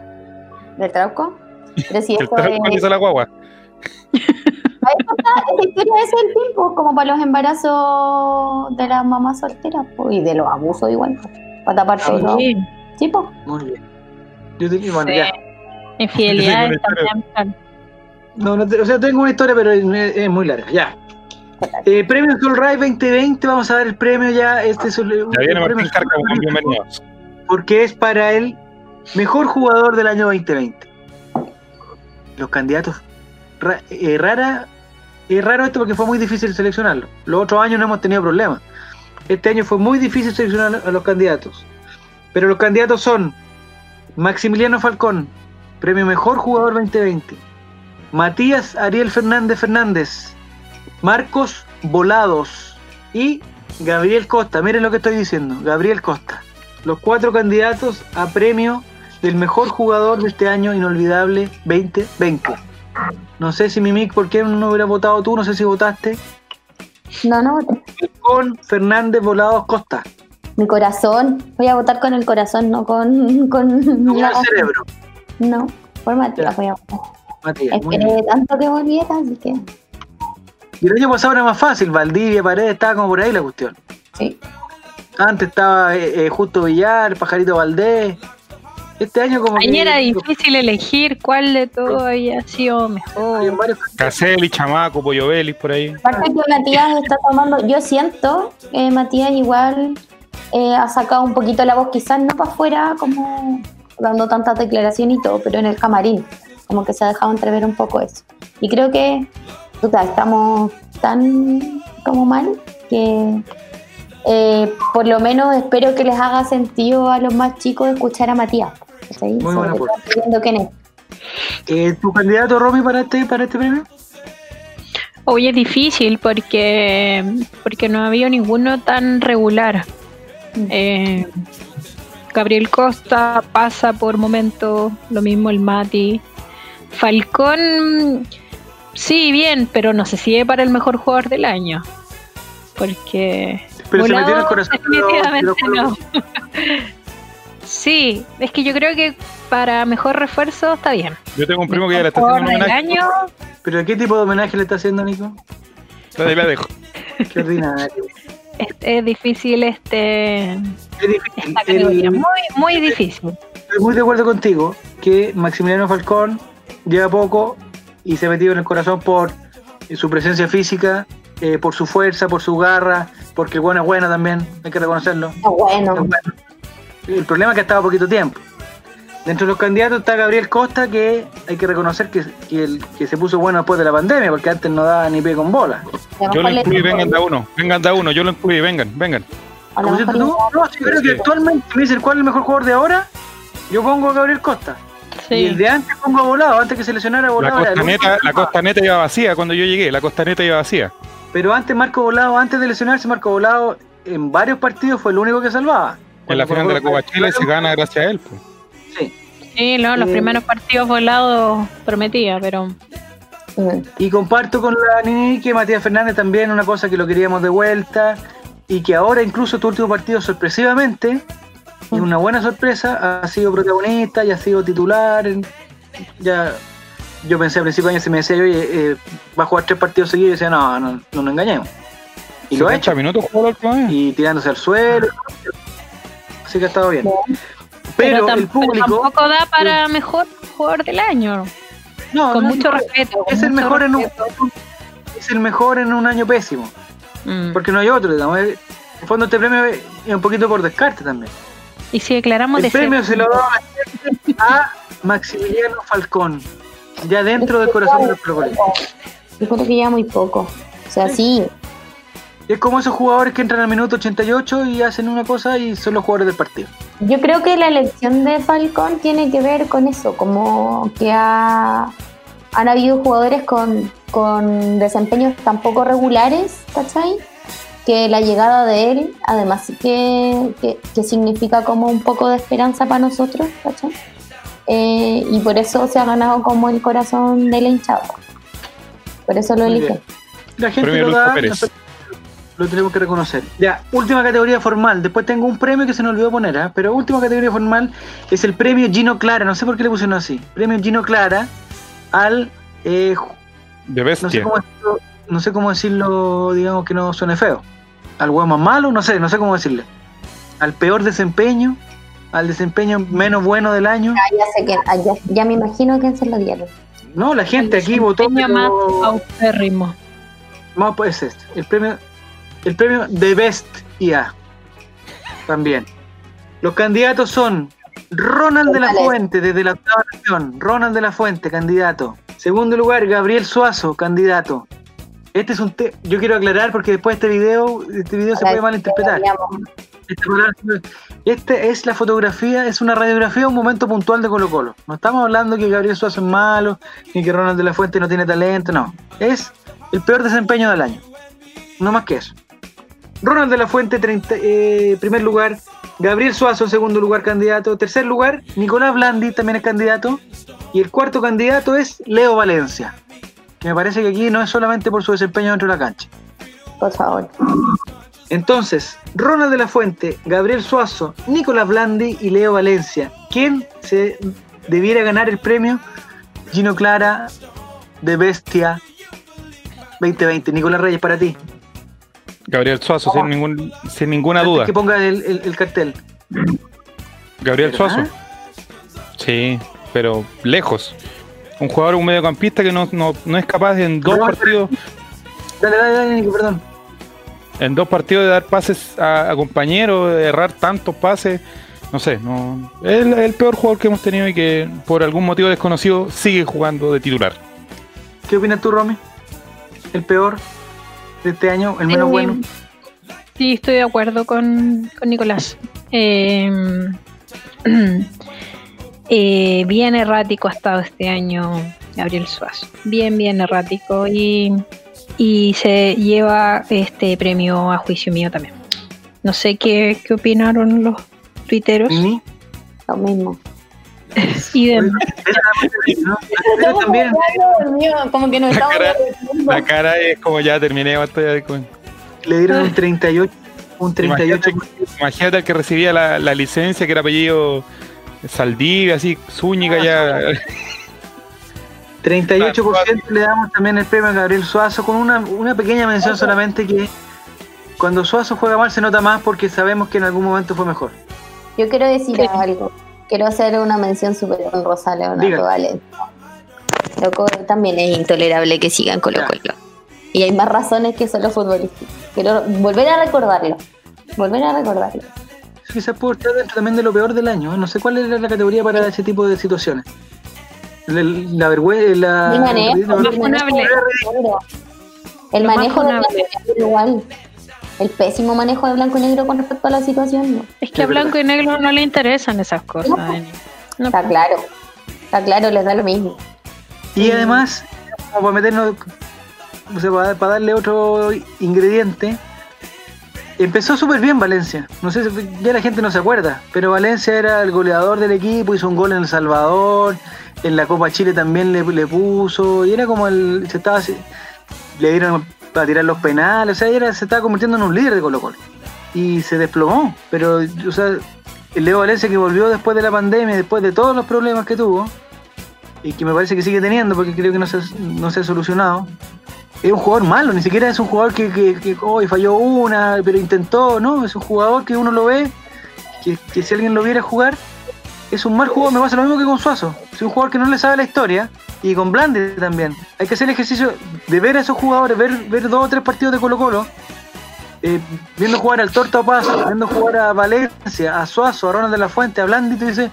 ¿Del trauco? Pero si
Que el
esto
trauco
es-
hizo la guagua.
A eso está, esa historia es el tiempo, como para los embarazos de las mamás solteras po, y de los abusos igual, po, para taparse
Sí.
los chicos.
Muy bien. Yo te- bueno,
Sí.
ya.
Infidelidad
Sí, con
también.
No, no te- o sea, tengo una historia, pero es, es muy larga. Ya. Eh, premio Solray 2020, vamos a dar el premio ya. Este es el,
Ya
el
viene Martín
premio
Cárcamo,
Solray,
bienvenidos.
Porque es para el mejor jugador del año 2020. Los candidatos. Ra- eh, rara, es raro esto porque fue muy difícil seleccionarlo. Los otros años no hemos tenido problemas. Este año fue muy difícil seleccionar a los candidatos. Pero los candidatos son Maximiliano Falcón, premio Mejor Jugador 2020. Matías Ariel Fernández Fernández, Marcos Volados y Gabriel Costa. Miren lo que estoy diciendo, Gabriel Costa. Los cuatro candidatos a premio del mejor jugador de este año inolvidable 2020. No sé si Mimic, ¿por qué no hubiera votado tú? No sé si votaste.
No, no,
Con Fernández Volados Costa.
mi corazón. Voy a votar con el corazón, no con. con
No con
la-
el cerebro,
No, por Matías voy a votar.
Matías. muy bien.
Esperé tanto que volviera, así que.
Y el año pasado era más fácil. Valdivia, Paredes, estaba como por ahí la cuestión.
Sí.
Antes estaba eh, eh, Justo Villar, Pajarito Valdés. Este año como que...
Ayer era difícil elegir cuál de todo había sido mejor.
habían varios-
Caselli, Chamaco, Pollo Vélez, por ahí.
Aparte que Matías está tomando. Yo siento que Matías igual eh, ha sacado un poquito la voz, quizás no para afuera, como dando tantas declaraciones y todo, pero en el camarín. Como que se ha dejado entrever un poco eso. Y creo que puta, estamos tan como mal que eh, por lo menos espero que les haga sentido a los más chicos escuchar a Matías. ¿cachai?
Muy
Sobre
buena
todo
aporte.
sabiendo quién es.
Eh, ¿Tu candidato, Romy, para este, para este premio?
Hoy es difícil porque, porque no ha habido ninguno tan regular.
Mm.
Eh, Gabriel Costa pasa por momentos, lo mismo el Mati. Falcón, sí, bien, pero no se sigue para el mejor jugador del año. Porque
Pero se
Volado,
metió en el corazón. de los- de los
definitivamente
juegos.
no. sí, es que yo creo que para mejor refuerzo está bien.
Yo tengo un primo que ya le está haciendo
Jugador
un
del
homenaje.
año,
¿Pero a qué tipo de homenaje le está haciendo, Nico?
Ahí la dejo.
Qué ordinario.
es, es difícil este
Es difícil.
esta
El-
categoría, muy muy difícil.
Estoy muy de acuerdo contigo que Maximiliano Falcón lleva poco y se ha metido en el corazón por eh, su presencia física, eh, por su fuerza, por su garra, porque bueno es buena también, hay que reconocerlo.
Está Ah, bueno.
Bueno, El problema es que ha estado poquito tiempo. Dentro de los candidatos está Gabriel Costa, que hay que reconocer que, que el- que se puso bueno después de la pandemia, porque antes no daba ni pie con bola.
A lo
Yo lo
mejor le-
incluí, vengan de a uno, vengan de a uno, yo lo incluí, vengan, vengan.
a lo
Como si tú-
mejor le-
no, yo creo que actualmente, si me dicen cuál es el mejor jugador de ahora, yo pongo a Gabriel Costa. Y el
Sí.
de antes pongo a Volado, antes que se lesionara
La
Volado. era el
costaneta,
único que
la
jugaba.
costaneta iba vacía cuando yo llegué, la costaneta iba vacía.
Pero antes Marco Volado, antes de lesionarse, Marco Volado en varios partidos fue el único que salvaba.
En la final de la Copa Chile se gana gracias a él. pues.
Sí, no, los
Eh.
primeros partidos volados prometía, pero
Mm.
Y comparto con la Nini que Matías Fernández también una cosa que lo queríamos de vuelta y que ahora incluso tu último partido sorpresivamente, y una buena sorpresa, ha sido protagonista y ha sido titular. en- ya Yo pensé a principio de año, si me decía, oye, eh, va a jugar tres partidos seguidos, yo decía, no, no, no nos engañemos. Y lo ha
70
hecho,
minutos jugó la última vez.
y tirándose al suelo. Así que ha estado bien.
pero
Pero,
tam-
el
pero
público...
tampoco da para mejor jugador del año.
no,
Con
no,
mucho
no,
respeto. con
es el
mucho
mejor en un
respeto.
es el mejor en un año pésimo.
Mm.
Porque no hay otro, digamos. eh, En el fondo este premio es un poquito por descarte también.
Y si declaramos
El
de
premio se lo da a Maximiliano Falcón, ya dentro del corazón de los procoles.
Yo creo que ya muy poco. O sea, sí.
Es como esos jugadores que entran al minuto 88 y hacen una cosa y son los jugadores del partido.
Yo creo que la elección de Falcón tiene que ver con eso, como que ha- han habido jugadores con, con desempeños tampoco regulares, ¿cachai? Que la llegada de él, además sí que, que, que significa como un poco de esperanza para nosotros, ¿cachai? Eh, y por eso se ha ganado como el corazón del hinchado. Por eso lo
Muy
eligen.
bien. La gente
Premio
lo
Lucho
da,
Pérez.
nosotros lo tenemos que reconocer. Ya, última categoría formal. Después tengo un premio que se nos olvidó poner, ¿ah? pero última categoría formal es el premio Gino Clara. No sé por qué le pusieron así. Premio Gino Clara al eh, ju-
De
no sé,
bestia.
cómo decirlo, no sé cómo decirlo, digamos que no suene feo. Al huevo más malo, no sé, no sé cómo decirle. Al peor desempeño, al desempeño menos bueno del año.
Ah, ya sé que, ah, ya, ya me imagino quién se lo dieron.
No, la gente aquí votó.
desempeño más
pero-
paupérrimo.
No, pues este, el premio, el premio The Best IA. También. Los candidatos son Ronald de la
Vale.
Fuente, desde la octava región. Ronald de la Fuente, candidato. Segundo lugar, Gabriel Suazo, candidato. Este es un te- yo quiero aclarar porque después este video, este video se
Ahora
puede malinterpretar.
Digamos,
Este programa- Esta Este es la fotografía, es una radiografía, un momento puntual de Colo Colo. No estamos hablando que Gabriel Suazo es malo, ni que Ronald de la Fuente no tiene talento, no. Es el peor desempeño del año. No más que eso. Ronald de la Fuente, 30, eh, primer lugar. Gabriel Suazo, segundo lugar candidato. Tercer lugar, Nicolás Blandi, también es candidato. Y el cuarto candidato es Leo Valencia. Que me parece que aquí no es solamente por su desempeño dentro de la cancha.
Por favor.
Entonces, Ronald de la Fuente, Gabriel Suazo, Nicolás Blandi y Leo Valencia. ¿Quién se debiera ganar el premio? Gino Clara de Bestia 2020. Nicolás Reyes, para ti.
Gabriel Suazo, sin, ningún, sin ninguna
Antes
duda.
¿Ah? Que ponga el, el- el cartel. ¿ah?
Gabriel
¿Verdad?
Suazo. Sí, pero lejos. Un jugador, un mediocampista que no, no, no es capaz en dos
Pero-
partidos
Dale, dale, dale, Nico, perdón.
en dos partidos de dar pases a, a compañeros, de errar tantos pases. No sé, no, es el, el peor jugador que hemos tenido y que por algún motivo desconocido sigue jugando de titular.
¿Qué opinas tú, Romy? El peor de este año, el menos
Sí.
bueno.
Em, Sí, estoy de acuerdo con, con Nicolás. Eh, eh, bien errático ha estado este año Gabriel Suazo. Bien, bien errático. Y, y se lleva este premio a juicio mío también. No sé qué, qué opinaron los tuiteros
Nini.
Lo mismo.
y demás.
¿no? Pero también,
como que nos
La
estamos
cara- La cara es como ya terminé, basta ya con-
le dieron un 38, un 38
Imagínate al que recibía la, la licencia, que era apellido Saldivia, así, Zúñiga, ya.
38% le damos también el premio a Gabriel Suazo con una, una pequeña mención solamente que cuando Suazo juega mal se nota más porque sabemos que en algún momento fue mejor.
Yo quiero decir algo. Quiero hacer una mención súper honrosa a Leonardo
Diga.
Valencia. Loco, también es intolerable que sigan Colo
Ya.
Colo. Y hay más razones que solo futbolísticas. Quiero volver a recordarlo. Volver a recordarlo.
Quizás puedo estar dentro también de lo peor del año. ¿eh? No sé cuál era la categoría para ese tipo de situaciones. La, la vergüenza. La,
El manejo, el
la-
manejo, de blanco y negro. ¿eh? el manejo de blanco y negro igual. El pésimo manejo de blanco y negro con respecto a la situación. ¿no?
Es que a
Es verdad.
blanco y negro no le interesan esas cosas.
No.
Dani. No,
Está claro. Está claro, les da lo mismo.
Y además, como para meternos, o sea, para, para darle otro ingrediente, empezó súper bien Valencia. No sé, si- ya la gente no se acuerda, pero Valencia era el goleador del equipo, hizo un gol en El Salvador, en la Copa Chile también le, le puso, y era como el. Se estaba, se- le dieron para tirar los penales, o sea, era, se estaba convirtiendo en un líder de Colo Colo. Y se desplomó, pero, o sea, el Leo Valencia que volvió después de la pandemia, después de todos los problemas que tuvo, y que me parece que sigue teniendo porque creo que no se, ha- no se ha solucionado. Es un jugador malo, ni siquiera es un jugador que, que, que, "Oy, falló una, pero intentó, ¿no? Es un jugador que uno lo ve, que, que si alguien lo viera jugar, es un mal jugador. Me pasa lo mismo que con Suazo. Es un jugador que no le sabe la historia y con Blande también. Hay que hacer el ejercicio de ver a esos jugadores, ver, ver dos o tres partidos de Colo-Colo, eh, viendo jugar al Torta Paso, viendo jugar a Valencia, a Suazo, a Ronald de la Fuente, a Blandi, y tú dices,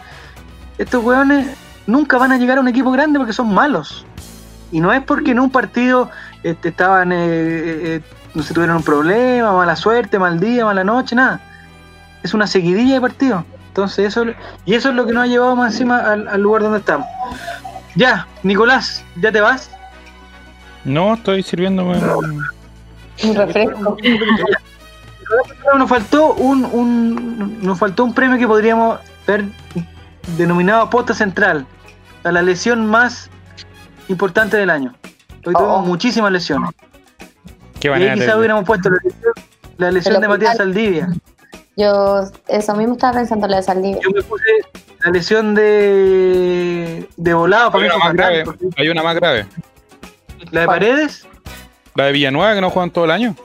estos hueones nunca van a llegar a un equipo grande porque son malos. Y no es porque en un partido este, estaban, eh, eh, eh, no se tuvieron un problema, mala suerte, mal día, mala noche, nada. Es una seguidilla de partidos. Entonces eso y eso es lo que nos ha llevado más encima al, al lugar donde estamos. Ya, Nicolás, ¿ya te vas?
No, estoy sirviéndome. un-
Un refresco.
Pero nos faltó un, un- nos faltó un premio que podríamos haber denominado aposta central a la lesión más importante del año. Hoy tuvimos
Oh.
muchísimas lesiones.
Qué
Y ahí
manera
quizás
de-
hubiéramos puesto la lesión, la lesión
Pero
de
con
Matías
tal-
Saldivia.
Yo eso mismo estaba pensando en la de Saldivia.
Yo me puse la lesión de, de volado para
Hay
mí
una
fue más
más
grave.
grave.
porque
Hay una más grave.
La de Paredes,
La de Villanueva que no juegan todo el año.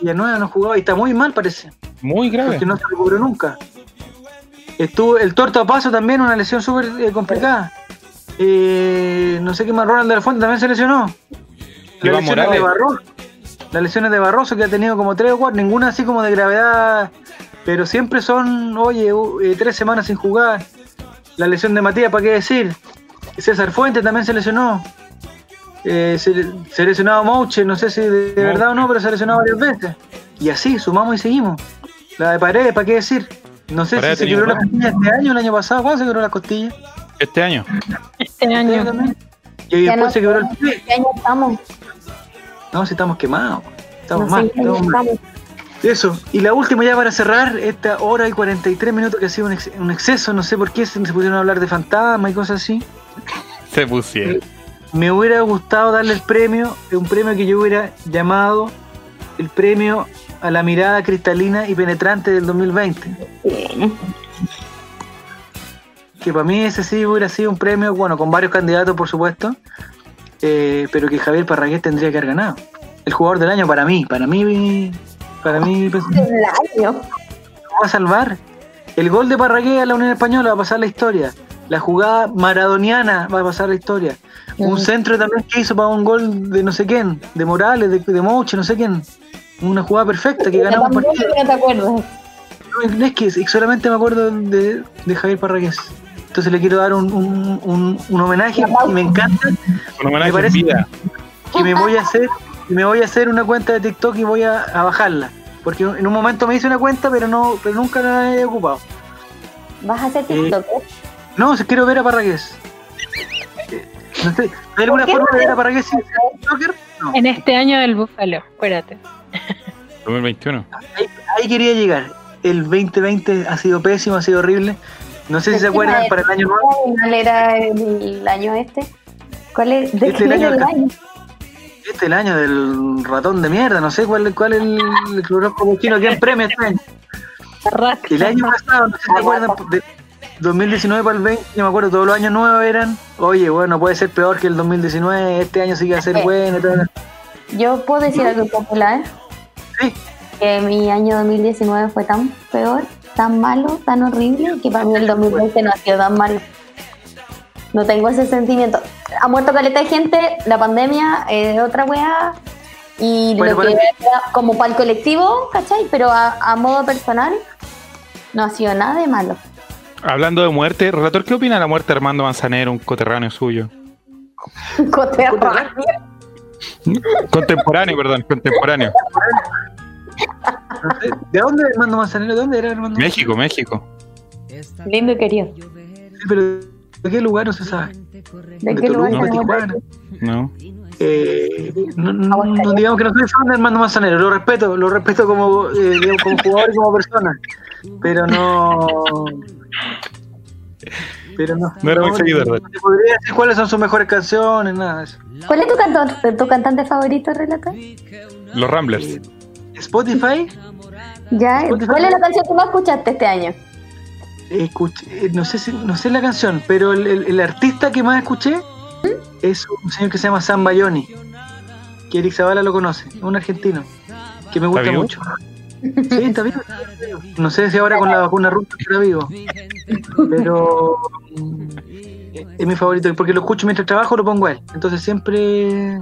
Villanueva no jugó y está muy mal, parece.
Muy grave.
Porque no se recuperó nunca. Estuvo el torto a paso también, una lesión súper eh, complicada. Eh, no sé qué más, Ronald de la Fuente también se lesionó.
Iván
Las lesiones de
Morales.
Barroso. Las lesiones de Barroso que ha tenido como tres o cuatro, ninguna así como de gravedad, pero siempre son, oye, u- eh, tres semanas sin jugar. La lesión de Matías, ¿para qué decir? César Fuente también se lesionó. Eh, se, se lesionaba Mouche, no sé si de, de
Mouche.
verdad o no, pero se lesionaba varias veces. Y así, sumamos y seguimos. La de Paredes, ¿para qué decir? No sé
Paredes
si se
tenía
quebró la
un
costilla este año, el año pasado, ¿cuándo se quebró la costilla?
Este año.
Este año.
Y
Ya
después
no-
se quebró el pie.
¿Qué año estamos?
No, si estamos quemados. Estamos
No sé
mal,
en qué año
estamos mal.
estamos.
Eso, y la última ya para cerrar, esta hora y 43 minutos que ha sido un, ex- un exceso, no sé por qué se se pusieron a hablar de fantasmas y cosas así.
Se pusieron.
Me hubiera gustado darle el premio, un premio que yo hubiera llamado el premio a la mirada cristalina y penetrante del 2020. Que para mí ese sí hubiera sido un premio, bueno, con varios candidatos por supuesto, eh, pero que Javier Parragués tendría que haber ganado. El jugador del año para mí, para mí, para mí... pues,
El año.
va a salvar. El gol de Parragué a la Unión Española va a pasar la historia. La jugada maradoniana va a pasar la historia. Un
Mm.
centro también que hizo para un gol de no sé quién, de Morales, de, de Mouche, no sé quién. Una jugada perfecta que ganamos
Tampoco
partido.
que no te acuerdas.
No, Es que solamente me acuerdo de, de Javier Parragués. Entonces le quiero dar un, un- un- un homenaje y me encanta
Un homenaje
Me
en
parece-
vida.
que me voy a hacer me voy a hacer una cuenta de TikTok y voy a, a bajarla. Porque en un momento me hice una cuenta, pero no pero nunca la he ocupado.
Vas a hacer
Eh,
TikTok.
No, si quiero ver a Parragués. Eh, No sé, ¿hay alguna
¿Por qué
forma
no?
de ver a Parragués sin ser un Joker? No,
En este año del Búfalo, acuérdate.
2021.
ahí quería llegar. El 2020 ha sido pésimo, ha sido horrible. No sé si se
Encima
acuerdan
de-
para el año nuevo.
¿Cuál era el año este? ¿Cuál es? ¿De
Este
qué
año
era el
acá.
año?
Este es el año del ratón de mierda. No sé cuál, cuál es el, el horóscopo chino. ¿Quién premia este año? El año pasado, no sé si se acuerdan, de 2019 para el 20, yo me acuerdo, todos los años nuevos eran, oye, bueno, puede ser peor que el 2019, este año sí que va a ser
Sí.
bueno. tal.
Yo puedo decir algo popular.
Sí.
Que mi año 2019 fue tan peor, tan malo, tan horrible, que para mí el 2020 no ha sido tan malo. No tengo ese sentimiento. Ha muerto caleta de gente, la pandemia, eh, otra weá. Y
Bueno,
lo que
bueno.
era como para el colectivo, ¿cachai? Pero a, a modo personal, no ha sido nada de malo.
Hablando de muerte, relator, ¿qué opina de la muerte de Armando Manzanero, un coterráneo suyo?
Coterráneo.
Contemporáneo, perdón, contemporáneo.
No sé, ¿De dónde era Armando Manzanero? ¿De dónde era Armando
México, México.
Lindo y querido.
Manzanero? Pero ¿De qué lugar no se sabe?
¿De qué
de
Toluca,
lugar? se llama?
Tijuana.
No.
Eh,
Ah,
no, no- no digamos que no soy fan de Armando Manzanero, lo respeto, lo respeto como, eh, digo, como jugador y como persona, pero no. Pero no.
No era muy
no,
seguidor,
no
¿verdad?
te podría decir cuáles son sus mejores canciones, nada de eso.
¿Cuál es tu, cantor- tu cantante favorito, Relata?
Los Ramblers.
Eh, Spotify,
¿Ya?
Spotify.
¿Cuál es la canción que más escuchaste este año?
escuché, eh, no, sé si, no sé la canción, pero el, el- el artista que más escuché es un señor que se llama Sam Bayoni, que Eric Zavala lo conoce, un argentino, que me gusta
vivo?
mucho. Sí, está vivo. No sé si ahora con la vacuna rusa estará vivo, pero mm, es mi favorito, porque lo escucho mientras trabajo, lo pongo a él. Entonces siempre...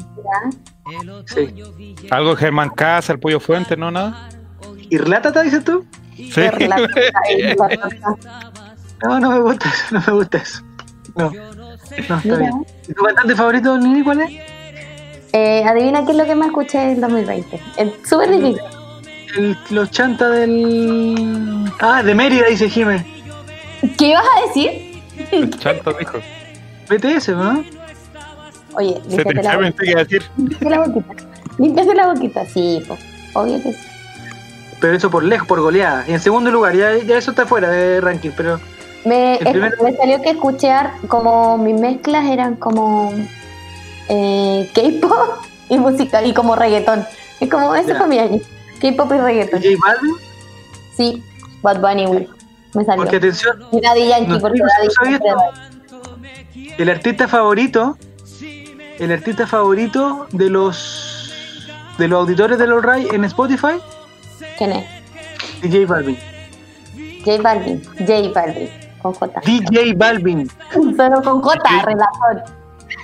Sí.
Algo Germán Casa, el Pollo Fuente, ¿no? Nada.
¿Y Relata, dices tú?
Sí.
Relata. Ay, la cosa.
No, no me gusta eso, no me gusta eso. No. No, está
Mira.
bien. ¿Y ¿Tu cantante favorito, Nini, cuál es?
Eh, adivina qué es lo que más escuché en 2020. Es súper difícil.
El, los chanta del. Ah, de Mérida, dice Jiménez.
¿Qué ibas a decir?
El Chanto dijo.
BTS, ¿no?
Oye,
Se te
límpiate la,
pensé que iba a decir.
límpiate la boquita. Límpiate la boquita, sí, po. obvio que sí.
Pero eso por lejos, por goleada. Y en segundo lugar, ya, ya eso está fuera de ranking, pero.
Me,
El
es-
primero-
me salió que escuché ar- como mis mezclas eran como eh, K-pop y música y como reggaetón. Es como, ese
Ya.
fue mi año. K-pop y reggaetón.
J Balvin,
Sí, Bad Bunny güey, me salió.
porque atención,
Y Daddy Yankee,
no,
porque
no
Daddy
sabía
siempre
esto. el artista favorito. El artista favorito de los. De los auditores del All Right en Spotify,
va- ¿Quién es?
DJ Balvin.
J Balvin. J Balvin. Con J.
DJ Balvin.
Solo con J, relator.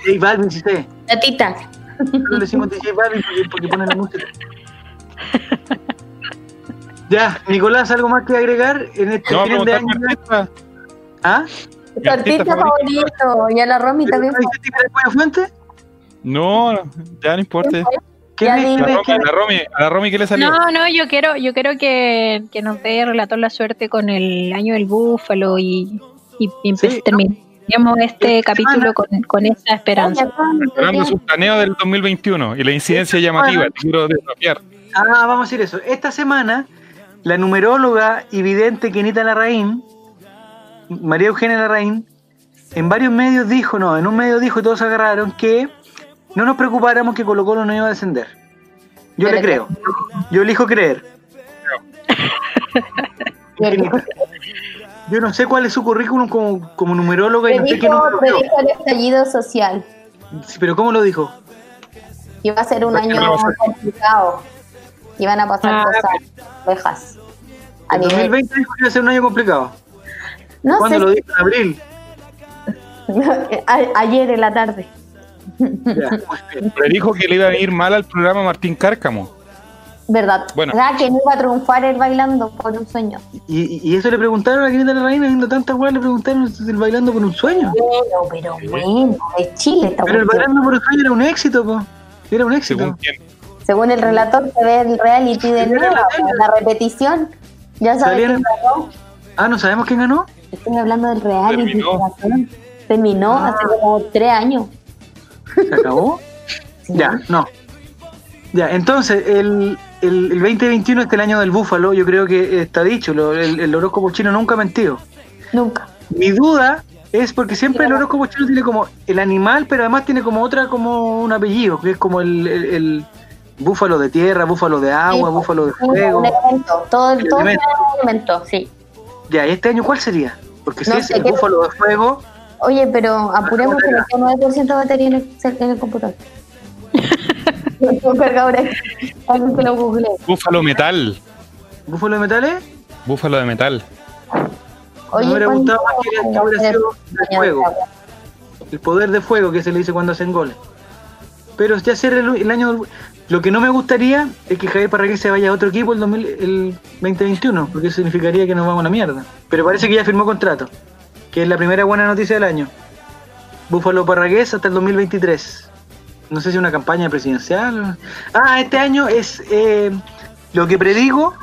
DJ Balvin, sí sé.
Tatita.
Nosotros le decimos DJ Balvin porque, porque pone la música. Ya, Nicolás, ¿algo más que agregar en este
No,
fin de
preguntar
año?
por artista.
¿Ah?
Tu artista favorito. Y a la Romy
¿Pero
también.
no dijiste que era Pollo Fuente?
No, ya no importa.
¿Quién
Ya
es?
dije.
La
¿Quién es?
Romy, la Romy, a la Romy, ¿qué le salió?
No, no, yo quiero, yo quiero que, que nos dé relator la suerte con el año del búfalo y, y, y
Sí,
empe-
¿no? Ah,
terminemos este capítulo con, con esa esperanza.
Esperando su planeo del 2021 y la incidencia llamativa. Te quiero desafiar.
Ah, vamos a decir eso. Esta semana, la numeróloga y vidente Kenita Larraín, María Eugenia Larraín, en varios medios dijo, no, en un medio dijo y todos se agarraron que no nos preocupáramos que Colo Colo no iba a descender. Yo le creo. Yo elijo creer. Kenita. Yo no sé cuál es su currículum como, como numeróloga y no sé qué
Predijo,
número dio.
predijo el estallido social.
Sí, Pero ¿cómo lo dijo?
que iba a ser un
Pues,
Porque
año
no va a ser.
complicado. que Iban a pasar
Ah,
cosas lejas. A
El
nivel.
2020 dijo que iba a ser un año complicado.
No
¿Cuándo
sé,
lo dijo? En abril.
a- ayer en la tarde.
Ya, muy bien.
Predijo que le iba a ir mal al programa Martín Cárcamo.
¿Verdad?
Bueno.
¿Verdad que no iba a triunfar el bailando por un sueño?
Y, y eso le preguntaron a Quinita Larraín, haciendo tantas weas, le preguntaron si el bailando por un sueño.
Bueno, pero bueno, de Chile está
Pero el
bueno.
bailando por un sueño era un éxito, po. Era un
Según
éxito.
quién.
Según el relator, se ve el reality
Salía
de
en la
nuevo,
tele.
la repetición. Ya sabes
Salía
que
en- Ah, no sabemos quién ganó.
estoy hablando del reality.
Terminó.
corazón. Terminó
Ah.
hace como tres años.
Se acabó.
Sí.
ya, no. Ya, entonces, el, el, el 2021 es el año del búfalo. Yo creo que está dicho. lo- el, el horóscopo chino nunca ha mentido.
Nunca.
Mi duda es porque siempre el horóscopo chino tiene como el animal, pero además tiene como otra, como un apellido, que es como el, el- el búfalo de tierra, búfalo de agua,
Sí,
búfalo de
Sí, un
fuego.
elemento. Todo,
El
todo
elemento.
un elemento, sí.
Ya, ¿y este año cuál sería? Porque si
No
es
sé
el
qué-
búfalo de fuego,
Oye, pero apuremos que le queda 9% de batería en el, cel- en el computador. Lo tengo cargado ahora. Alguien que lo googleé.
Búfalo Metal.
búfalo de metales,
Búfalo de Metal.
Oye,
me hubiera
¿cuándo-
gustado más que, era- que hubiera sido de fuego, el poder de fuego que se le dice cuando hacen goles. Pero ya ser el, el año del- Lo que no me gustaría es que Javier Parragués se vaya a otro equipo el, 2000 el 2021, porque eso significaría que nos vamos a la mierda. Pero parece que ya firmó contrato, que es la primera buena noticia del año. Búfalo Parragués hasta el 2023. No sé si una campaña presidencial. Ah, este año es. eh, lo que predigo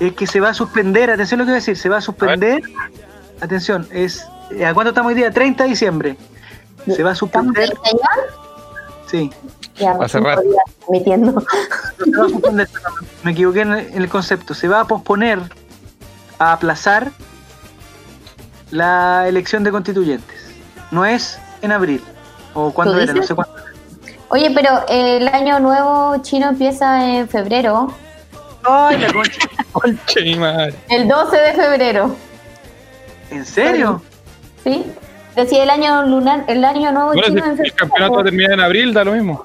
es que se va a suspender. Atención lo que voy a decir, se va a suspender. Atención, es. ¿A cuánto estamos hoy día? 30 de diciembre. Se va a
¿Estamos ahí,
suspender.
señor?
Sí.
Ya, me
Hace
estoy
rato.
metiendo.
No se va a suspender, perdón, me equivoqué en el en el concepto. Se va a posponer, a aplazar la elección de constituyentes. No es en abril. O cuándo
¿Tú
era, no
dices?
sé cuándo.
Oye, pero eh, el año nuevo chino empieza en febrero.
¡Ay, la concha!
Conche mi madre.
El 12 de febrero.
¿En serio?
¿Sí? Decía el año lunar, el año nuevo
Bueno,
chino en
si el
febrero.
campeonato termina en abril, da lo mismo.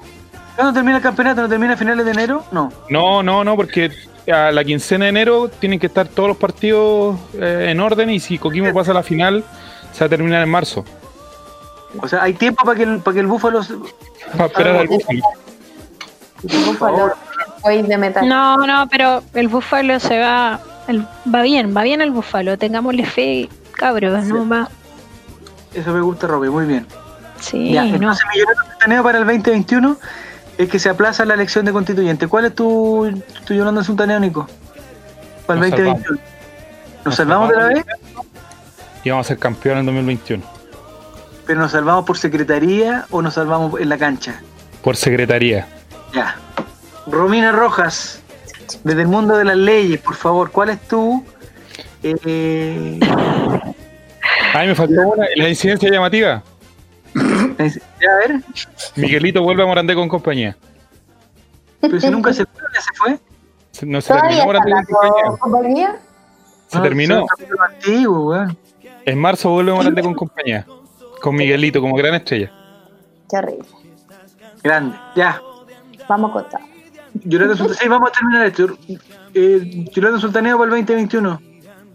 ¿Cuándo termina el campeonato? ¿No termina a finales de enero? No.
No, no, no, porque a la quincena de enero tienen que estar todos los partidos eh, en orden y si Coquimbo pasa a la final, se va a terminar en marzo.
O sea, hay tiempo para que el, para que el Búfalo. se-
Para
Ah.
esperar al Búfalo.
Por favor.
Hoy de metal.
No, no, pero el búfalo se va. el- va bien, va bien el búfalo. Tengámosle fe, cabros, ¿no? Va.
Eso me gusta, Robbie, muy bien.
Sí,
Ya,
no.
entonces, Millonarios planeo para el 2021 es que se aplaza la elección de constituyente. ¿Cuál es tu, tu Yolanda Sultaneo, Nico? Para el
Nos
2021. ¿Nos, salvamos de la vez?
Y vamos a ser campeón en 2021.
Pero nos salvamos por secretaría o nos salvamos en la cancha.
Por secretaría.
Ya. Romina Rojas, desde el mundo de las leyes, por favor, ¿cuál es tu... eh,
Ay, me faltó una. La incidencia llamativa.
es- a ver,
Miguelito vuelve a Morandé con compañía.
pero si Pues nunca se fue, ya se fue.
Se- No se
¿Todavía
terminó
está
Morandé
la
con compañía.
compañía?
Se
No,
terminó.
es un partido antiguo, weón.
En marzo vuelve Morandé con compañía. Con Miguelito como gran estrella.
Qué horrible.
Grande. Ya.
Vamos a contar.
Yolanda Sultaneo, sí, vamos a terminar esto. Eh, Yolanda Sultaneo para el 2021.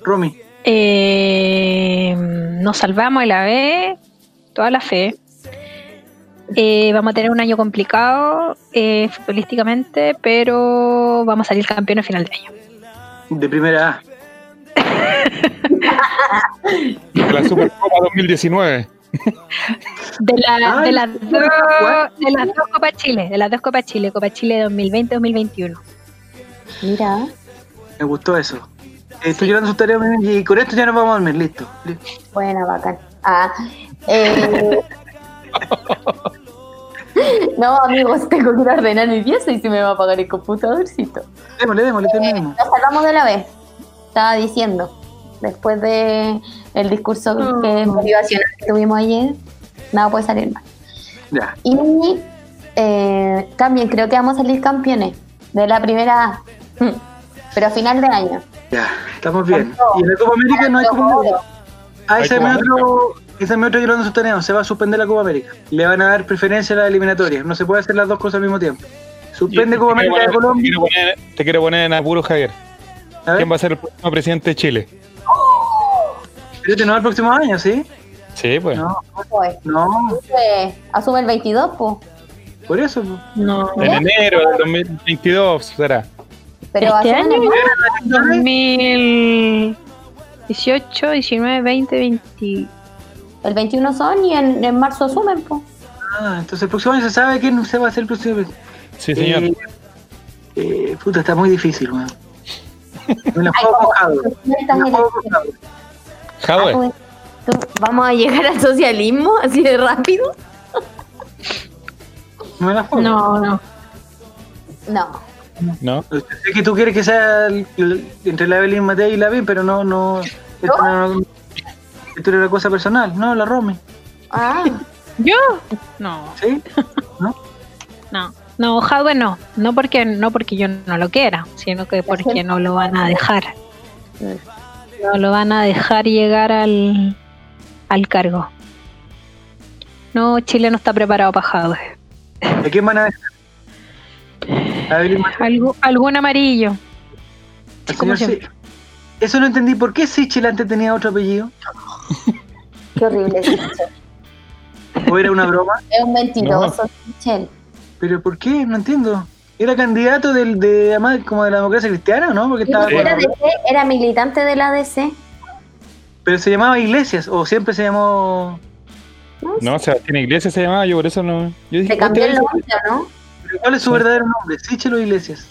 Romy,
Eh, nos salvamos de la B, toda la fe. Eh, vamos a tener un año complicado eh, futbolísticamente, pero vamos a salir campeón a final de año.
de primera A.
De la Supercopa 2019.
De, la-
Ay,
de las
¿qué
dos,
guay?
de las dos Copas Chile, de las dos Copas Chile, Copa Chile 2020-2021.
Mira.
Me gustó eso. Eh, tú Yolanda Sultaneo, muy bien, y con esto ya nos vamos a dormir, listo. Listo.
Buena, bacán. Ah, eh. no, amigos, tengo que ir a ordenar mi pieza y se me va a apagar el computadorcito.
Démosle, démosle, este terminemos.
Nos salvamos de la vez, estaba diciendo, después de el discurso que- motivacional que tuvimos ayer, nada puede salir mal.
Ya.
Y eh, también creo que vamos a salir campeones de la primera A, Mm. pero a final de año.
Ya, estamos bien. Y en la Copa América no hay Copa
Oro.
América. Ah,
Hay
ese es mi
Copa
otro, ese es mi otro Yolanda Sosteneo. Se va a suspender la Copa América. Le van a dar preferencia a la eliminatoria. No se puede hacer las dos cosas al mismo tiempo. Suspende
Y-
Copa
te quiero
América de
poner-
Colombia.
Te quiero, poner, te quiero poner en apuro, Javier.
A ver,
¿Quién va a ser el próximo presidente de Chile?
pero este no es el próximo año, ¿sí?
Sí, pues.
No,
Pues,
no,
eh, asume el 22, pues.
por eso.
No,
En enero del 2022 será.
Pero
Este
asume
año
el-
2018, 19, 20, 20.
El 21 son y en, en marzo asumen, po.
Ah, entonces el próximo año se sabe quién se va a hacer el próximo.
Sí, señor.
Eh, eh, puta, está muy difícil, weón. Me la juego con Jadwe. Me la juego con Jadwe.
Jadwe.
Ah, Vamos a llegar al socialismo así de rápido.
Me la juego.
No, no.
No,
¿no?
Sé que tú quieres que sea el- el- entre la Evelyn Matei y la B, pero no, no. Esto no, esto era una cosa personal, no, la Romy,
ah,
¿Yo? No,
¿sí?
no. No, Jadwe no. No porque, no porque yo no lo quiera, sino que porque no lo van a dejar. No lo van a dejar llegar al, al cargo. No, Chile no está preparado para Jadwe.
¿A quién van a dejar? A Evelyn Matei,
Algo- algún amarillo.
al
como
señor Sitch. Eso no entendí, ¿por qué Sichel antes tenía otro apellido?
qué horrible es eso.
¿O era una broma?
Es un mentiroso, Michelle.
¿Pero por qué? No entiendo. Era candidato del, de, además, como de la democracia cristiana, ¿no? Porque
Sí,
estaba,
porque era, DC, era militante de la DC.
Pero se llamaba Iglesias, o siempre se llamó.
No, Sebastián Iglesias se llamaba, yo por eso no. Yo dije,
Se cambió
"Puta,
el nombre, ¿o ¿no?
Pero ¿Cuál es su verdadero nombre? Sichelo Iglesias.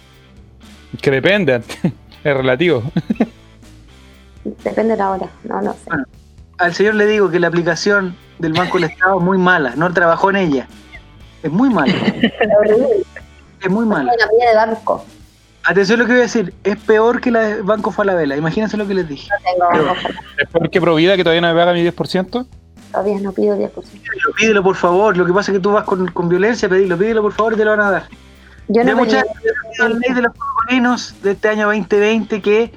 Que depende, es relativo.
Depende de la hora. No, no sé.
Al señor le digo que la aplicación del Banco del Estado es muy mala, no trabajó en ella. Es muy mala,
Pero horrible.
es muy mala.
Una pilla de banco.
Atención a lo que voy a decir, es peor que la de Banco Falabella, imagínense lo que les dije.
No tengo
Pero-
banco.
Es porque Provida, que todavía no me paga mi 10%.
Todavía no pido 10%.
Pídelo, pídelo por favor, lo que pasa es que tú vas con, con violencia, pedilo, pídelo por favor y te lo van a dar.
Yo
Ya
no pedí-
muchachos, la ley de los cocolinos de este año 2020 que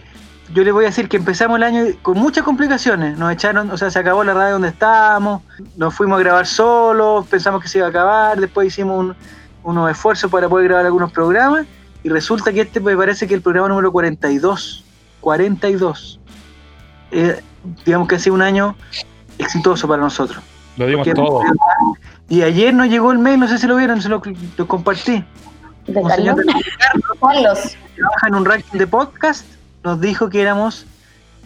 yo les voy a decir que empezamos el año con muchas complicaciones. Nos echaron, o sea, se acabó la radio donde estábamos, nos fuimos a grabar solos, pensamos que se iba a acabar, después hicimos un- unos esfuerzos para poder grabar algunos programas y resulta que este me parece que el programa número 42, 42, eh, digamos que ha sido un año exitoso para nosotros.
Lo dimos
Porque-
todo.
Y ayer nos llegó el mail, no sé si lo vieron, se lo, lo compartí.
de
Un señor
Carlos.
de-
Carlos.
trabaja en un ranking de podcast, nos dijo que éramos,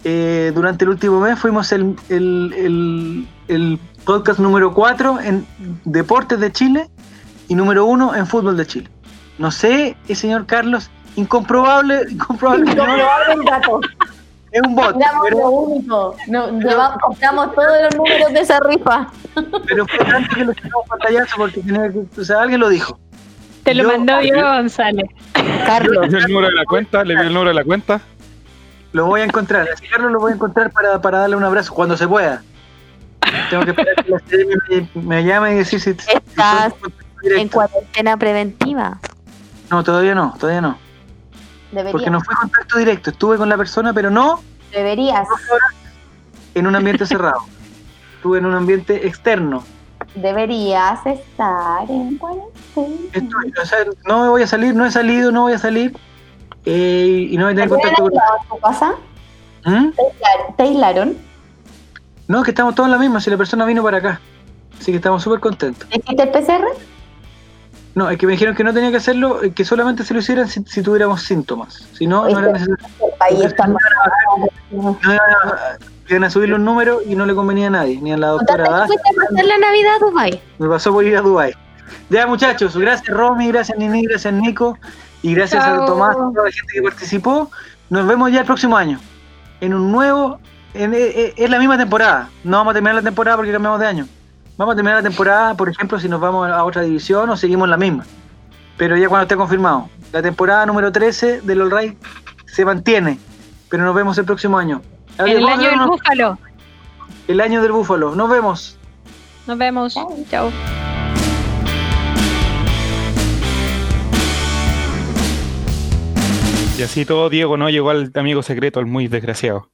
eh, durante el último mes, fuimos el, el, el- el podcast número 4 en deportes de Chile y número 1 en fútbol de Chile. No sé, el señor Carlos, incomprobable, incomprobable,
No,
señor,
el dato.
es un bot,
Damos
pero,
lo único. No, llevamos- compramos todos los números de esa rifa.
pero fue tanto que lo sacamos pantallazo porque tenía que- o sea, alguien lo dijo.
Te lo
Yo-
mandó Diego González.
Le
Carlos.
dio el número de la cuenta, le dio el número de la cuenta.
Lo voy a encontrar, a Carlos lo voy a encontrar para, para darle un abrazo cuando se pueda. Tengo que esperar que la CDM me, me llame y decir si si
Estás
soy contacto
En
directo.
cuarentena preventiva.
No, todavía no, todavía no. Porque
Deberías.
no fue contacto directo, estuve con la persona, pero no
Deberías.
en un ambiente cerrado. Estuve en un ambiente externo.
Deberías estar en cuarentena.
Estoy- o sea, no me voy a salir, no he salido, no voy a salir. eh, y no voy a tener contacto con.
¿Qué pasa?
¿Mm?
¿Te aislaron?
No, es que estamos todos en la misma, si la persona vino para acá. Así que estamos súper contentos.
¿Hiciste el PCR?
No, es que me dijeron que no tenía que hacerlo, eh, que solamente se lo hicieran si, si tuviéramos síntomas. Si no, no era necesario.
El país está mal.
No era- iban a subir los números y no le convenía a nadie, ni a la doctora
Contate que
Daz,
fuiste a pasar la Navidad a Dubai.
Me pasó por ir a Dubai. Ya muchachos, gracias Romy, gracias Nini, gracias Nico y gracias a
Chao.
Tomás, a toda la gente que participó. Nos vemos ya el próximo año. En un nuevo, en- eh, eh, es la misma temporada. No vamos a terminar la temporada porque cambiamos de año. Vamos a terminar la temporada, por ejemplo, si nos vamos a otra división o seguimos la misma. Pero ya cuando esté confirmado, la temporada número 13 del All Right se mantiene. Pero nos vemos el próximo año. Adiós,
El
vamos a
año del
vernos
búfalo.
el año del búfalo. Nos vemos.
Nos vemos. Chao.
Y así todo, Diego no llegó al amigo secreto, al muy desgraciado.